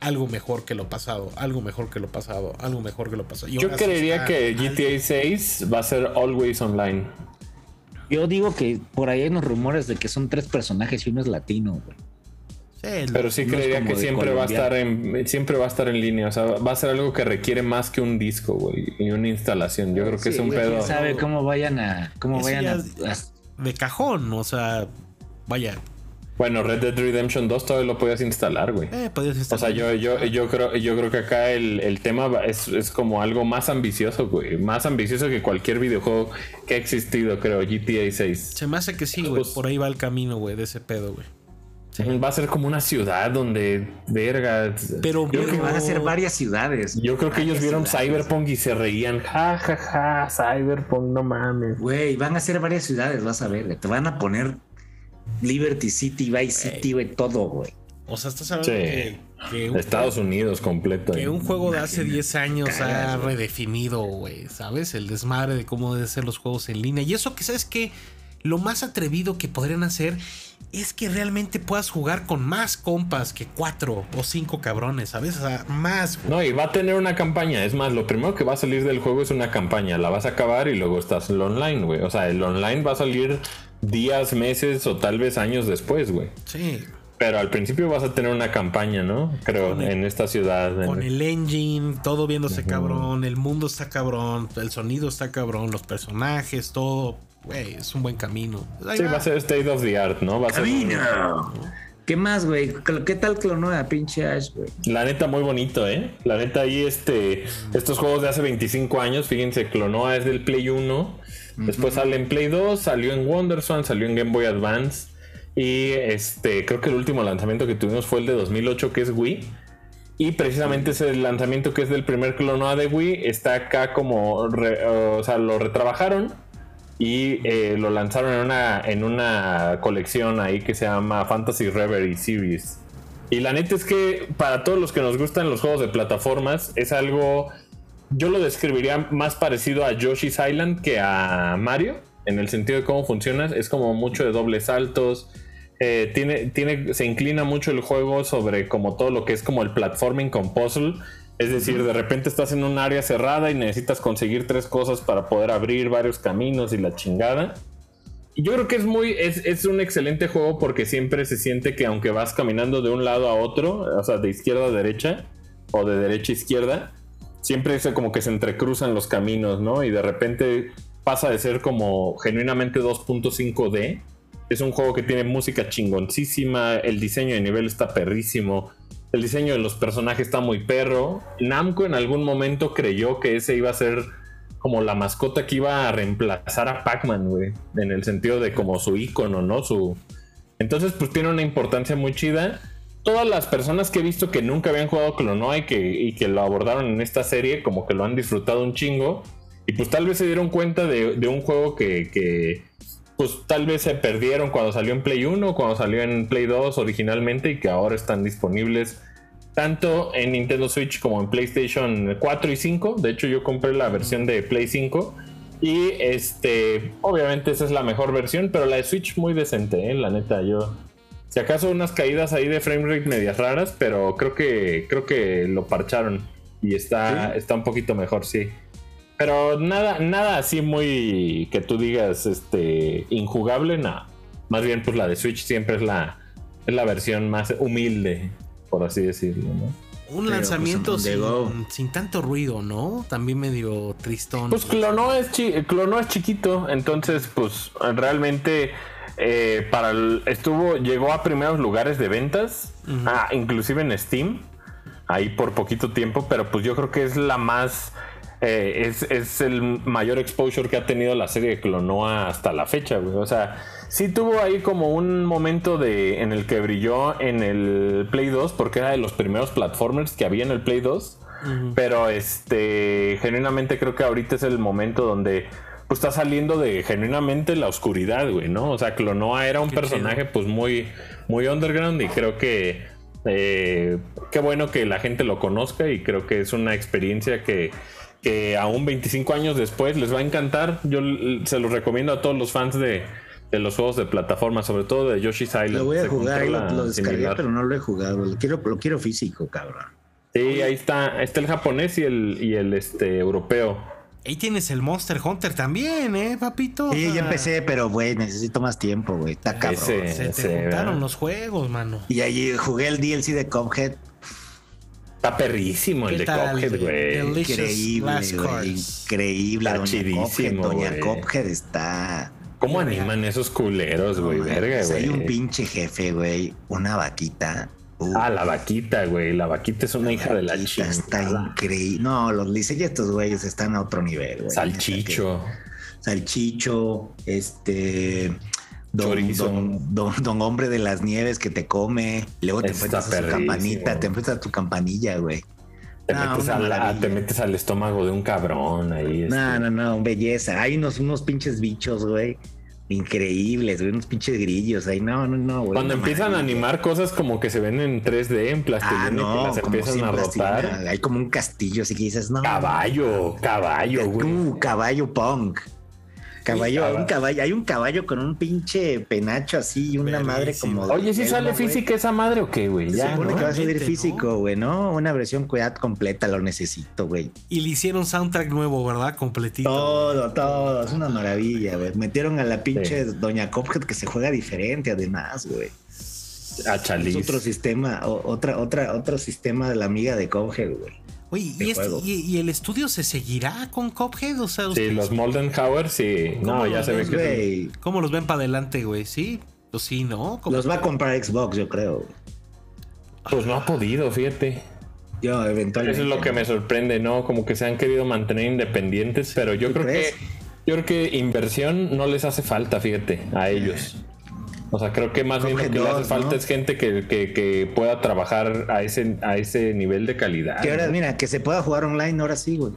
[SPEAKER 2] algo mejor que lo pasado, algo mejor que lo pasado, algo mejor que lo pasado. Y
[SPEAKER 1] Yo
[SPEAKER 2] ahora sí
[SPEAKER 1] creería
[SPEAKER 2] está
[SPEAKER 1] que
[SPEAKER 2] algo-
[SPEAKER 1] GTA 6 va a ser always online.
[SPEAKER 3] Yo digo que por ahí hay unos rumores de que son tres personajes y uno es latino, güey.
[SPEAKER 2] Sí, lo-
[SPEAKER 1] Pero sí
[SPEAKER 3] No es
[SPEAKER 1] creería
[SPEAKER 3] como
[SPEAKER 1] que
[SPEAKER 3] de
[SPEAKER 1] siempre va a
[SPEAKER 3] Colombia.
[SPEAKER 1] estar en siempre va a estar en línea, o sea, va a ser algo que requiere más que un disco, güey, y una instalación. Yo creo que es
[SPEAKER 3] Sí,
[SPEAKER 1] un
[SPEAKER 3] güey,
[SPEAKER 1] pedo.
[SPEAKER 3] ¿Quién sabe cómo vayan a, cómo
[SPEAKER 2] Eso
[SPEAKER 3] vayan
[SPEAKER 2] ya-
[SPEAKER 3] a, a-
[SPEAKER 2] de cajón, o sea, vaya,
[SPEAKER 1] Bueno, Red Dead Redemption 2 todavía lo podías instalar, güey.
[SPEAKER 2] eh, podías
[SPEAKER 1] O sea,
[SPEAKER 2] instalar-
[SPEAKER 1] yo, yo, yo creo, yo creo que acá el, el tema va- es, es como algo más ambicioso, güey. Más ambicioso que cualquier videojuego que ha existido, creo, GTA 6.
[SPEAKER 2] Se me hace que sí, güey.
[SPEAKER 1] Pues-
[SPEAKER 2] Por ahí va el camino, güey, de ese pedo, güey.
[SPEAKER 1] Va a ser como una ciudad donde, verga.
[SPEAKER 2] Pero,
[SPEAKER 1] yo, creo
[SPEAKER 3] que
[SPEAKER 1] que-
[SPEAKER 3] van a ser varias ciudades.
[SPEAKER 1] yo creo que ellos
[SPEAKER 3] Varias
[SPEAKER 1] vieron
[SPEAKER 3] ciudades.
[SPEAKER 1] Cyberpunk y se reían. Ja, ja, ja, Cyberpunk, no mames.
[SPEAKER 3] Güey, van a ser varias ciudades, vas a ver. güey. Te van a poner Liberty City, Vice City, güey, todo, güey.
[SPEAKER 2] O sea, estás hablando
[SPEAKER 1] Sí.
[SPEAKER 2] que, que un,
[SPEAKER 1] Estados Unidos completo.
[SPEAKER 2] que
[SPEAKER 1] eh.
[SPEAKER 2] un juego de hace
[SPEAKER 3] Imagínate,
[SPEAKER 2] 10 años ha
[SPEAKER 3] cagas, güey.
[SPEAKER 2] redefinido, güey, ¿sabes? El desmadre de cómo deben ser los juegos en línea. Y eso que, ¿sabes que Lo más atrevido que podrían hacer es que realmente puedas jugar con más compas que cuatro o cinco cabrones, ¿sabes? O sea, más, güey.
[SPEAKER 1] No, y va a tener una campaña. Es más, lo primero que va a salir del juego es una campaña. La vas a acabar y luego estás en el online, güey. O sea, el online va a salir días, meses o tal vez años después, güey.
[SPEAKER 2] Sí.
[SPEAKER 1] Pero al principio vas a tener una campaña, ¿no? Creo,
[SPEAKER 2] Con el-
[SPEAKER 1] en esta ciudad. en-
[SPEAKER 2] Con el engine, todo viéndose cabrón, el mundo está cabrón, el sonido está cabrón, los personajes, todo. Güey, es un buen camino. Ahí
[SPEAKER 1] Sí,
[SPEAKER 2] va.
[SPEAKER 1] va a ser state of the art, ¿no? Va a ser.
[SPEAKER 3] ¿Qué más, güey? ¿Qué tal clonó a pinche Ash, güey?
[SPEAKER 1] La neta, muy bonito, ¿eh? La neta, ahí este, estos juegos de hace 25 años, fíjense, Clonoa es del Play 1, después sale en Play 2, salió en WonderSwan, salió en Game Boy Advance, y este, creo que el último lanzamiento que tuvimos fue el de 2008, que es Wii, y precisamente ese lanzamiento que es del primer Clonoa de Wii está acá como, re- o sea, lo retrabajaron y eh, lo lanzaron en una, en una colección ahí que se llama Fantasy Reverie Series. Y la neta es que para todos los que nos gustan los juegos de plataformas es algo, yo lo describiría más parecido a Yoshi's Island que a Mario, en el sentido de cómo funciona, es como mucho de dobles saltos, eh, tiene, tiene, se inclina mucho el juego sobre como todo lo que es como el platforming con puzzle. Es decir, de repente estás en un área cerrada y necesitas conseguir tres cosas para poder abrir varios caminos y la chingada. Y Yo creo que es muy, es, es un excelente juego porque siempre se siente que aunque vas caminando de un lado a otro, o sea, de izquierda a derecha o de derecha a izquierda, siempre es como que se entrecruzan los caminos, ¿no? Y de repente pasa de ser como genuinamente 2.5D. Es un juego que tiene música chingoncísima, el diseño de nivel está perrísimo, el diseño de los personajes está muy perro. Namco en algún momento creyó que ese iba a ser como la mascota que iba a reemplazar a Pac-Man, güey. En el sentido de como su icono, ¿no? Su. Entonces, pues tiene una importancia muy chida. Todas las personas que he visto que nunca habían jugado Clonoa y que, y que lo abordaron en esta serie, como que lo han disfrutado un chingo. Y pues tal vez se dieron cuenta de, de un juego que, que, pues tal vez se perdieron cuando salió en Play 1, cuando salió en Play 2 originalmente y que ahora están disponibles tanto en Nintendo Switch como en PlayStation 4 y 5. De hecho, yo compré la versión de Play 5. Y este, obviamente esa es la mejor versión, pero la de Switch muy decente, ¿eh? la neta, yo. Si acaso unas caídas ahí de frame rate medias raras, pero creo que creo que lo parcharon y está, está un poquito mejor, sí. Pero nada, nada así muy que tú digas este injugable, nada. Más bien, pues la de Switch siempre es la, es la versión más humilde, por así decirlo, ¿no?
[SPEAKER 2] Un
[SPEAKER 3] Pero,
[SPEAKER 2] lanzamiento
[SPEAKER 3] pues, on the
[SPEAKER 2] sin,
[SPEAKER 3] go.
[SPEAKER 2] sin tanto ruido, ¿no? También medio tristón.
[SPEAKER 1] Pues clonó es, chi- clonó es chiquito, entonces pues realmente eh, para el- estuvo llegó a primeros lugares de ventas,
[SPEAKER 2] Ujú.
[SPEAKER 1] ah, inclusive en Steam, ahí por poquito tiempo, pero pues yo creo que es la más eh, es, es el mayor exposure que ha tenido la serie de Clonoa hasta la fecha, güey. O sea, sí tuvo ahí como un momento de, en el que brilló en el Play 2, porque era de los primeros platformers que había en el Play 2. Pero este, genuinamente creo que ahorita es el momento donde pues, está saliendo de genuinamente la oscuridad, güey, ¿no? O sea, Clonoa era un
[SPEAKER 2] Qué
[SPEAKER 1] personaje pues muy, muy underground y creo que eh, qué bueno que la gente lo conozca y creo que es una experiencia que, que aún 25 años después les va a encantar. Yo l- se los recomiendo a todos los fans de, de los juegos de plataforma, sobre todo de Yoshi's Island.
[SPEAKER 3] Lo voy a
[SPEAKER 1] se
[SPEAKER 3] jugar, lo,
[SPEAKER 1] controla
[SPEAKER 3] lo descargué,
[SPEAKER 1] similar.
[SPEAKER 3] pero no lo he jugado. Lo quiero, lo quiero físico, cabrón.
[SPEAKER 1] Sí, ahí está, está el japonés y el, y el este, europeo.
[SPEAKER 2] Ahí tienes el Monster Hunter también, ¿eh, papito? O
[SPEAKER 3] Sí,
[SPEAKER 2] sea,
[SPEAKER 3] ya empecé, pero güey, necesito más tiempo, güey. Está cabrón.
[SPEAKER 1] Ese.
[SPEAKER 2] Se te
[SPEAKER 1] Sí,
[SPEAKER 2] juntaron
[SPEAKER 1] ¿verdad?
[SPEAKER 2] los juegos, mano.
[SPEAKER 3] Y allí jugué el DLC de Cuphead.
[SPEAKER 1] Está perrísimo el
[SPEAKER 2] ¿Qué
[SPEAKER 1] de
[SPEAKER 2] tal?
[SPEAKER 1] Cuphead, güey.
[SPEAKER 2] Deli- Delicious
[SPEAKER 3] Increíble,
[SPEAKER 2] Last
[SPEAKER 3] güey.
[SPEAKER 2] Cards.
[SPEAKER 3] Increíble.
[SPEAKER 1] Está
[SPEAKER 3] Doña
[SPEAKER 1] chidísimo,
[SPEAKER 3] Cuphead. Doña
[SPEAKER 1] güey.
[SPEAKER 3] Cuphead está.
[SPEAKER 1] ¿Cómo animan esos culeros, Pues, güey?
[SPEAKER 3] No mames,
[SPEAKER 1] Verga,
[SPEAKER 3] Hay un
[SPEAKER 1] güey.
[SPEAKER 3] pinche jefe, güey. Una vaquita. Uh,
[SPEAKER 1] Ah, la vaquita, güey. La vaquita es una hija de la
[SPEAKER 3] vaquita Está
[SPEAKER 1] chingada.
[SPEAKER 3] increíble. No, los diseños de estos güeyes están a otro nivel, güey.
[SPEAKER 1] Salchicho.
[SPEAKER 3] Salchicho, este. Don,
[SPEAKER 1] Chorizo.
[SPEAKER 3] don, don- don hombre de las nieves que te come. Luego te
[SPEAKER 1] Está
[SPEAKER 3] enfrentas a su
[SPEAKER 1] perrísimo.
[SPEAKER 3] campanita, te enfrentas a tu campanilla, güey.
[SPEAKER 1] Te,
[SPEAKER 3] No,
[SPEAKER 1] metes
[SPEAKER 3] Ah, una
[SPEAKER 1] a la-
[SPEAKER 3] maravilla.
[SPEAKER 1] te metes al estómago de un cabrón ahí. este.
[SPEAKER 3] No, no, no, belleza. Hay unos, unos pinches bichos, güey. Increíbles, güey. Unos pinches grillos ahí. No, no, no, güey.
[SPEAKER 1] Cuando
[SPEAKER 3] una
[SPEAKER 1] empiezan a
[SPEAKER 3] maravilla.
[SPEAKER 1] animar cosas como que se ven en 3D, en plastilina,
[SPEAKER 3] Ah,
[SPEAKER 1] y que
[SPEAKER 3] no,
[SPEAKER 1] las
[SPEAKER 3] como
[SPEAKER 1] empiezan
[SPEAKER 3] sin
[SPEAKER 1] a
[SPEAKER 3] plastilina.
[SPEAKER 1] rotar.
[SPEAKER 3] Hay como un castillo, así que dices, no.
[SPEAKER 1] Caballo, caballo, güey.
[SPEAKER 3] Uh, caballo punk. Caballo,
[SPEAKER 1] Sí,
[SPEAKER 3] hay un
[SPEAKER 1] caballo.
[SPEAKER 3] caballo, hay un caballo con un pinche penacho así y una madre como. de
[SPEAKER 1] Oye, ¿sí
[SPEAKER 3] pelo,
[SPEAKER 1] sale
[SPEAKER 3] güey.
[SPEAKER 1] física esa madre o qué, güey?
[SPEAKER 3] Se
[SPEAKER 1] Ya,
[SPEAKER 3] supone
[SPEAKER 1] ¿no?
[SPEAKER 3] que va a salir
[SPEAKER 2] Realmente, ¿no?
[SPEAKER 3] físico, güey, ¿no? Una versión cuidad completa, lo necesito, güey.
[SPEAKER 2] Y le hicieron soundtrack nuevo, ¿verdad? Completito.
[SPEAKER 3] Todo, todo, es una maravilla, güey. Metieron a la pinche Doña Cophead que se juega diferente, además, güey.
[SPEAKER 1] A Chaliz.
[SPEAKER 3] Es otro sistema, o- otra, otra, otro sistema de la amiga de Cophead, güey.
[SPEAKER 2] Oye,
[SPEAKER 3] de
[SPEAKER 2] ¿y, este-
[SPEAKER 3] juego.
[SPEAKER 2] y, y el estudio se seguirá con Cuphead? O sea,
[SPEAKER 1] Sí,
[SPEAKER 2] ¿ustedes
[SPEAKER 1] los Moldenhauer, sí. No,
[SPEAKER 2] ¿Cómo
[SPEAKER 1] ya
[SPEAKER 2] lo
[SPEAKER 1] se ve
[SPEAKER 2] ves,
[SPEAKER 1] que. sí.
[SPEAKER 3] Pues, Güey,
[SPEAKER 2] ¿cómo los ven para adelante, güey? ¿Sí? ¿O sí, no? ¿Cómo-
[SPEAKER 3] los va a comprar Xbox, yo creo.
[SPEAKER 1] Pues no ha podido, fíjate.
[SPEAKER 3] Yo, eventualmente.
[SPEAKER 1] Eso es lo que me sorprende, ¿no? Como que se han querido mantener independientes, pero yo
[SPEAKER 3] ¿Tú
[SPEAKER 1] creo
[SPEAKER 3] crees?
[SPEAKER 1] que. Yo creo que inversión no les hace falta, fíjate, a ellos. O sea, creo que más
[SPEAKER 3] Creo
[SPEAKER 1] bien lo
[SPEAKER 3] que
[SPEAKER 1] que les hace
[SPEAKER 3] dos,
[SPEAKER 1] falta
[SPEAKER 3] ¿no?
[SPEAKER 1] es gente que, que- que pueda trabajar a ese, a ese nivel de calidad.
[SPEAKER 3] Que ahora,
[SPEAKER 1] Ah, ¿no?
[SPEAKER 3] mira, que se pueda jugar online ahora sí, güey.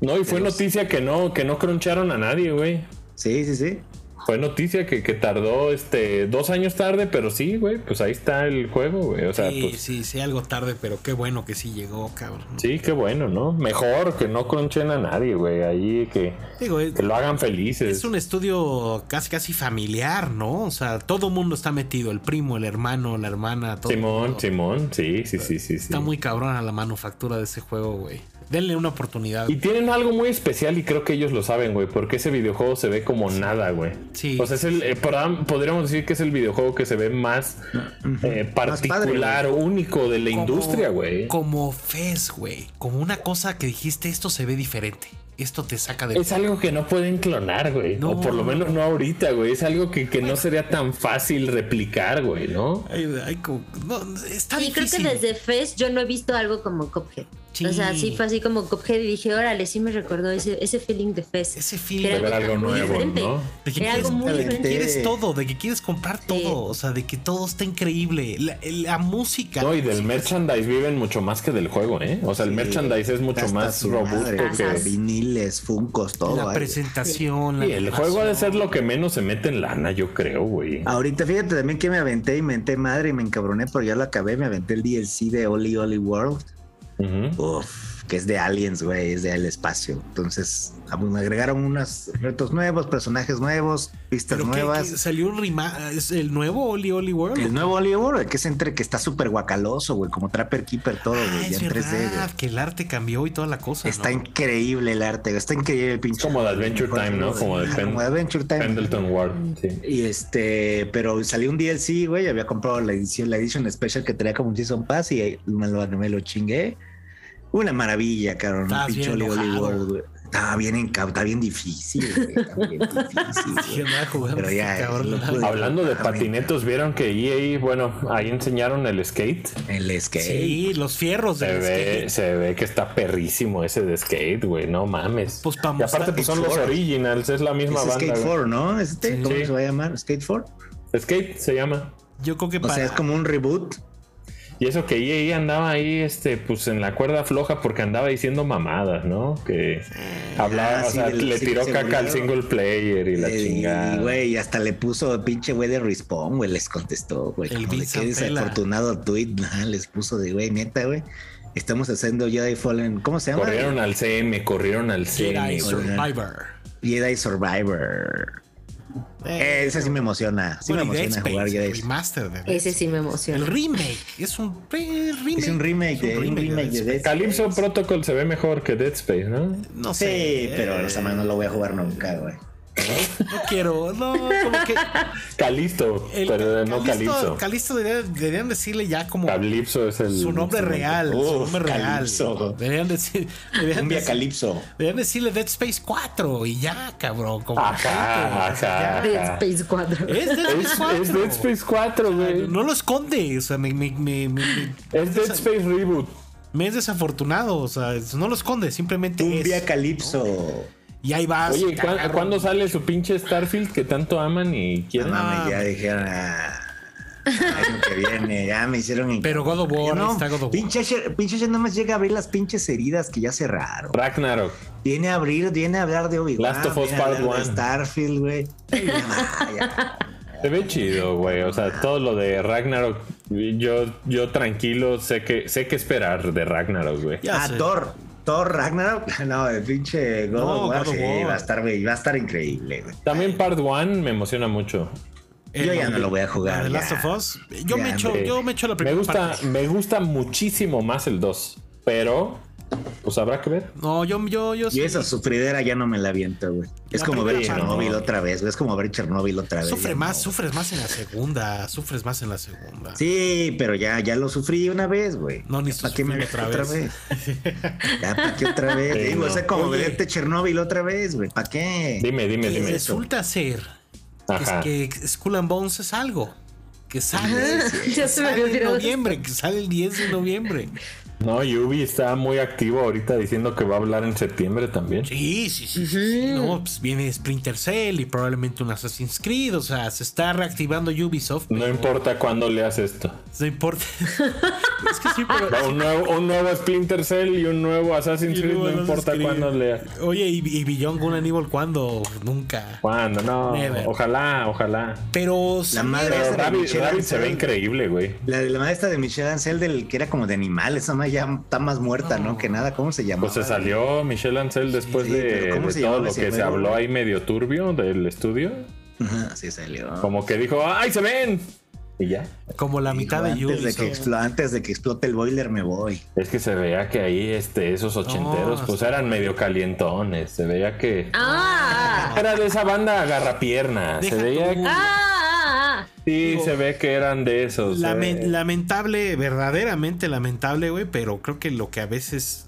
[SPEAKER 1] No, y fue noticia que no, que no croncharon a nadie, güey.
[SPEAKER 3] Sí, sí, sí.
[SPEAKER 1] Fue noticia que, que tardó este dos años tarde, pero sí, güey, pues ahí está el juego, güey. O sea,
[SPEAKER 2] sí,
[SPEAKER 1] pues
[SPEAKER 2] sí, sí, algo tarde, pero qué bueno que sí llegó, cabrón.
[SPEAKER 1] sí, qué bueno, ¿no? Mejor que no cronchen a nadie, güey. Ahí que,
[SPEAKER 2] Digo, es,
[SPEAKER 1] que lo hagan felices.
[SPEAKER 2] es un estudio casi, casi familiar, ¿no? O sea, todo mundo está metido, el primo, el hermano, la hermana, todo.
[SPEAKER 1] Simón,
[SPEAKER 2] todo.
[SPEAKER 1] Simón, sí, sí, sí, sí. sí.
[SPEAKER 2] Está muy cabrón a la manufactura de ese juego, güey. Denle una oportunidad.
[SPEAKER 1] Y tienen algo muy especial y creo que ellos lo saben, güey, porque ese videojuego se ve como nada, güey.
[SPEAKER 2] Sí.
[SPEAKER 1] O sea, es el, eh, podrán- podríamos decir que es el videojuego que se ve más
[SPEAKER 3] Ah,
[SPEAKER 1] eh, particular, único de la
[SPEAKER 2] Como-
[SPEAKER 1] industria, güey.
[SPEAKER 2] Como Fez, güey. Como una cosa que dijiste, esto se ve diferente. Esto te saca de...
[SPEAKER 1] Es algo que no pueden clonar, güey.
[SPEAKER 2] No.
[SPEAKER 1] O por lo menos no ahorita, güey. Es algo que, que no sería tan fácil replicar, güey, ¿no?
[SPEAKER 2] Ay, ay, como- no, está
[SPEAKER 4] Y creo que
[SPEAKER 2] difícil.
[SPEAKER 4] desde Fez yo no he visto algo como Cuphead.
[SPEAKER 2] Sí.
[SPEAKER 4] O sea, sí fue así como Cuphead y dije, órale, sí me recordó ese, ese feeling de Fez.
[SPEAKER 2] Ese
[SPEAKER 4] Que
[SPEAKER 2] feeling...
[SPEAKER 4] era
[SPEAKER 1] De ver algo
[SPEAKER 4] muy
[SPEAKER 1] nuevo,
[SPEAKER 4] diferente.
[SPEAKER 1] ¿no?
[SPEAKER 2] De que
[SPEAKER 4] Era
[SPEAKER 2] quieres,
[SPEAKER 4] algo muy
[SPEAKER 2] de que
[SPEAKER 4] diferente.
[SPEAKER 2] quieres todo, de que quieres comprar todo, o sea, de que todo está increíble. La, la música.
[SPEAKER 1] No, y
[SPEAKER 2] la
[SPEAKER 1] del
[SPEAKER 2] música es-
[SPEAKER 1] merchandise viven mucho más que del juego, ¿eh? O sea, el
[SPEAKER 3] Sí.
[SPEAKER 1] merchandise es mucho
[SPEAKER 3] Hasta
[SPEAKER 1] más
[SPEAKER 3] su madre,
[SPEAKER 1] robusto
[SPEAKER 3] hasta
[SPEAKER 1] que...
[SPEAKER 4] Ajá.
[SPEAKER 3] Viniles, funcos, todo.
[SPEAKER 2] La
[SPEAKER 3] ay, güey.
[SPEAKER 2] presentación. la
[SPEAKER 1] Y el
[SPEAKER 2] animación.
[SPEAKER 1] juego ha de ser lo que menos se mete en lana, yo creo, güey.
[SPEAKER 3] Ahorita fíjate también que me aventé y me menté madre y me encabroné, pero ya lo acabé. Me aventé el DLC de Oli Oli World.
[SPEAKER 1] Ujú.
[SPEAKER 3] Uf, que es de aliens, güey, es del espacio. Entonces, ah, bueno, agregaron unos retos nuevos, personajes nuevos, pistas
[SPEAKER 2] Pero que-
[SPEAKER 3] nuevas.
[SPEAKER 2] que salió un rima es el nuevo Oli Oli World.
[SPEAKER 3] El nuevo Oli Oli World, que es entre que está súper guacaloso, güey, como Trapper Keeper, todo,
[SPEAKER 2] Ah,
[SPEAKER 3] güey, ya
[SPEAKER 2] es
[SPEAKER 3] en 3D,
[SPEAKER 2] verdad,
[SPEAKER 3] güey.
[SPEAKER 2] que el arte cambió y toda la cosa.
[SPEAKER 3] Está
[SPEAKER 2] ¿no?
[SPEAKER 3] increíble el arte, güey, está increíble el pinche.
[SPEAKER 1] como de Adventure Time, ¿no? Como de
[SPEAKER 3] Ah,
[SPEAKER 1] Pen-
[SPEAKER 3] como de Adventure Time.
[SPEAKER 1] Pendleton Ward, sí.
[SPEAKER 3] Y este, pero salió un DLC, güey. Había comprado la edición, la edición especial que tenía como un Season Pass y me lo, me lo chingué. Una maravilla, cabrón.
[SPEAKER 2] Estabas
[SPEAKER 3] Un pinche
[SPEAKER 2] bien
[SPEAKER 3] Oli Oli
[SPEAKER 2] enojado.
[SPEAKER 3] World, güey. Estaba bien enca- está bien difícil, güey. Está bien difícil,
[SPEAKER 2] Dije,
[SPEAKER 3] güey.
[SPEAKER 2] "No voy a jugar
[SPEAKER 3] Pero
[SPEAKER 2] este
[SPEAKER 3] ya,
[SPEAKER 2] cabrón".
[SPEAKER 3] lo pude-
[SPEAKER 1] Hablando de patinetos, vieron que EA, bueno, ahí enseñaron el skate.
[SPEAKER 3] El skate.
[SPEAKER 2] Sí, los fierros
[SPEAKER 1] Se
[SPEAKER 2] del
[SPEAKER 1] ve,
[SPEAKER 2] skate.
[SPEAKER 1] se ve que está perrísimo ese de skate, güey, no mames.
[SPEAKER 2] Pues pa'
[SPEAKER 1] y aparte pues, son los
[SPEAKER 3] mostrar-
[SPEAKER 1] originals, es la misma
[SPEAKER 3] Es
[SPEAKER 1] banda.
[SPEAKER 3] Skate
[SPEAKER 1] güey.
[SPEAKER 3] 4, ¿no? Este,
[SPEAKER 2] Sí.
[SPEAKER 3] ¿Cómo
[SPEAKER 1] Sí.
[SPEAKER 3] se va a llamar? ¿Skate 4?
[SPEAKER 1] Skate se llama.
[SPEAKER 2] Yo creo que
[SPEAKER 3] O
[SPEAKER 2] para.
[SPEAKER 3] sea, es como un reboot.
[SPEAKER 1] Y eso que EA andaba ahí, este, pues en la cuerda floja porque andaba diciendo mamadas, ¿no? Que hablaba,
[SPEAKER 3] Ah,
[SPEAKER 1] o
[SPEAKER 3] sí,
[SPEAKER 1] sea,
[SPEAKER 3] del-
[SPEAKER 1] le
[SPEAKER 3] sí,
[SPEAKER 1] tiró
[SPEAKER 3] se
[SPEAKER 1] caca al
[SPEAKER 3] murieron.
[SPEAKER 1] single player y la
[SPEAKER 3] Eh,
[SPEAKER 1] chingada.
[SPEAKER 3] Y, güey, hasta le puso pinche güey de respawn, güey, les contestó, güey.
[SPEAKER 2] El
[SPEAKER 3] como de
[SPEAKER 2] Vince
[SPEAKER 3] qué
[SPEAKER 2] Zampella.
[SPEAKER 3] desafortunado tweet, ajá, les puso de, güey, neta, güey. Estamos haciendo Jedi Fallen, ¿cómo se llama?
[SPEAKER 1] corrieron al CM, corrieron al
[SPEAKER 2] Jedi
[SPEAKER 1] CM. güey.
[SPEAKER 2] Survivor.
[SPEAKER 3] Jedi Survivor. Eh, ese sí me emociona. Sí
[SPEAKER 2] Bueno, y
[SPEAKER 3] me
[SPEAKER 2] Dead
[SPEAKER 3] emociona
[SPEAKER 2] Space,
[SPEAKER 3] jugar
[SPEAKER 2] el
[SPEAKER 3] Dead Space.
[SPEAKER 2] remaster de Dead
[SPEAKER 4] Ese sí me
[SPEAKER 2] El
[SPEAKER 4] emociona.
[SPEAKER 2] remake. Es un re- remake.
[SPEAKER 3] Es un remake, de, un remake de Dead Space.
[SPEAKER 1] Calypso Protocol se ve mejor que Dead Space, ¿no?
[SPEAKER 2] No
[SPEAKER 3] Sí,
[SPEAKER 2] sé.
[SPEAKER 3] pero
[SPEAKER 2] eh,
[SPEAKER 3] esa mano no lo voy a jugar nunca, güey.
[SPEAKER 2] No quiero. No, como que.
[SPEAKER 1] Calisto,
[SPEAKER 2] el
[SPEAKER 1] pero no
[SPEAKER 2] Calisto,
[SPEAKER 1] Calypso.
[SPEAKER 2] Calisto debería- deberían decirle ya como.
[SPEAKER 1] Calypso es el.
[SPEAKER 2] Su nombre real. su
[SPEAKER 3] Mm, Uf,
[SPEAKER 2] nombre real.
[SPEAKER 3] Calypso.
[SPEAKER 2] Deberían decir. Deberían
[SPEAKER 3] Un día
[SPEAKER 2] decir-
[SPEAKER 3] Calypso.
[SPEAKER 2] Deberían decirle Dead Space 4 y ya, cabrón. Como
[SPEAKER 3] Ah.
[SPEAKER 1] Ajá,
[SPEAKER 2] gente, o sea,
[SPEAKER 1] ajá.
[SPEAKER 2] ya.
[SPEAKER 4] Dead Space 4.
[SPEAKER 2] Es Dead
[SPEAKER 1] Es,
[SPEAKER 2] Space 4.
[SPEAKER 1] es Dead Space 4, güey.
[SPEAKER 2] Ah, No lo esconde. O sea, me, me, me, me- me-
[SPEAKER 1] Es Dead Space Reboot.
[SPEAKER 2] me es desafortunado. O sea, es- no lo esconde. Simplemente
[SPEAKER 3] Un
[SPEAKER 2] es.
[SPEAKER 3] día Calypso.
[SPEAKER 2] Y ahí vas.
[SPEAKER 1] Oye, ¿cuá-
[SPEAKER 2] cagar-
[SPEAKER 1] ¿cuándo sale su pinche Starfield que tanto aman y quieren?
[SPEAKER 3] No mames,
[SPEAKER 2] Ah.
[SPEAKER 3] ya dijeron. ah, año que viene, ya me hicieron. inc-
[SPEAKER 2] Pero God of War,
[SPEAKER 3] no,
[SPEAKER 2] está God of War.
[SPEAKER 3] Pinche Asher, pinche Asher nada más llega a abrir las pinches heridas que ya cerraron.
[SPEAKER 1] Ragnarok.
[SPEAKER 3] Viene a abrir, viene a hablar de Obi-Wan.
[SPEAKER 1] Last of Us
[SPEAKER 3] viene a
[SPEAKER 1] Part
[SPEAKER 3] hablar de
[SPEAKER 1] One.
[SPEAKER 3] Starfield, güey. Ya, ya.
[SPEAKER 1] Se ve chido, güey. O sea, todo lo de Ragnarok. Yo, yo tranquilo, sé que, sé qué esperar de Ragnarok, güey.
[SPEAKER 2] Ya
[SPEAKER 3] ah,
[SPEAKER 2] sé.
[SPEAKER 3] Thor. Thor Ragnarok. No, el pinche God
[SPEAKER 2] No,
[SPEAKER 3] of War.
[SPEAKER 2] God of
[SPEAKER 3] sí,
[SPEAKER 2] War.
[SPEAKER 3] va a estar, güey, va a estar increíble, güey.
[SPEAKER 1] También Part 1 me emociona mucho.
[SPEAKER 2] El-
[SPEAKER 3] Yo ya no lo voy a jugar.
[SPEAKER 2] la de
[SPEAKER 3] ya.
[SPEAKER 2] Last of Us. Yo
[SPEAKER 3] Ya,
[SPEAKER 2] me echo,
[SPEAKER 1] Eh,
[SPEAKER 2] yo me echo la
[SPEAKER 1] me
[SPEAKER 2] primera
[SPEAKER 1] gusta,
[SPEAKER 2] parte.
[SPEAKER 1] me gusta muchísimo más el 2. Pero, pues habrá que ver.
[SPEAKER 2] No, yo, yo, yo
[SPEAKER 3] Y
[SPEAKER 2] sí.
[SPEAKER 3] esa sufridera ya no me la aviento, güey. Es
[SPEAKER 2] La
[SPEAKER 3] como ver
[SPEAKER 2] primera
[SPEAKER 3] Chernobyl
[SPEAKER 1] parte.
[SPEAKER 3] otra vez, güey. Es como ver Chernobyl otra vez.
[SPEAKER 2] Sufre
[SPEAKER 3] ya
[SPEAKER 2] más,
[SPEAKER 3] no.
[SPEAKER 2] sufres más en la segunda, sufres más en la segunda.
[SPEAKER 3] Sí, pero ya, ya lo sufrí una vez, güey.
[SPEAKER 2] No, ni
[SPEAKER 3] ¿Para qué me
[SPEAKER 2] sufrirlo otra
[SPEAKER 3] otra vez? ya, ¿para qué otra vez?
[SPEAKER 1] Sí,
[SPEAKER 3] Digo,
[SPEAKER 1] no.
[SPEAKER 3] o sea, como
[SPEAKER 2] Oye.
[SPEAKER 3] verte Chernobyl otra vez, güey. ¿Para qué?
[SPEAKER 1] Dime, dime,
[SPEAKER 2] Y
[SPEAKER 1] dime.
[SPEAKER 2] Eh, resulta ser
[SPEAKER 1] Ajá.
[SPEAKER 2] que, es que Skull and Bones es algo que sale,
[SPEAKER 4] Ya se me
[SPEAKER 2] sale
[SPEAKER 4] había
[SPEAKER 2] en
[SPEAKER 4] olvidado.
[SPEAKER 2] noviembre, que sale el 10 de noviembre.
[SPEAKER 1] No, Yubi está muy activo ahorita diciendo que va a hablar en septiembre también.
[SPEAKER 2] Sí, sí, sí. sí, sí, No, pues viene Splinter Cell y probablemente un Assassin's Creed. O sea, se está reactivando Ubisoft.
[SPEAKER 1] No
[SPEAKER 2] pero
[SPEAKER 1] importa cuándo leas esto.
[SPEAKER 2] No importa. es que sí, pero.
[SPEAKER 1] Va Un nuevo, un nuevo Splinter Cell y un nuevo Assassin's
[SPEAKER 2] Y
[SPEAKER 1] Creed,
[SPEAKER 2] luego
[SPEAKER 1] no
[SPEAKER 2] nos
[SPEAKER 1] importa
[SPEAKER 2] escribe.
[SPEAKER 1] cuándo leas.
[SPEAKER 2] Oye, ¿y, y Beyond Good and Evil cuándo? Nunca.
[SPEAKER 1] ¿Cuándo? No,
[SPEAKER 2] Never.
[SPEAKER 1] ojalá, ojalá.
[SPEAKER 2] Pero sí, era-
[SPEAKER 3] madre
[SPEAKER 1] Pero
[SPEAKER 3] Esa de
[SPEAKER 1] Rabbit,
[SPEAKER 3] Michelle
[SPEAKER 1] Rabbit se ve
[SPEAKER 3] Ansel.
[SPEAKER 1] increíble, güey.
[SPEAKER 3] La, la maestra de Michelle Ancel, del que era como de animal, esa más ya está más muerta, ¿no? Que nada, ¿cómo se llamaba?
[SPEAKER 1] Pues se salió Michelle Ansel después
[SPEAKER 3] sí,
[SPEAKER 1] de,
[SPEAKER 3] pero ¿cómo
[SPEAKER 1] de
[SPEAKER 3] se
[SPEAKER 1] todo
[SPEAKER 3] llamaba
[SPEAKER 1] lo
[SPEAKER 3] ese
[SPEAKER 1] que se
[SPEAKER 3] juego?
[SPEAKER 1] habló ahí medio turbio del estudio.
[SPEAKER 3] Ajá, sí salió.
[SPEAKER 1] Como que dijo, ¡ay, se ven! Y ya.
[SPEAKER 2] como la
[SPEAKER 3] Dijo,
[SPEAKER 2] mitad de
[SPEAKER 3] antes de,
[SPEAKER 2] Ubisoft.
[SPEAKER 3] que explo- antes de que explote el boiler me voy.
[SPEAKER 1] Es que se veía que ahí este, esos ochenteros
[SPEAKER 2] No,
[SPEAKER 1] pues
[SPEAKER 2] sí.
[SPEAKER 1] eran medio calientones. Se veía que...
[SPEAKER 4] Ah, ah,
[SPEAKER 1] Era de esa banda agarrapierna. Se
[SPEAKER 2] Deja
[SPEAKER 1] veía
[SPEAKER 2] tú.
[SPEAKER 1] que...
[SPEAKER 4] ah, ah.
[SPEAKER 1] Sí,
[SPEAKER 2] Digo,
[SPEAKER 1] se ve que eran de esos.
[SPEAKER 2] Lame-
[SPEAKER 1] eh.
[SPEAKER 2] lamentable, verdaderamente lamentable, güey, pero creo que lo que a veces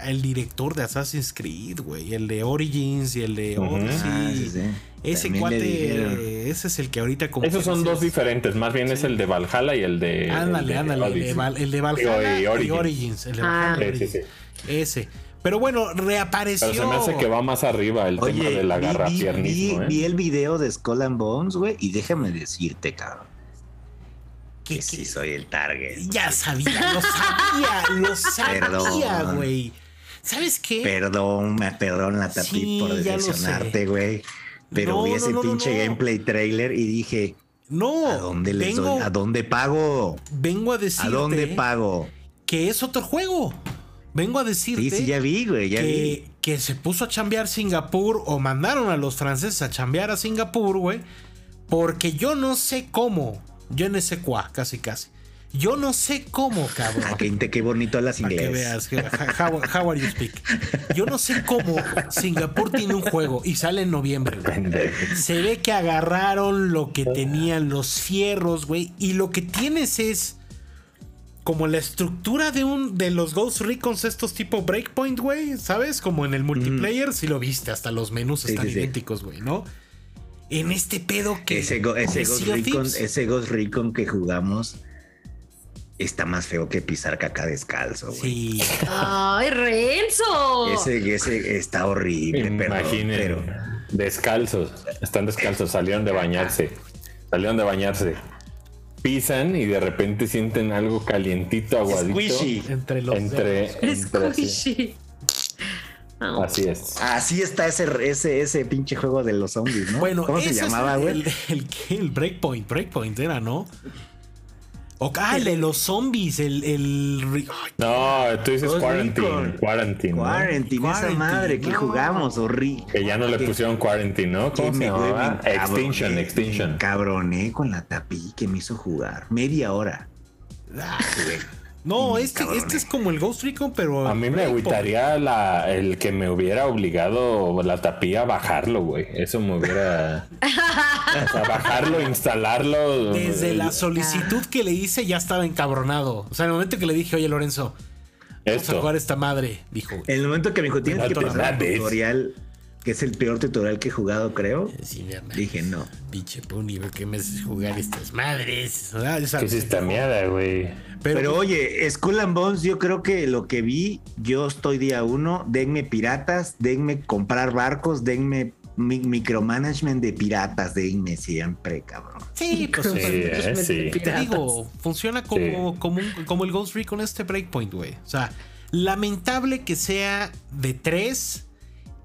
[SPEAKER 2] el director de Assassin's Creed, güey, el de Origins y el de
[SPEAKER 1] Ujú.
[SPEAKER 2] Odyssey,
[SPEAKER 3] Ah, sí, sí.
[SPEAKER 2] ese
[SPEAKER 3] También le dijeron.
[SPEAKER 2] cuate, ese es el que ahorita como
[SPEAKER 1] Esos
[SPEAKER 2] que
[SPEAKER 1] son
[SPEAKER 2] dices,
[SPEAKER 1] dos diferentes. Más bien es el de Valhalla y el de. el
[SPEAKER 2] Ándale,
[SPEAKER 1] de
[SPEAKER 2] ándale, el de,
[SPEAKER 1] Odyssey.
[SPEAKER 2] Val- el de
[SPEAKER 1] Digo,
[SPEAKER 2] Valhalla
[SPEAKER 1] y Origins.
[SPEAKER 2] el de
[SPEAKER 4] Ah.
[SPEAKER 2] Valhalla y
[SPEAKER 1] Sí, sí, sí.
[SPEAKER 2] Origins. ese. Pero bueno, reapareció.
[SPEAKER 1] Pero se me hace que va más arriba el tema
[SPEAKER 3] Oye,
[SPEAKER 1] del
[SPEAKER 3] vi- vi,
[SPEAKER 1] agarrapiernismo.
[SPEAKER 3] vi-
[SPEAKER 1] ¿eh?
[SPEAKER 3] vi el video de Skull and Bones, güey, y déjame decirte, cabrón,
[SPEAKER 2] ¿Qué-
[SPEAKER 3] que
[SPEAKER 2] qué-
[SPEAKER 3] sí soy el target.
[SPEAKER 2] Ya sabía, lo sabía, lo sabía,
[SPEAKER 3] Perdón.
[SPEAKER 2] güey. ¿Sabes qué?
[SPEAKER 3] Perdón, me perdón la tapit
[SPEAKER 2] Eh, Sí,
[SPEAKER 3] por
[SPEAKER 2] ya lo sé.
[SPEAKER 3] decepcionarte, güey. Pero
[SPEAKER 2] No,
[SPEAKER 3] vi
[SPEAKER 2] no,
[SPEAKER 3] ese
[SPEAKER 2] no, no,
[SPEAKER 3] pinche
[SPEAKER 2] no.
[SPEAKER 3] gameplay trailer y dije,
[SPEAKER 2] no,
[SPEAKER 3] ¿a dónde les
[SPEAKER 2] vengo,
[SPEAKER 3] doy? ¿A dónde pago?
[SPEAKER 2] vengo a decirte
[SPEAKER 3] ¿A dónde pago?
[SPEAKER 2] que es otro juego. Vengo a decirte
[SPEAKER 3] Sí, sí, ya vi, güey, ya vi.
[SPEAKER 2] que, que se puso a chambear Singapur o mandaron a los franceses a chambear a Singapur, güey. Porque yo no sé cómo. Yo no sé cuá, casi casi. Yo no sé cómo, cabrón.
[SPEAKER 3] Ah, qué, qué bonito hablas
[SPEAKER 2] Para que
[SPEAKER 3] inglés.
[SPEAKER 2] veas que- how, how are you speak. Yo no sé cómo Singapur tiene un juego y sale en noviembre. güey. Se ve que agarraron lo
[SPEAKER 3] Ah.
[SPEAKER 2] que tenían los fierros, güey. Y lo que tienes es como la estructura de un de los Ghost Recons, estos tipo Breakpoint, güey. ¿Sabes? Como en el multiplayer, si lo viste, hasta los menús
[SPEAKER 3] Sí,
[SPEAKER 2] están
[SPEAKER 3] sí, sí.
[SPEAKER 2] idénticos, güey, ¿no? En este pedo que.
[SPEAKER 3] Ese, go- ese
[SPEAKER 2] que
[SPEAKER 3] Ghost
[SPEAKER 2] Sea of
[SPEAKER 3] Recon,
[SPEAKER 2] Thieves.
[SPEAKER 3] ese Ghost Recon que jugamos está más feo que pisar caca descalzo, güey.
[SPEAKER 2] Sí.
[SPEAKER 4] ah. Ay, Renzo.
[SPEAKER 3] Ese, ese está horrible, perdón,
[SPEAKER 1] Imaginen.
[SPEAKER 3] pero
[SPEAKER 1] Descalzos. Están descalzos. Salieron de bañarse. Salieron de bañarse. Pisan y de repente sienten algo calientito, aguadito.
[SPEAKER 3] Squishy.
[SPEAKER 2] Entre los.
[SPEAKER 1] Entre. entre así.
[SPEAKER 4] Squishy. Ah.
[SPEAKER 1] Así es.
[SPEAKER 3] Así está ese, ese, ese pinche juego de los zombies, ¿no?
[SPEAKER 2] Bueno,
[SPEAKER 3] ¿Cómo se
[SPEAKER 2] ese es
[SPEAKER 3] llamaba, güey?
[SPEAKER 2] El, el, el Breakpoint, Breakpoint era, ¿no? O ah, el de los zombies, el. el... ay,
[SPEAKER 1] No, tú dices
[SPEAKER 3] Los
[SPEAKER 1] Quarantine.
[SPEAKER 3] Nikon.
[SPEAKER 1] Quarantine. ¿no?
[SPEAKER 3] Quarantine, esa
[SPEAKER 2] Quarantine,
[SPEAKER 3] madre que
[SPEAKER 2] no.
[SPEAKER 3] jugamos, horrible.
[SPEAKER 1] Que ya no le pusieron Quarantine, ¿no? ¿Cómo se llamaba? Extinction, Extinction.
[SPEAKER 3] Cabroné ¿eh? con la tapí que me hizo jugar. Media hora.
[SPEAKER 2] ah, No,
[SPEAKER 3] Mm,
[SPEAKER 2] este,
[SPEAKER 3] cabrón,
[SPEAKER 2] este es
[SPEAKER 3] eh.
[SPEAKER 2] como el Ghost Recon, pero.
[SPEAKER 1] A mí me agüitaría la, el que me hubiera obligado la tapía a bajarlo, güey. Eso me hubiera. o sea, bajarlo, instalarlo.
[SPEAKER 2] Desde
[SPEAKER 1] eh,
[SPEAKER 2] la solicitud que le hice ya estaba encabronado. O sea, en el momento que le dije, oye Lorenzo, vamos a
[SPEAKER 1] Esto.
[SPEAKER 2] jugar a esta madre, dijo.
[SPEAKER 3] En el momento que me dijo, tienes que
[SPEAKER 1] Otro
[SPEAKER 3] pasar
[SPEAKER 1] Hernandez.
[SPEAKER 3] el tutorial, que es el peor tutorial que he jugado, creo.
[SPEAKER 2] Sí, mi hermano,
[SPEAKER 3] Dije, no.
[SPEAKER 2] pinche pony, ¿por qué me haces jugar estas madres? Ah, ya
[SPEAKER 1] ¿Qué
[SPEAKER 2] sabes.
[SPEAKER 1] es esta mierda, güey?
[SPEAKER 3] Pero,
[SPEAKER 2] Pero,
[SPEAKER 3] oye, Skull and Bones, yo creo que lo que vi, yo estoy día uno, denme piratas, denme comprar barcos, denme mi- micromanagement de piratas, denme siempre, cabrón.
[SPEAKER 2] sí, pues
[SPEAKER 1] Sí, eh, sí.
[SPEAKER 2] te digo, funciona como,
[SPEAKER 1] Sí.
[SPEAKER 2] como, un- como el Ghost Recon este Breakpoint, güey. O sea, lamentable que sea de tres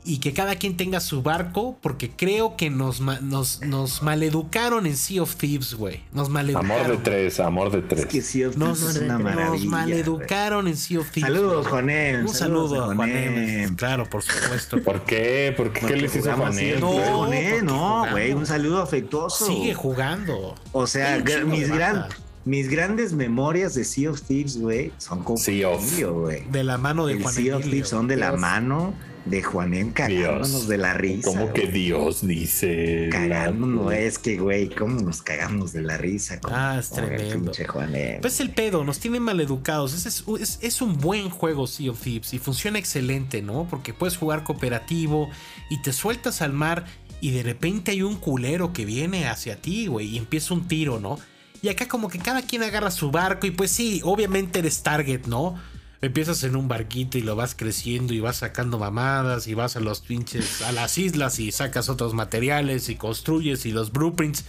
[SPEAKER 2] y que cada quien tenga su barco, porque creo que nos, ma- nos, nos maleducaron en Sea of Thieves, güey. Nos maleducaron.
[SPEAKER 1] Amor de tres, amor de tres.
[SPEAKER 3] Es que sí,
[SPEAKER 2] Nos,
[SPEAKER 3] es una
[SPEAKER 2] nos
[SPEAKER 3] maravilla. güey.
[SPEAKER 2] maleducaron en Sea of Thieves.
[SPEAKER 3] Saludos, Em.
[SPEAKER 2] güey.
[SPEAKER 3] Jonem.
[SPEAKER 2] Un saludo a
[SPEAKER 3] saludos,
[SPEAKER 2] Juan Em. M. Claro, por supuesto.
[SPEAKER 1] ¿Por qué? ¿Por qué? ¿Qué les hizo Em?
[SPEAKER 3] Jugamos así
[SPEAKER 1] Juanel?
[SPEAKER 3] el
[SPEAKER 2] No,
[SPEAKER 1] güey?
[SPEAKER 3] juego, ¿eh?
[SPEAKER 2] porque
[SPEAKER 3] No,
[SPEAKER 2] jugamos.
[SPEAKER 3] güey, un saludo afectuoso.
[SPEAKER 2] Sigue jugando.
[SPEAKER 3] O
[SPEAKER 2] Tiene
[SPEAKER 3] sea,
[SPEAKER 2] un
[SPEAKER 3] gra-
[SPEAKER 2] chingo
[SPEAKER 3] mis,
[SPEAKER 2] de
[SPEAKER 3] gran-
[SPEAKER 2] banda.
[SPEAKER 3] mis grandes memorias de Sea of Thieves, güey, son con
[SPEAKER 1] Sea of.
[SPEAKER 3] Emilio, güey.
[SPEAKER 2] De la mano de
[SPEAKER 3] El
[SPEAKER 2] Juan
[SPEAKER 3] Sea of
[SPEAKER 2] Emilio.
[SPEAKER 3] Thieves son de la
[SPEAKER 4] Dios.
[SPEAKER 3] mano de Juanen cagándonos
[SPEAKER 1] Dios.
[SPEAKER 3] de la risa.
[SPEAKER 1] ¿Cómo que
[SPEAKER 3] güey.
[SPEAKER 1] Dios dice?
[SPEAKER 3] Cagándonos,
[SPEAKER 1] La-
[SPEAKER 3] es que, güey, cómo nos cagamos de la risa. Con,
[SPEAKER 2] Ah, es
[SPEAKER 3] con el
[SPEAKER 2] tremendo.
[SPEAKER 3] pinche Em? Juanem.
[SPEAKER 2] Pues el pedo, nos tienen maleducados. Ese Es, es, es un buen juego Sea of Thieves y funciona excelente, ¿no? Porque puedes jugar cooperativo y te sueltas al mar y de repente hay un culero que viene hacia ti, güey, y empieza un tiro, ¿no? Y acá como que cada quien agarra su barco y pues sí, obviamente eres target, ¿no? Empiezas en un barquito y lo vas creciendo y vas sacando mamadas y vas a los pinches, a las islas y sacas otros materiales y construyes y los blueprints.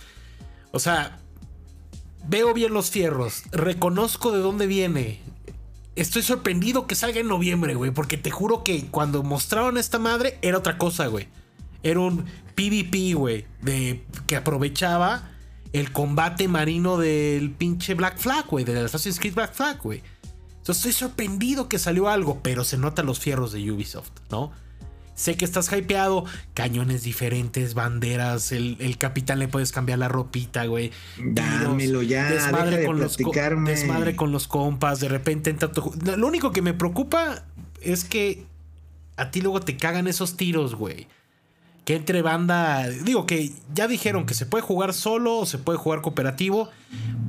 [SPEAKER 2] O sea, Veo bien los fierros, reconozco de dónde viene. Estoy sorprendido que salga en noviembre, güey, porque te juro que cuando mostraron esta madre era otra cosa, güey. Era un PvP, güey, de que aprovechaba el combate marino del pinche Black Flag, güey, del Assassin's Creed Black Flag, güey. Entonces estoy sorprendido que salió algo, pero se notan los fierros de Ubisoft, ¿no? Sé que estás hypeado, cañones diferentes, banderas, el, el capitán le puedes cambiar la ropita, güey. tiros,
[SPEAKER 3] Dámelo ya, deja de
[SPEAKER 2] los co-
[SPEAKER 3] platicarme.
[SPEAKER 2] desmadre con los compas, de repente entra tu... ju- Lo único que me preocupa es que a ti luego te cagan esos tiros, güey. Que entre banda, digo que ya dijeron que se puede jugar solo o se puede jugar cooperativo.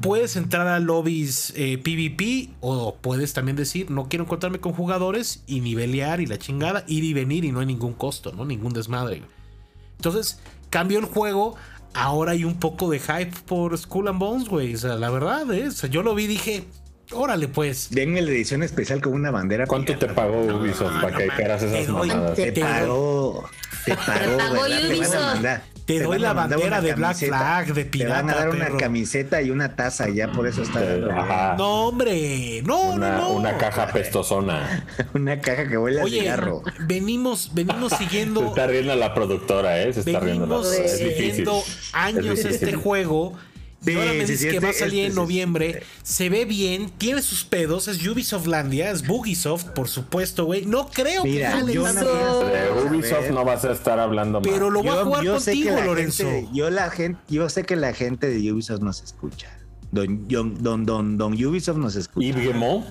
[SPEAKER 2] Puedes entrar a lobbies eh, PvP o puedes también decir, no quiero encontrarme con jugadores y nivelear y la chingada, ir y venir y no hay ningún costo, ¿no? Ningún desmadre. Entonces, cambió el juego. Ahora hay un poco de hype por Skull and Bones, güey. O sea, la verdad es, yo lo vi y dije, órale pues.
[SPEAKER 3] Denme la edición especial con una bandera.
[SPEAKER 1] ¿Cuánto te
[SPEAKER 3] pirata.
[SPEAKER 1] pagó Ubisoft para que caras esas
[SPEAKER 2] Te doy-
[SPEAKER 1] mamadas?
[SPEAKER 4] te-
[SPEAKER 3] Te pagó. Te pagó,
[SPEAKER 4] pagó
[SPEAKER 3] ¿verdad? Te van a
[SPEAKER 4] Ubisoft.
[SPEAKER 3] mandar-
[SPEAKER 2] Te doy
[SPEAKER 3] van a
[SPEAKER 2] la
[SPEAKER 3] mandar
[SPEAKER 2] bandera
[SPEAKER 3] una
[SPEAKER 2] de Black
[SPEAKER 3] camiseta.
[SPEAKER 2] Flag, de
[SPEAKER 3] Te van a
[SPEAKER 2] pirata, perro.
[SPEAKER 3] dar una camiseta y una taza, ya por eso está dando, güey.
[SPEAKER 1] Ajá.
[SPEAKER 2] No, hombre, no,
[SPEAKER 1] una,
[SPEAKER 2] no, no.
[SPEAKER 1] una caja pestozona.
[SPEAKER 3] Una caja que huele a
[SPEAKER 2] Oye,
[SPEAKER 3] cigarro.
[SPEAKER 2] venimos, venimos
[SPEAKER 1] Se
[SPEAKER 2] siguiendo,
[SPEAKER 1] está riendo la productora, ¿eh? Se está riendo la
[SPEAKER 2] venimos
[SPEAKER 1] productora. Es difícil.
[SPEAKER 2] siguiendo años
[SPEAKER 1] Es difícil.
[SPEAKER 2] este juego.
[SPEAKER 3] Sí,
[SPEAKER 2] y ahora me
[SPEAKER 3] sí,
[SPEAKER 2] dices
[SPEAKER 3] sí,
[SPEAKER 2] que
[SPEAKER 3] este-
[SPEAKER 2] va a salir
[SPEAKER 3] este
[SPEAKER 2] en
[SPEAKER 3] sí,
[SPEAKER 2] noviembre.
[SPEAKER 3] sí.
[SPEAKER 2] Se ve bien, tiene sus pedos. Es Ubisoftlandia, es Bugisoft, por supuesto, güey. No creo
[SPEAKER 3] Mira,
[SPEAKER 2] que jale
[SPEAKER 3] yo
[SPEAKER 2] tanto.
[SPEAKER 4] no-
[SPEAKER 1] De
[SPEAKER 3] Vamos a
[SPEAKER 1] Ubisoft
[SPEAKER 3] ver.
[SPEAKER 1] no vas a estar hablando más.
[SPEAKER 2] Pero lo voy a jugar
[SPEAKER 3] sé que
[SPEAKER 2] contigo,
[SPEAKER 3] la
[SPEAKER 2] Lorenzo.
[SPEAKER 3] gente- yo la gente, yo sé que la gente de Ubisoft nos escucha. Don, don, don, don, don Ubisoft nos escucha.
[SPEAKER 1] Yves Guillemot,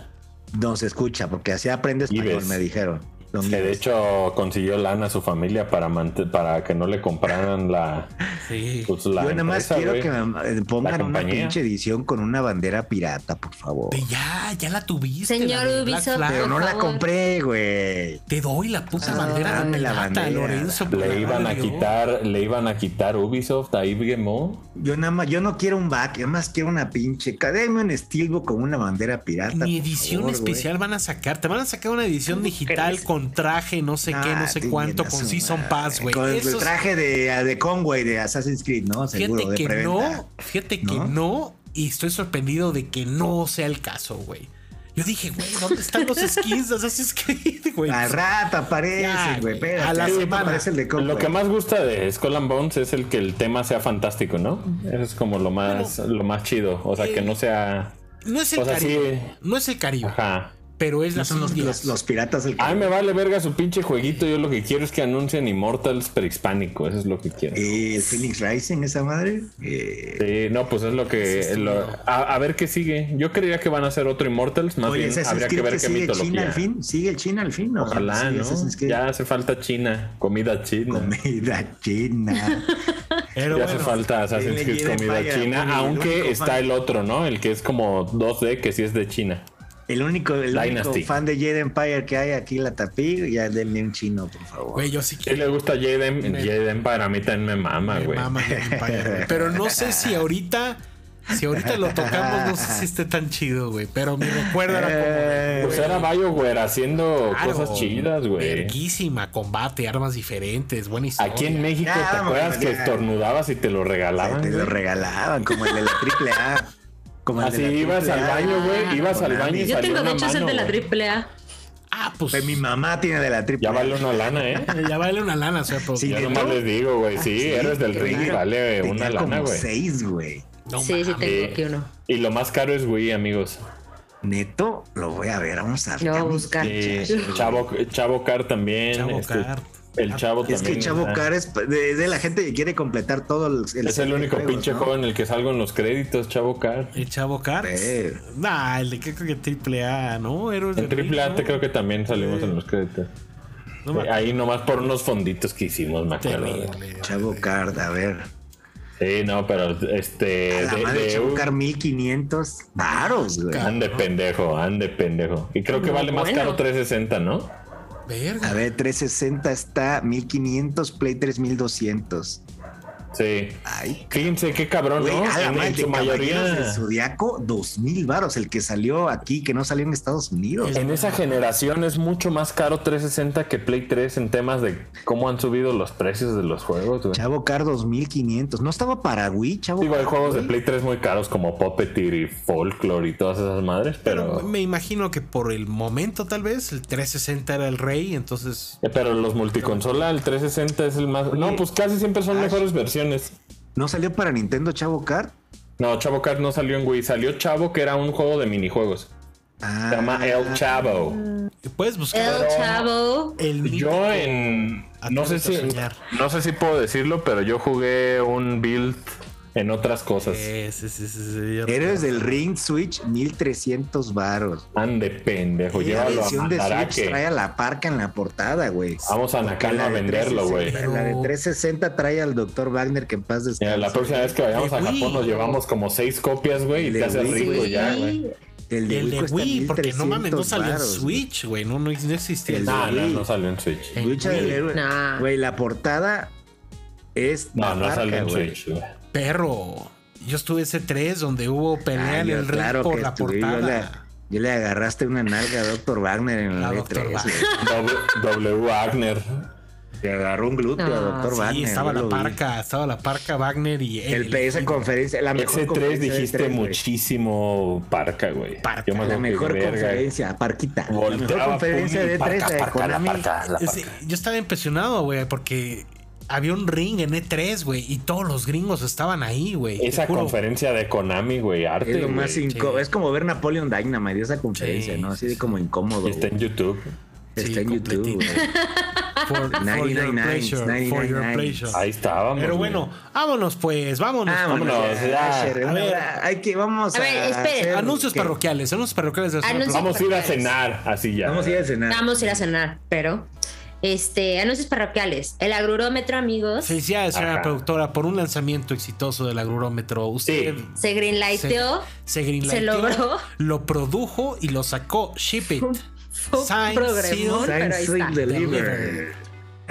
[SPEAKER 3] Nos escucha, porque así aprende español,
[SPEAKER 1] Yves.
[SPEAKER 3] me dijeron. Don
[SPEAKER 1] que de
[SPEAKER 3] Yves.
[SPEAKER 1] hecho consiguió lana a su familia para mante- para que no le compraran la,
[SPEAKER 2] Sí.
[SPEAKER 1] pues, la
[SPEAKER 3] yo nada más
[SPEAKER 1] empresa,
[SPEAKER 3] quiero
[SPEAKER 1] güey.
[SPEAKER 3] que me eh, pongan
[SPEAKER 1] La
[SPEAKER 3] una
[SPEAKER 1] compañía.
[SPEAKER 3] pinche edición con una bandera pirata, por favor.
[SPEAKER 2] Ve, Ya, ya la tuviste.
[SPEAKER 4] Señor
[SPEAKER 2] la de Black
[SPEAKER 4] Ubisoft.
[SPEAKER 2] Flag.
[SPEAKER 3] Pero no la
[SPEAKER 4] favor.
[SPEAKER 3] compré, güey.
[SPEAKER 2] Te doy la puta
[SPEAKER 3] Ah,
[SPEAKER 2] bandera de
[SPEAKER 3] dame la
[SPEAKER 2] plata,
[SPEAKER 3] bandera.
[SPEAKER 2] Lorenzo. por
[SPEAKER 1] le
[SPEAKER 2] el
[SPEAKER 1] iban
[SPEAKER 2] amor
[SPEAKER 1] a
[SPEAKER 2] de Dios.
[SPEAKER 1] quitar, le iban a quitar Ubisoft a Yves Guillemot.
[SPEAKER 3] Yo nada más, yo no quiero un back, yo nada más quiero una pinche. Deme un estilbo con una bandera pirata.
[SPEAKER 2] Ni
[SPEAKER 3] por
[SPEAKER 2] edición
[SPEAKER 3] favor, güey.
[SPEAKER 2] especial van a sacar. Te van a sacar una edición digital con traje, no sé qué,
[SPEAKER 3] Ah,
[SPEAKER 2] no sé
[SPEAKER 3] chinguen
[SPEAKER 2] cuánto,
[SPEAKER 3] a
[SPEAKER 2] con
[SPEAKER 3] su
[SPEAKER 2] Season
[SPEAKER 3] madre.
[SPEAKER 2] Pass, güey.
[SPEAKER 3] eh, Con el
[SPEAKER 2] Esos-
[SPEAKER 3] traje de, de Conway de Assassin's Creed, ¿no?
[SPEAKER 2] Fíjate
[SPEAKER 3] Seguro, de
[SPEAKER 2] que
[SPEAKER 3] preventa.
[SPEAKER 2] no, fíjate que
[SPEAKER 3] ¿No?
[SPEAKER 2] no, y estoy sorprendido de que no sea el caso, güey. Yo dije, güey, ¿dónde están los skins de Assassin's Creed, güey?
[SPEAKER 3] Al rato
[SPEAKER 2] Ya,
[SPEAKER 3] aparece,
[SPEAKER 2] güey.
[SPEAKER 3] güey. espérate,
[SPEAKER 2] A la
[SPEAKER 3] al rato
[SPEAKER 2] semana.
[SPEAKER 3] Aparece el de Conway.
[SPEAKER 1] Lo que más gusta de Skull and Bones es
[SPEAKER 2] eh,
[SPEAKER 1] el que el tema sea fantástico, ¿no? Eso es como lo más, lo más chido. O sea, que no sea
[SPEAKER 2] No es el
[SPEAKER 1] O sea,
[SPEAKER 2] Caribe.
[SPEAKER 1] sí.
[SPEAKER 2] No es el Caribe.
[SPEAKER 1] Ajá.
[SPEAKER 2] Pero es
[SPEAKER 3] No
[SPEAKER 2] las
[SPEAKER 3] son los,
[SPEAKER 2] Indias.
[SPEAKER 3] los- los piratas del
[SPEAKER 1] A mí
[SPEAKER 3] Caribe.
[SPEAKER 1] me vale verga su pinche jueguito. Yo lo que quiero es que anuncien Immortals prehispánico. Eso es lo que quiero.
[SPEAKER 3] Eh, el Phoenix Rising, esa madre. Eh,
[SPEAKER 1] Sí, no, pues es lo que. lo- a, a ver qué sigue. Yo creería que van a hacer otro Immortals. Más
[SPEAKER 3] oye,
[SPEAKER 1] bien
[SPEAKER 3] Assassin's
[SPEAKER 1] habría que
[SPEAKER 3] Creed
[SPEAKER 1] ver qué
[SPEAKER 3] sigue China al
[SPEAKER 1] mitología.
[SPEAKER 3] fin. Sigue el China al fin. ¿no?
[SPEAKER 1] Ojalá,
[SPEAKER 3] Sí,
[SPEAKER 1] ¿no?
[SPEAKER 3] Assassin's Creed.
[SPEAKER 1] Ya hace falta China, comida china.
[SPEAKER 3] Comida china.
[SPEAKER 2] Pero
[SPEAKER 1] ya hace
[SPEAKER 2] bueno,
[SPEAKER 1] falta Assassin's
[SPEAKER 3] Dile
[SPEAKER 1] Creed
[SPEAKER 3] Jedi
[SPEAKER 1] comida
[SPEAKER 3] Empire,
[SPEAKER 1] china,
[SPEAKER 3] Tony, el único
[SPEAKER 1] aunque está
[SPEAKER 3] fan.
[SPEAKER 1] el otro, ¿no? El que es como 2D, que sí es de China.
[SPEAKER 3] El único, el único
[SPEAKER 1] Dynasty.
[SPEAKER 3] fan de Jedi Empire que hay aquí, la tapí, ya denle un chino, por favor.
[SPEAKER 2] güey, yo sí
[SPEAKER 1] ¿Quién
[SPEAKER 2] quiero.
[SPEAKER 1] le gusta Jaden?
[SPEAKER 2] Me-
[SPEAKER 1] Jaden para mí también me mama,
[SPEAKER 2] me
[SPEAKER 1] güey.
[SPEAKER 2] mama Game Empire, güey. Pero no sé si ahorita. Si ahorita lo tocamos, no sé si esté tan chido, güey. Pero mi recuerdo era como. de,
[SPEAKER 3] Eh,
[SPEAKER 1] Pues era BioWare haciendo
[SPEAKER 2] claro,
[SPEAKER 1] cosas chidas, güey.
[SPEAKER 2] Verguísima, combate, armas diferentes, buena historia.
[SPEAKER 1] Aquí en México,
[SPEAKER 3] Ya,
[SPEAKER 1] ¿te
[SPEAKER 3] vámonos,
[SPEAKER 1] acuerdas que
[SPEAKER 3] ya.
[SPEAKER 1] estornudabas y te lo regalaban?
[SPEAKER 3] te lo
[SPEAKER 1] güey?
[SPEAKER 3] regalaban, como el de la triple A. Como el
[SPEAKER 1] Así
[SPEAKER 3] de la
[SPEAKER 1] ibas
[SPEAKER 3] triple
[SPEAKER 1] al
[SPEAKER 3] A.
[SPEAKER 1] baño, güey. Ibas al
[SPEAKER 3] Konami.
[SPEAKER 1] baño y
[SPEAKER 4] Yo
[SPEAKER 1] salió
[SPEAKER 4] tengo,
[SPEAKER 1] una
[SPEAKER 4] de hecho, es el
[SPEAKER 1] mano,
[SPEAKER 4] de la
[SPEAKER 1] güey.
[SPEAKER 4] AAA.
[SPEAKER 2] Ah, pues.
[SPEAKER 3] Pues mi mamá tiene de la triple
[SPEAKER 1] Ya
[SPEAKER 3] A.
[SPEAKER 1] vale una lana, ¿eh?
[SPEAKER 2] Ya vale una lana, o sea, pero-
[SPEAKER 3] Sí.
[SPEAKER 1] Ya
[SPEAKER 3] ¿Y
[SPEAKER 1] nomás
[SPEAKER 3] neta?
[SPEAKER 1] les digo, güey. Sí, eres del
[SPEAKER 3] tenía-
[SPEAKER 1] ring, vale
[SPEAKER 3] tenía
[SPEAKER 1] una lana,
[SPEAKER 3] como
[SPEAKER 1] güey.
[SPEAKER 3] seis, güey.
[SPEAKER 2] no
[SPEAKER 4] sí, sí,
[SPEAKER 2] mames.
[SPEAKER 4] tengo
[SPEAKER 1] Sí.
[SPEAKER 4] aquí uno.
[SPEAKER 1] Y lo más caro es Wii, amigos.
[SPEAKER 3] Neto, lo voy a ver, vamos a ver.
[SPEAKER 4] Lo voy a buscar.
[SPEAKER 1] Sí, Chavo, Chavo Car también.
[SPEAKER 2] Chavo
[SPEAKER 1] este,
[SPEAKER 2] Car.
[SPEAKER 1] El Chavo
[SPEAKER 3] Ah, Es que
[SPEAKER 1] también.
[SPEAKER 3] Chavo
[SPEAKER 1] está.
[SPEAKER 3] Car es de, de la gente que quiere completar todo el.
[SPEAKER 1] Es el único pinche
[SPEAKER 3] joven
[SPEAKER 1] joven el que salgo en los créditos, Chavo Car.
[SPEAKER 2] El Chavo Cars.
[SPEAKER 3] Eh.
[SPEAKER 2] Nah, el de creo que triple A, ¿no? Héroes
[SPEAKER 1] En
[SPEAKER 2] del
[SPEAKER 1] Triple
[SPEAKER 2] Ring,
[SPEAKER 1] A
[SPEAKER 2] ¿no?
[SPEAKER 1] te creo que también salimos en los créditos.
[SPEAKER 2] No me
[SPEAKER 1] Eh, Ahí nomás por unos fonditos que hicimos, me acuerdo.
[SPEAKER 2] acuerdo. Terrible.
[SPEAKER 3] Chavo Card, a ver.
[SPEAKER 1] Sí, no, pero este.
[SPEAKER 3] A la
[SPEAKER 1] de-
[SPEAKER 3] madre,
[SPEAKER 1] de-
[SPEAKER 3] Chavo Card, 1500 varos, güey.
[SPEAKER 1] Ande pendejo, ande pendejo. Y creo que vale más
[SPEAKER 4] Bueno.
[SPEAKER 1] caro 360, ¿no?
[SPEAKER 2] Verga.
[SPEAKER 3] A ver, 360 está 1500, Play 3200.
[SPEAKER 1] Sí.
[SPEAKER 3] Ay,
[SPEAKER 1] Fíjense qué cabrón,
[SPEAKER 3] güey,
[SPEAKER 1] ¿no?
[SPEAKER 3] a la
[SPEAKER 1] En, en
[SPEAKER 3] madre,
[SPEAKER 1] su
[SPEAKER 3] Caballeros
[SPEAKER 1] mayoría.
[SPEAKER 3] del Zodiaco, 2000 varos, el que salió aquí, que no salió en Estados Unidos.
[SPEAKER 1] En esa generación es mucho más caro 360 que Play 3 en temas de cómo han subido los precios de los juegos, güey.
[SPEAKER 3] Chavo Car 2500. No estaba para Wii, Chavo
[SPEAKER 1] Digo, hay
[SPEAKER 3] Car,
[SPEAKER 1] juegos de
[SPEAKER 3] güey?
[SPEAKER 1] Play 3 muy caros como Puppeteer y Folklore y todas esas madres,
[SPEAKER 2] Pero
[SPEAKER 1] pero.
[SPEAKER 2] me imagino que por el momento, tal vez, el 360 era el rey, entonces.
[SPEAKER 1] eh, Pero los multiconsola, el 360 es el más. No, pues casi siempre son mejores versiones.
[SPEAKER 3] ¿No salió para Nintendo Chavo Car?
[SPEAKER 1] No, Chavo Card no salió en Wii, salió Chavo, que era un juego de minijuegos.
[SPEAKER 3] Ah,
[SPEAKER 1] Se llama El Chavo.
[SPEAKER 2] Puedes buscar
[SPEAKER 4] El Chavo.
[SPEAKER 3] Eh,
[SPEAKER 2] el mítico-
[SPEAKER 1] Pues Yo en. No sé, si,
[SPEAKER 2] Atrévete a soñar.
[SPEAKER 1] no sé si puedo decirlo, pero yo jugué un build en otras cosas.
[SPEAKER 2] Eh, sí, sí, sí, sí, yo
[SPEAKER 3] Héroes del Ring Switch, 1300 varos.
[SPEAKER 1] Ande pendejo,
[SPEAKER 3] La
[SPEAKER 1] Pues llévalo a
[SPEAKER 3] eh, edición de Switch trae
[SPEAKER 1] Mandaraque.
[SPEAKER 3] a la parca en la portada, güey.
[SPEAKER 1] Vamos a
[SPEAKER 3] Porque
[SPEAKER 1] Nakano
[SPEAKER 3] la
[SPEAKER 1] a
[SPEAKER 3] de
[SPEAKER 1] venderlo, güey.
[SPEAKER 3] 360 La de 360 trae al doctor Wagner que en paz
[SPEAKER 1] Mira,
[SPEAKER 3] descanse.
[SPEAKER 1] la próxima vez que vayamos
[SPEAKER 2] De
[SPEAKER 1] a Japón
[SPEAKER 2] Wii.
[SPEAKER 1] nos llevamos como seis copias, güey, y
[SPEAKER 3] De
[SPEAKER 1] te haces
[SPEAKER 3] Wii,
[SPEAKER 1] rico
[SPEAKER 3] güey.
[SPEAKER 1] ya, güey.
[SPEAKER 3] El
[SPEAKER 2] Y
[SPEAKER 3] de
[SPEAKER 2] el
[SPEAKER 3] Wii,
[SPEAKER 2] de
[SPEAKER 3] cuesta
[SPEAKER 2] Wii, porque no mames, no
[SPEAKER 3] 1300
[SPEAKER 2] salió en
[SPEAKER 3] varos,
[SPEAKER 2] Switch, güey. No, no, no existía.
[SPEAKER 3] El
[SPEAKER 2] el-
[SPEAKER 1] No, no,
[SPEAKER 3] Wii.
[SPEAKER 1] no salió en Switch.
[SPEAKER 2] en
[SPEAKER 3] güey. Lucha del
[SPEAKER 2] Wii.
[SPEAKER 3] héroe.
[SPEAKER 4] Nah.
[SPEAKER 3] Güey, la portada es.
[SPEAKER 1] No,
[SPEAKER 3] la
[SPEAKER 1] no
[SPEAKER 3] parca,
[SPEAKER 1] salió en
[SPEAKER 3] güey.
[SPEAKER 1] Switch, güey.
[SPEAKER 2] Perro. Yo estuve ese 3 donde hubo pelea
[SPEAKER 3] Ah,
[SPEAKER 2] en
[SPEAKER 3] yo-
[SPEAKER 2] el ring
[SPEAKER 3] claro
[SPEAKER 2] por
[SPEAKER 3] que
[SPEAKER 2] la
[SPEAKER 3] estuve,
[SPEAKER 2] portada.
[SPEAKER 3] Yo le, yo le agarraste una nalga a Dr. Wagner en
[SPEAKER 2] A
[SPEAKER 3] la
[SPEAKER 2] Dr.
[SPEAKER 3] E3.
[SPEAKER 2] Wagner.
[SPEAKER 3] güey.
[SPEAKER 1] W, W Wagner.
[SPEAKER 3] Le agarró un glúteo a
[SPEAKER 4] Ah,
[SPEAKER 3] Dr.
[SPEAKER 4] sí,
[SPEAKER 3] Wagner.
[SPEAKER 2] Sí, estaba
[SPEAKER 3] yo
[SPEAKER 2] la
[SPEAKER 3] lo vi.
[SPEAKER 2] parca, estaba la parca Wagner y
[SPEAKER 3] El, esa conferencia, la mejor
[SPEAKER 1] Ese 3
[SPEAKER 3] conferencia de
[SPEAKER 1] dijiste
[SPEAKER 3] E3, güey.
[SPEAKER 1] muchísimo parca, güey.
[SPEAKER 2] Parca.
[SPEAKER 1] me
[SPEAKER 3] La
[SPEAKER 1] acuerdo que,
[SPEAKER 3] mejor
[SPEAKER 1] verga,
[SPEAKER 3] conferencia, Parquita. la mejor
[SPEAKER 1] volteaba,
[SPEAKER 3] conferencia
[SPEAKER 1] pum,
[SPEAKER 3] de eh,
[SPEAKER 1] y parca,
[SPEAKER 3] E3 de
[SPEAKER 1] parca, E la
[SPEAKER 3] Konami.
[SPEAKER 1] parca, la
[SPEAKER 2] Ese-
[SPEAKER 1] parca.
[SPEAKER 2] yo estaba impresionado, güey, porque había un ring en E3, güey, y todos los gringos estaban ahí, güey. te
[SPEAKER 1] Esa
[SPEAKER 2] juro.
[SPEAKER 1] conferencia de Konami, güey, arte.
[SPEAKER 3] Es lo más
[SPEAKER 1] güey.
[SPEAKER 3] incó-
[SPEAKER 2] sí.
[SPEAKER 3] Es como ver Napoleon Dynamite esa conferencia,
[SPEAKER 2] Sí,
[SPEAKER 3] ¿no? Así
[SPEAKER 2] sí,
[SPEAKER 3] de como incómodo.
[SPEAKER 1] Está
[SPEAKER 3] güey.
[SPEAKER 1] en YouTube.
[SPEAKER 3] Está
[SPEAKER 2] Sí,
[SPEAKER 3] en YouTube.
[SPEAKER 2] completito.
[SPEAKER 3] güey.
[SPEAKER 2] For, for
[SPEAKER 3] 99
[SPEAKER 2] your
[SPEAKER 3] nines,
[SPEAKER 2] pleasure, for
[SPEAKER 3] 99
[SPEAKER 2] your
[SPEAKER 3] nines.
[SPEAKER 2] pleasure.
[SPEAKER 1] Ahí estábamos.
[SPEAKER 2] Pero
[SPEAKER 1] güey.
[SPEAKER 2] bueno, vámonos pues, vámonos.
[SPEAKER 3] Vámonos,
[SPEAKER 1] Vámonos,
[SPEAKER 3] Ah, ya,
[SPEAKER 1] ya.
[SPEAKER 3] Asher,
[SPEAKER 2] A ver.
[SPEAKER 3] hay que vamos
[SPEAKER 4] A
[SPEAKER 3] a.
[SPEAKER 4] ver, espere.
[SPEAKER 3] hacer-
[SPEAKER 2] Anuncios
[SPEAKER 3] ¿qué?
[SPEAKER 2] parroquiales, anuncios parroquiales de la semana
[SPEAKER 4] Anuncios
[SPEAKER 2] pasada.
[SPEAKER 1] Vamos a ir a cenar, así ya.
[SPEAKER 3] Vamos a ir a cenar.
[SPEAKER 4] Vamos a ir a cenar, pero. Este, anuncios parroquiales. El agrurómetro, amigos,
[SPEAKER 2] Felicidades, señora
[SPEAKER 1] Ajá.
[SPEAKER 2] productora, por un lanzamiento exitoso del agrurómetro. Usted
[SPEAKER 1] Sí.
[SPEAKER 4] se greenlighteó.
[SPEAKER 2] se greenlighteó,
[SPEAKER 4] logró.
[SPEAKER 2] lo produjo y lo sacó. Ship it.
[SPEAKER 4] Fue un
[SPEAKER 2] Sign,
[SPEAKER 4] programón,
[SPEAKER 2] seal,
[SPEAKER 4] pero
[SPEAKER 3] Science
[SPEAKER 4] ahí
[SPEAKER 3] Sweet
[SPEAKER 4] está.
[SPEAKER 3] Deliver.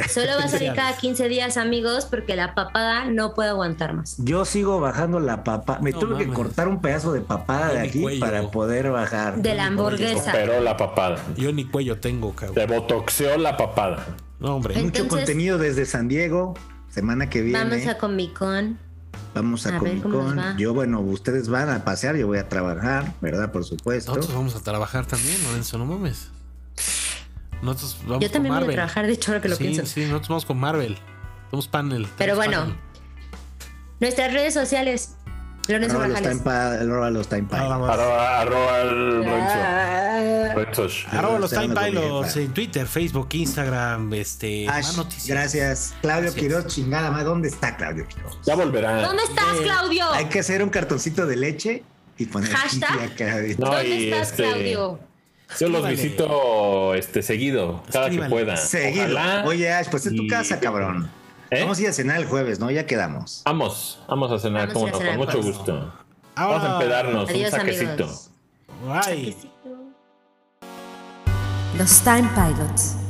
[SPEAKER 4] Solo va a salir
[SPEAKER 2] Felicidades.
[SPEAKER 4] cada 15 días, amigos, porque la papada no puede aguantar más.
[SPEAKER 3] Yo sigo bajando la papa. Me
[SPEAKER 2] No
[SPEAKER 3] tuve que
[SPEAKER 2] mames.
[SPEAKER 3] cortar un pedazo de papada
[SPEAKER 2] De
[SPEAKER 3] de
[SPEAKER 2] mi
[SPEAKER 3] aquí
[SPEAKER 2] cuello.
[SPEAKER 3] para poder bajar.
[SPEAKER 4] De la hamburguesa.
[SPEAKER 1] Pero la papada.
[SPEAKER 2] Yo ni cuello tengo, cabrón.
[SPEAKER 1] Te botoxeó la papada.
[SPEAKER 2] No, hombre.
[SPEAKER 4] Ven.
[SPEAKER 3] Mucho
[SPEAKER 4] Entonces-
[SPEAKER 3] contenido desde San Diego. Semana que viene
[SPEAKER 4] Vamos a Comic Con.
[SPEAKER 3] ¿eh? vamos a,
[SPEAKER 4] a ver
[SPEAKER 3] Comic
[SPEAKER 4] cómo nos
[SPEAKER 3] Con.
[SPEAKER 4] va.
[SPEAKER 3] Yo, bueno, ustedes van a pasear, yo voy a trabajar, ¿verdad? Por supuesto.
[SPEAKER 2] Nosotros vamos a trabajar también, Lorenzo, no mames. Nosotros vamos
[SPEAKER 4] Yo también
[SPEAKER 2] con
[SPEAKER 4] voy a
[SPEAKER 2] Marvel.
[SPEAKER 4] trabajar, de hecho, ahora que lo
[SPEAKER 2] sí,
[SPEAKER 4] pienso.
[SPEAKER 2] sí, nosotros vamos con Marvel. Somos panel.
[SPEAKER 4] Pero
[SPEAKER 2] somos
[SPEAKER 4] bueno.
[SPEAKER 2] panel.
[SPEAKER 4] Nuestras redes sociales. Lorenzo
[SPEAKER 3] Arroba los
[SPEAKER 4] Grajales.
[SPEAKER 3] Time Pa- arroba los Time
[SPEAKER 1] Ah,
[SPEAKER 3] Pa-
[SPEAKER 1] Arroba, arroba el Renzo.
[SPEAKER 4] Ah.
[SPEAKER 1] Renzo.
[SPEAKER 2] Arroba los
[SPEAKER 3] Estoy
[SPEAKER 2] Time
[SPEAKER 3] hablando con mi
[SPEAKER 2] Pilots
[SPEAKER 3] jefa.
[SPEAKER 2] en Twitter, Facebook, Instagram, este. más
[SPEAKER 3] Ash,
[SPEAKER 2] noticias.
[SPEAKER 3] gracias. Claudio
[SPEAKER 2] Gracias.
[SPEAKER 3] Quiroz, chingada más. ¿Dónde está Claudio Quiroz?
[SPEAKER 1] Ya volverá.
[SPEAKER 4] ¿Dónde estás,
[SPEAKER 2] Eh,
[SPEAKER 4] Claudio?
[SPEAKER 3] Hay que hacer un cartoncito de leche y poner
[SPEAKER 4] Hashtag.
[SPEAKER 3] Kitty a Claudio.
[SPEAKER 1] No,
[SPEAKER 4] ¿Dónde
[SPEAKER 1] y
[SPEAKER 4] estás,
[SPEAKER 1] este,
[SPEAKER 4] Claudio?
[SPEAKER 1] Yo los
[SPEAKER 2] Escríbale.
[SPEAKER 1] visito este seguido, cada
[SPEAKER 2] Escríbale.
[SPEAKER 1] que pueda.
[SPEAKER 3] Seguido.
[SPEAKER 1] Ojalá.
[SPEAKER 3] Oye, Ash, pues es tu
[SPEAKER 1] y-
[SPEAKER 3] casa, cabrón.
[SPEAKER 1] ¿Eh?
[SPEAKER 3] Vamos a ir a cenar el jueves, ¿no? Ya quedamos.
[SPEAKER 1] Vamos, vamos a cenar,
[SPEAKER 4] Vamos
[SPEAKER 1] cómo
[SPEAKER 4] a ir a
[SPEAKER 1] no,
[SPEAKER 4] cenar,
[SPEAKER 1] con mucho
[SPEAKER 4] pues.
[SPEAKER 1] gusto.
[SPEAKER 2] Ahora-
[SPEAKER 1] Vamos a empedarnos,
[SPEAKER 4] Adiós,
[SPEAKER 1] un saquecito.
[SPEAKER 4] amigos.
[SPEAKER 2] Ay.
[SPEAKER 5] Los Time Pilots.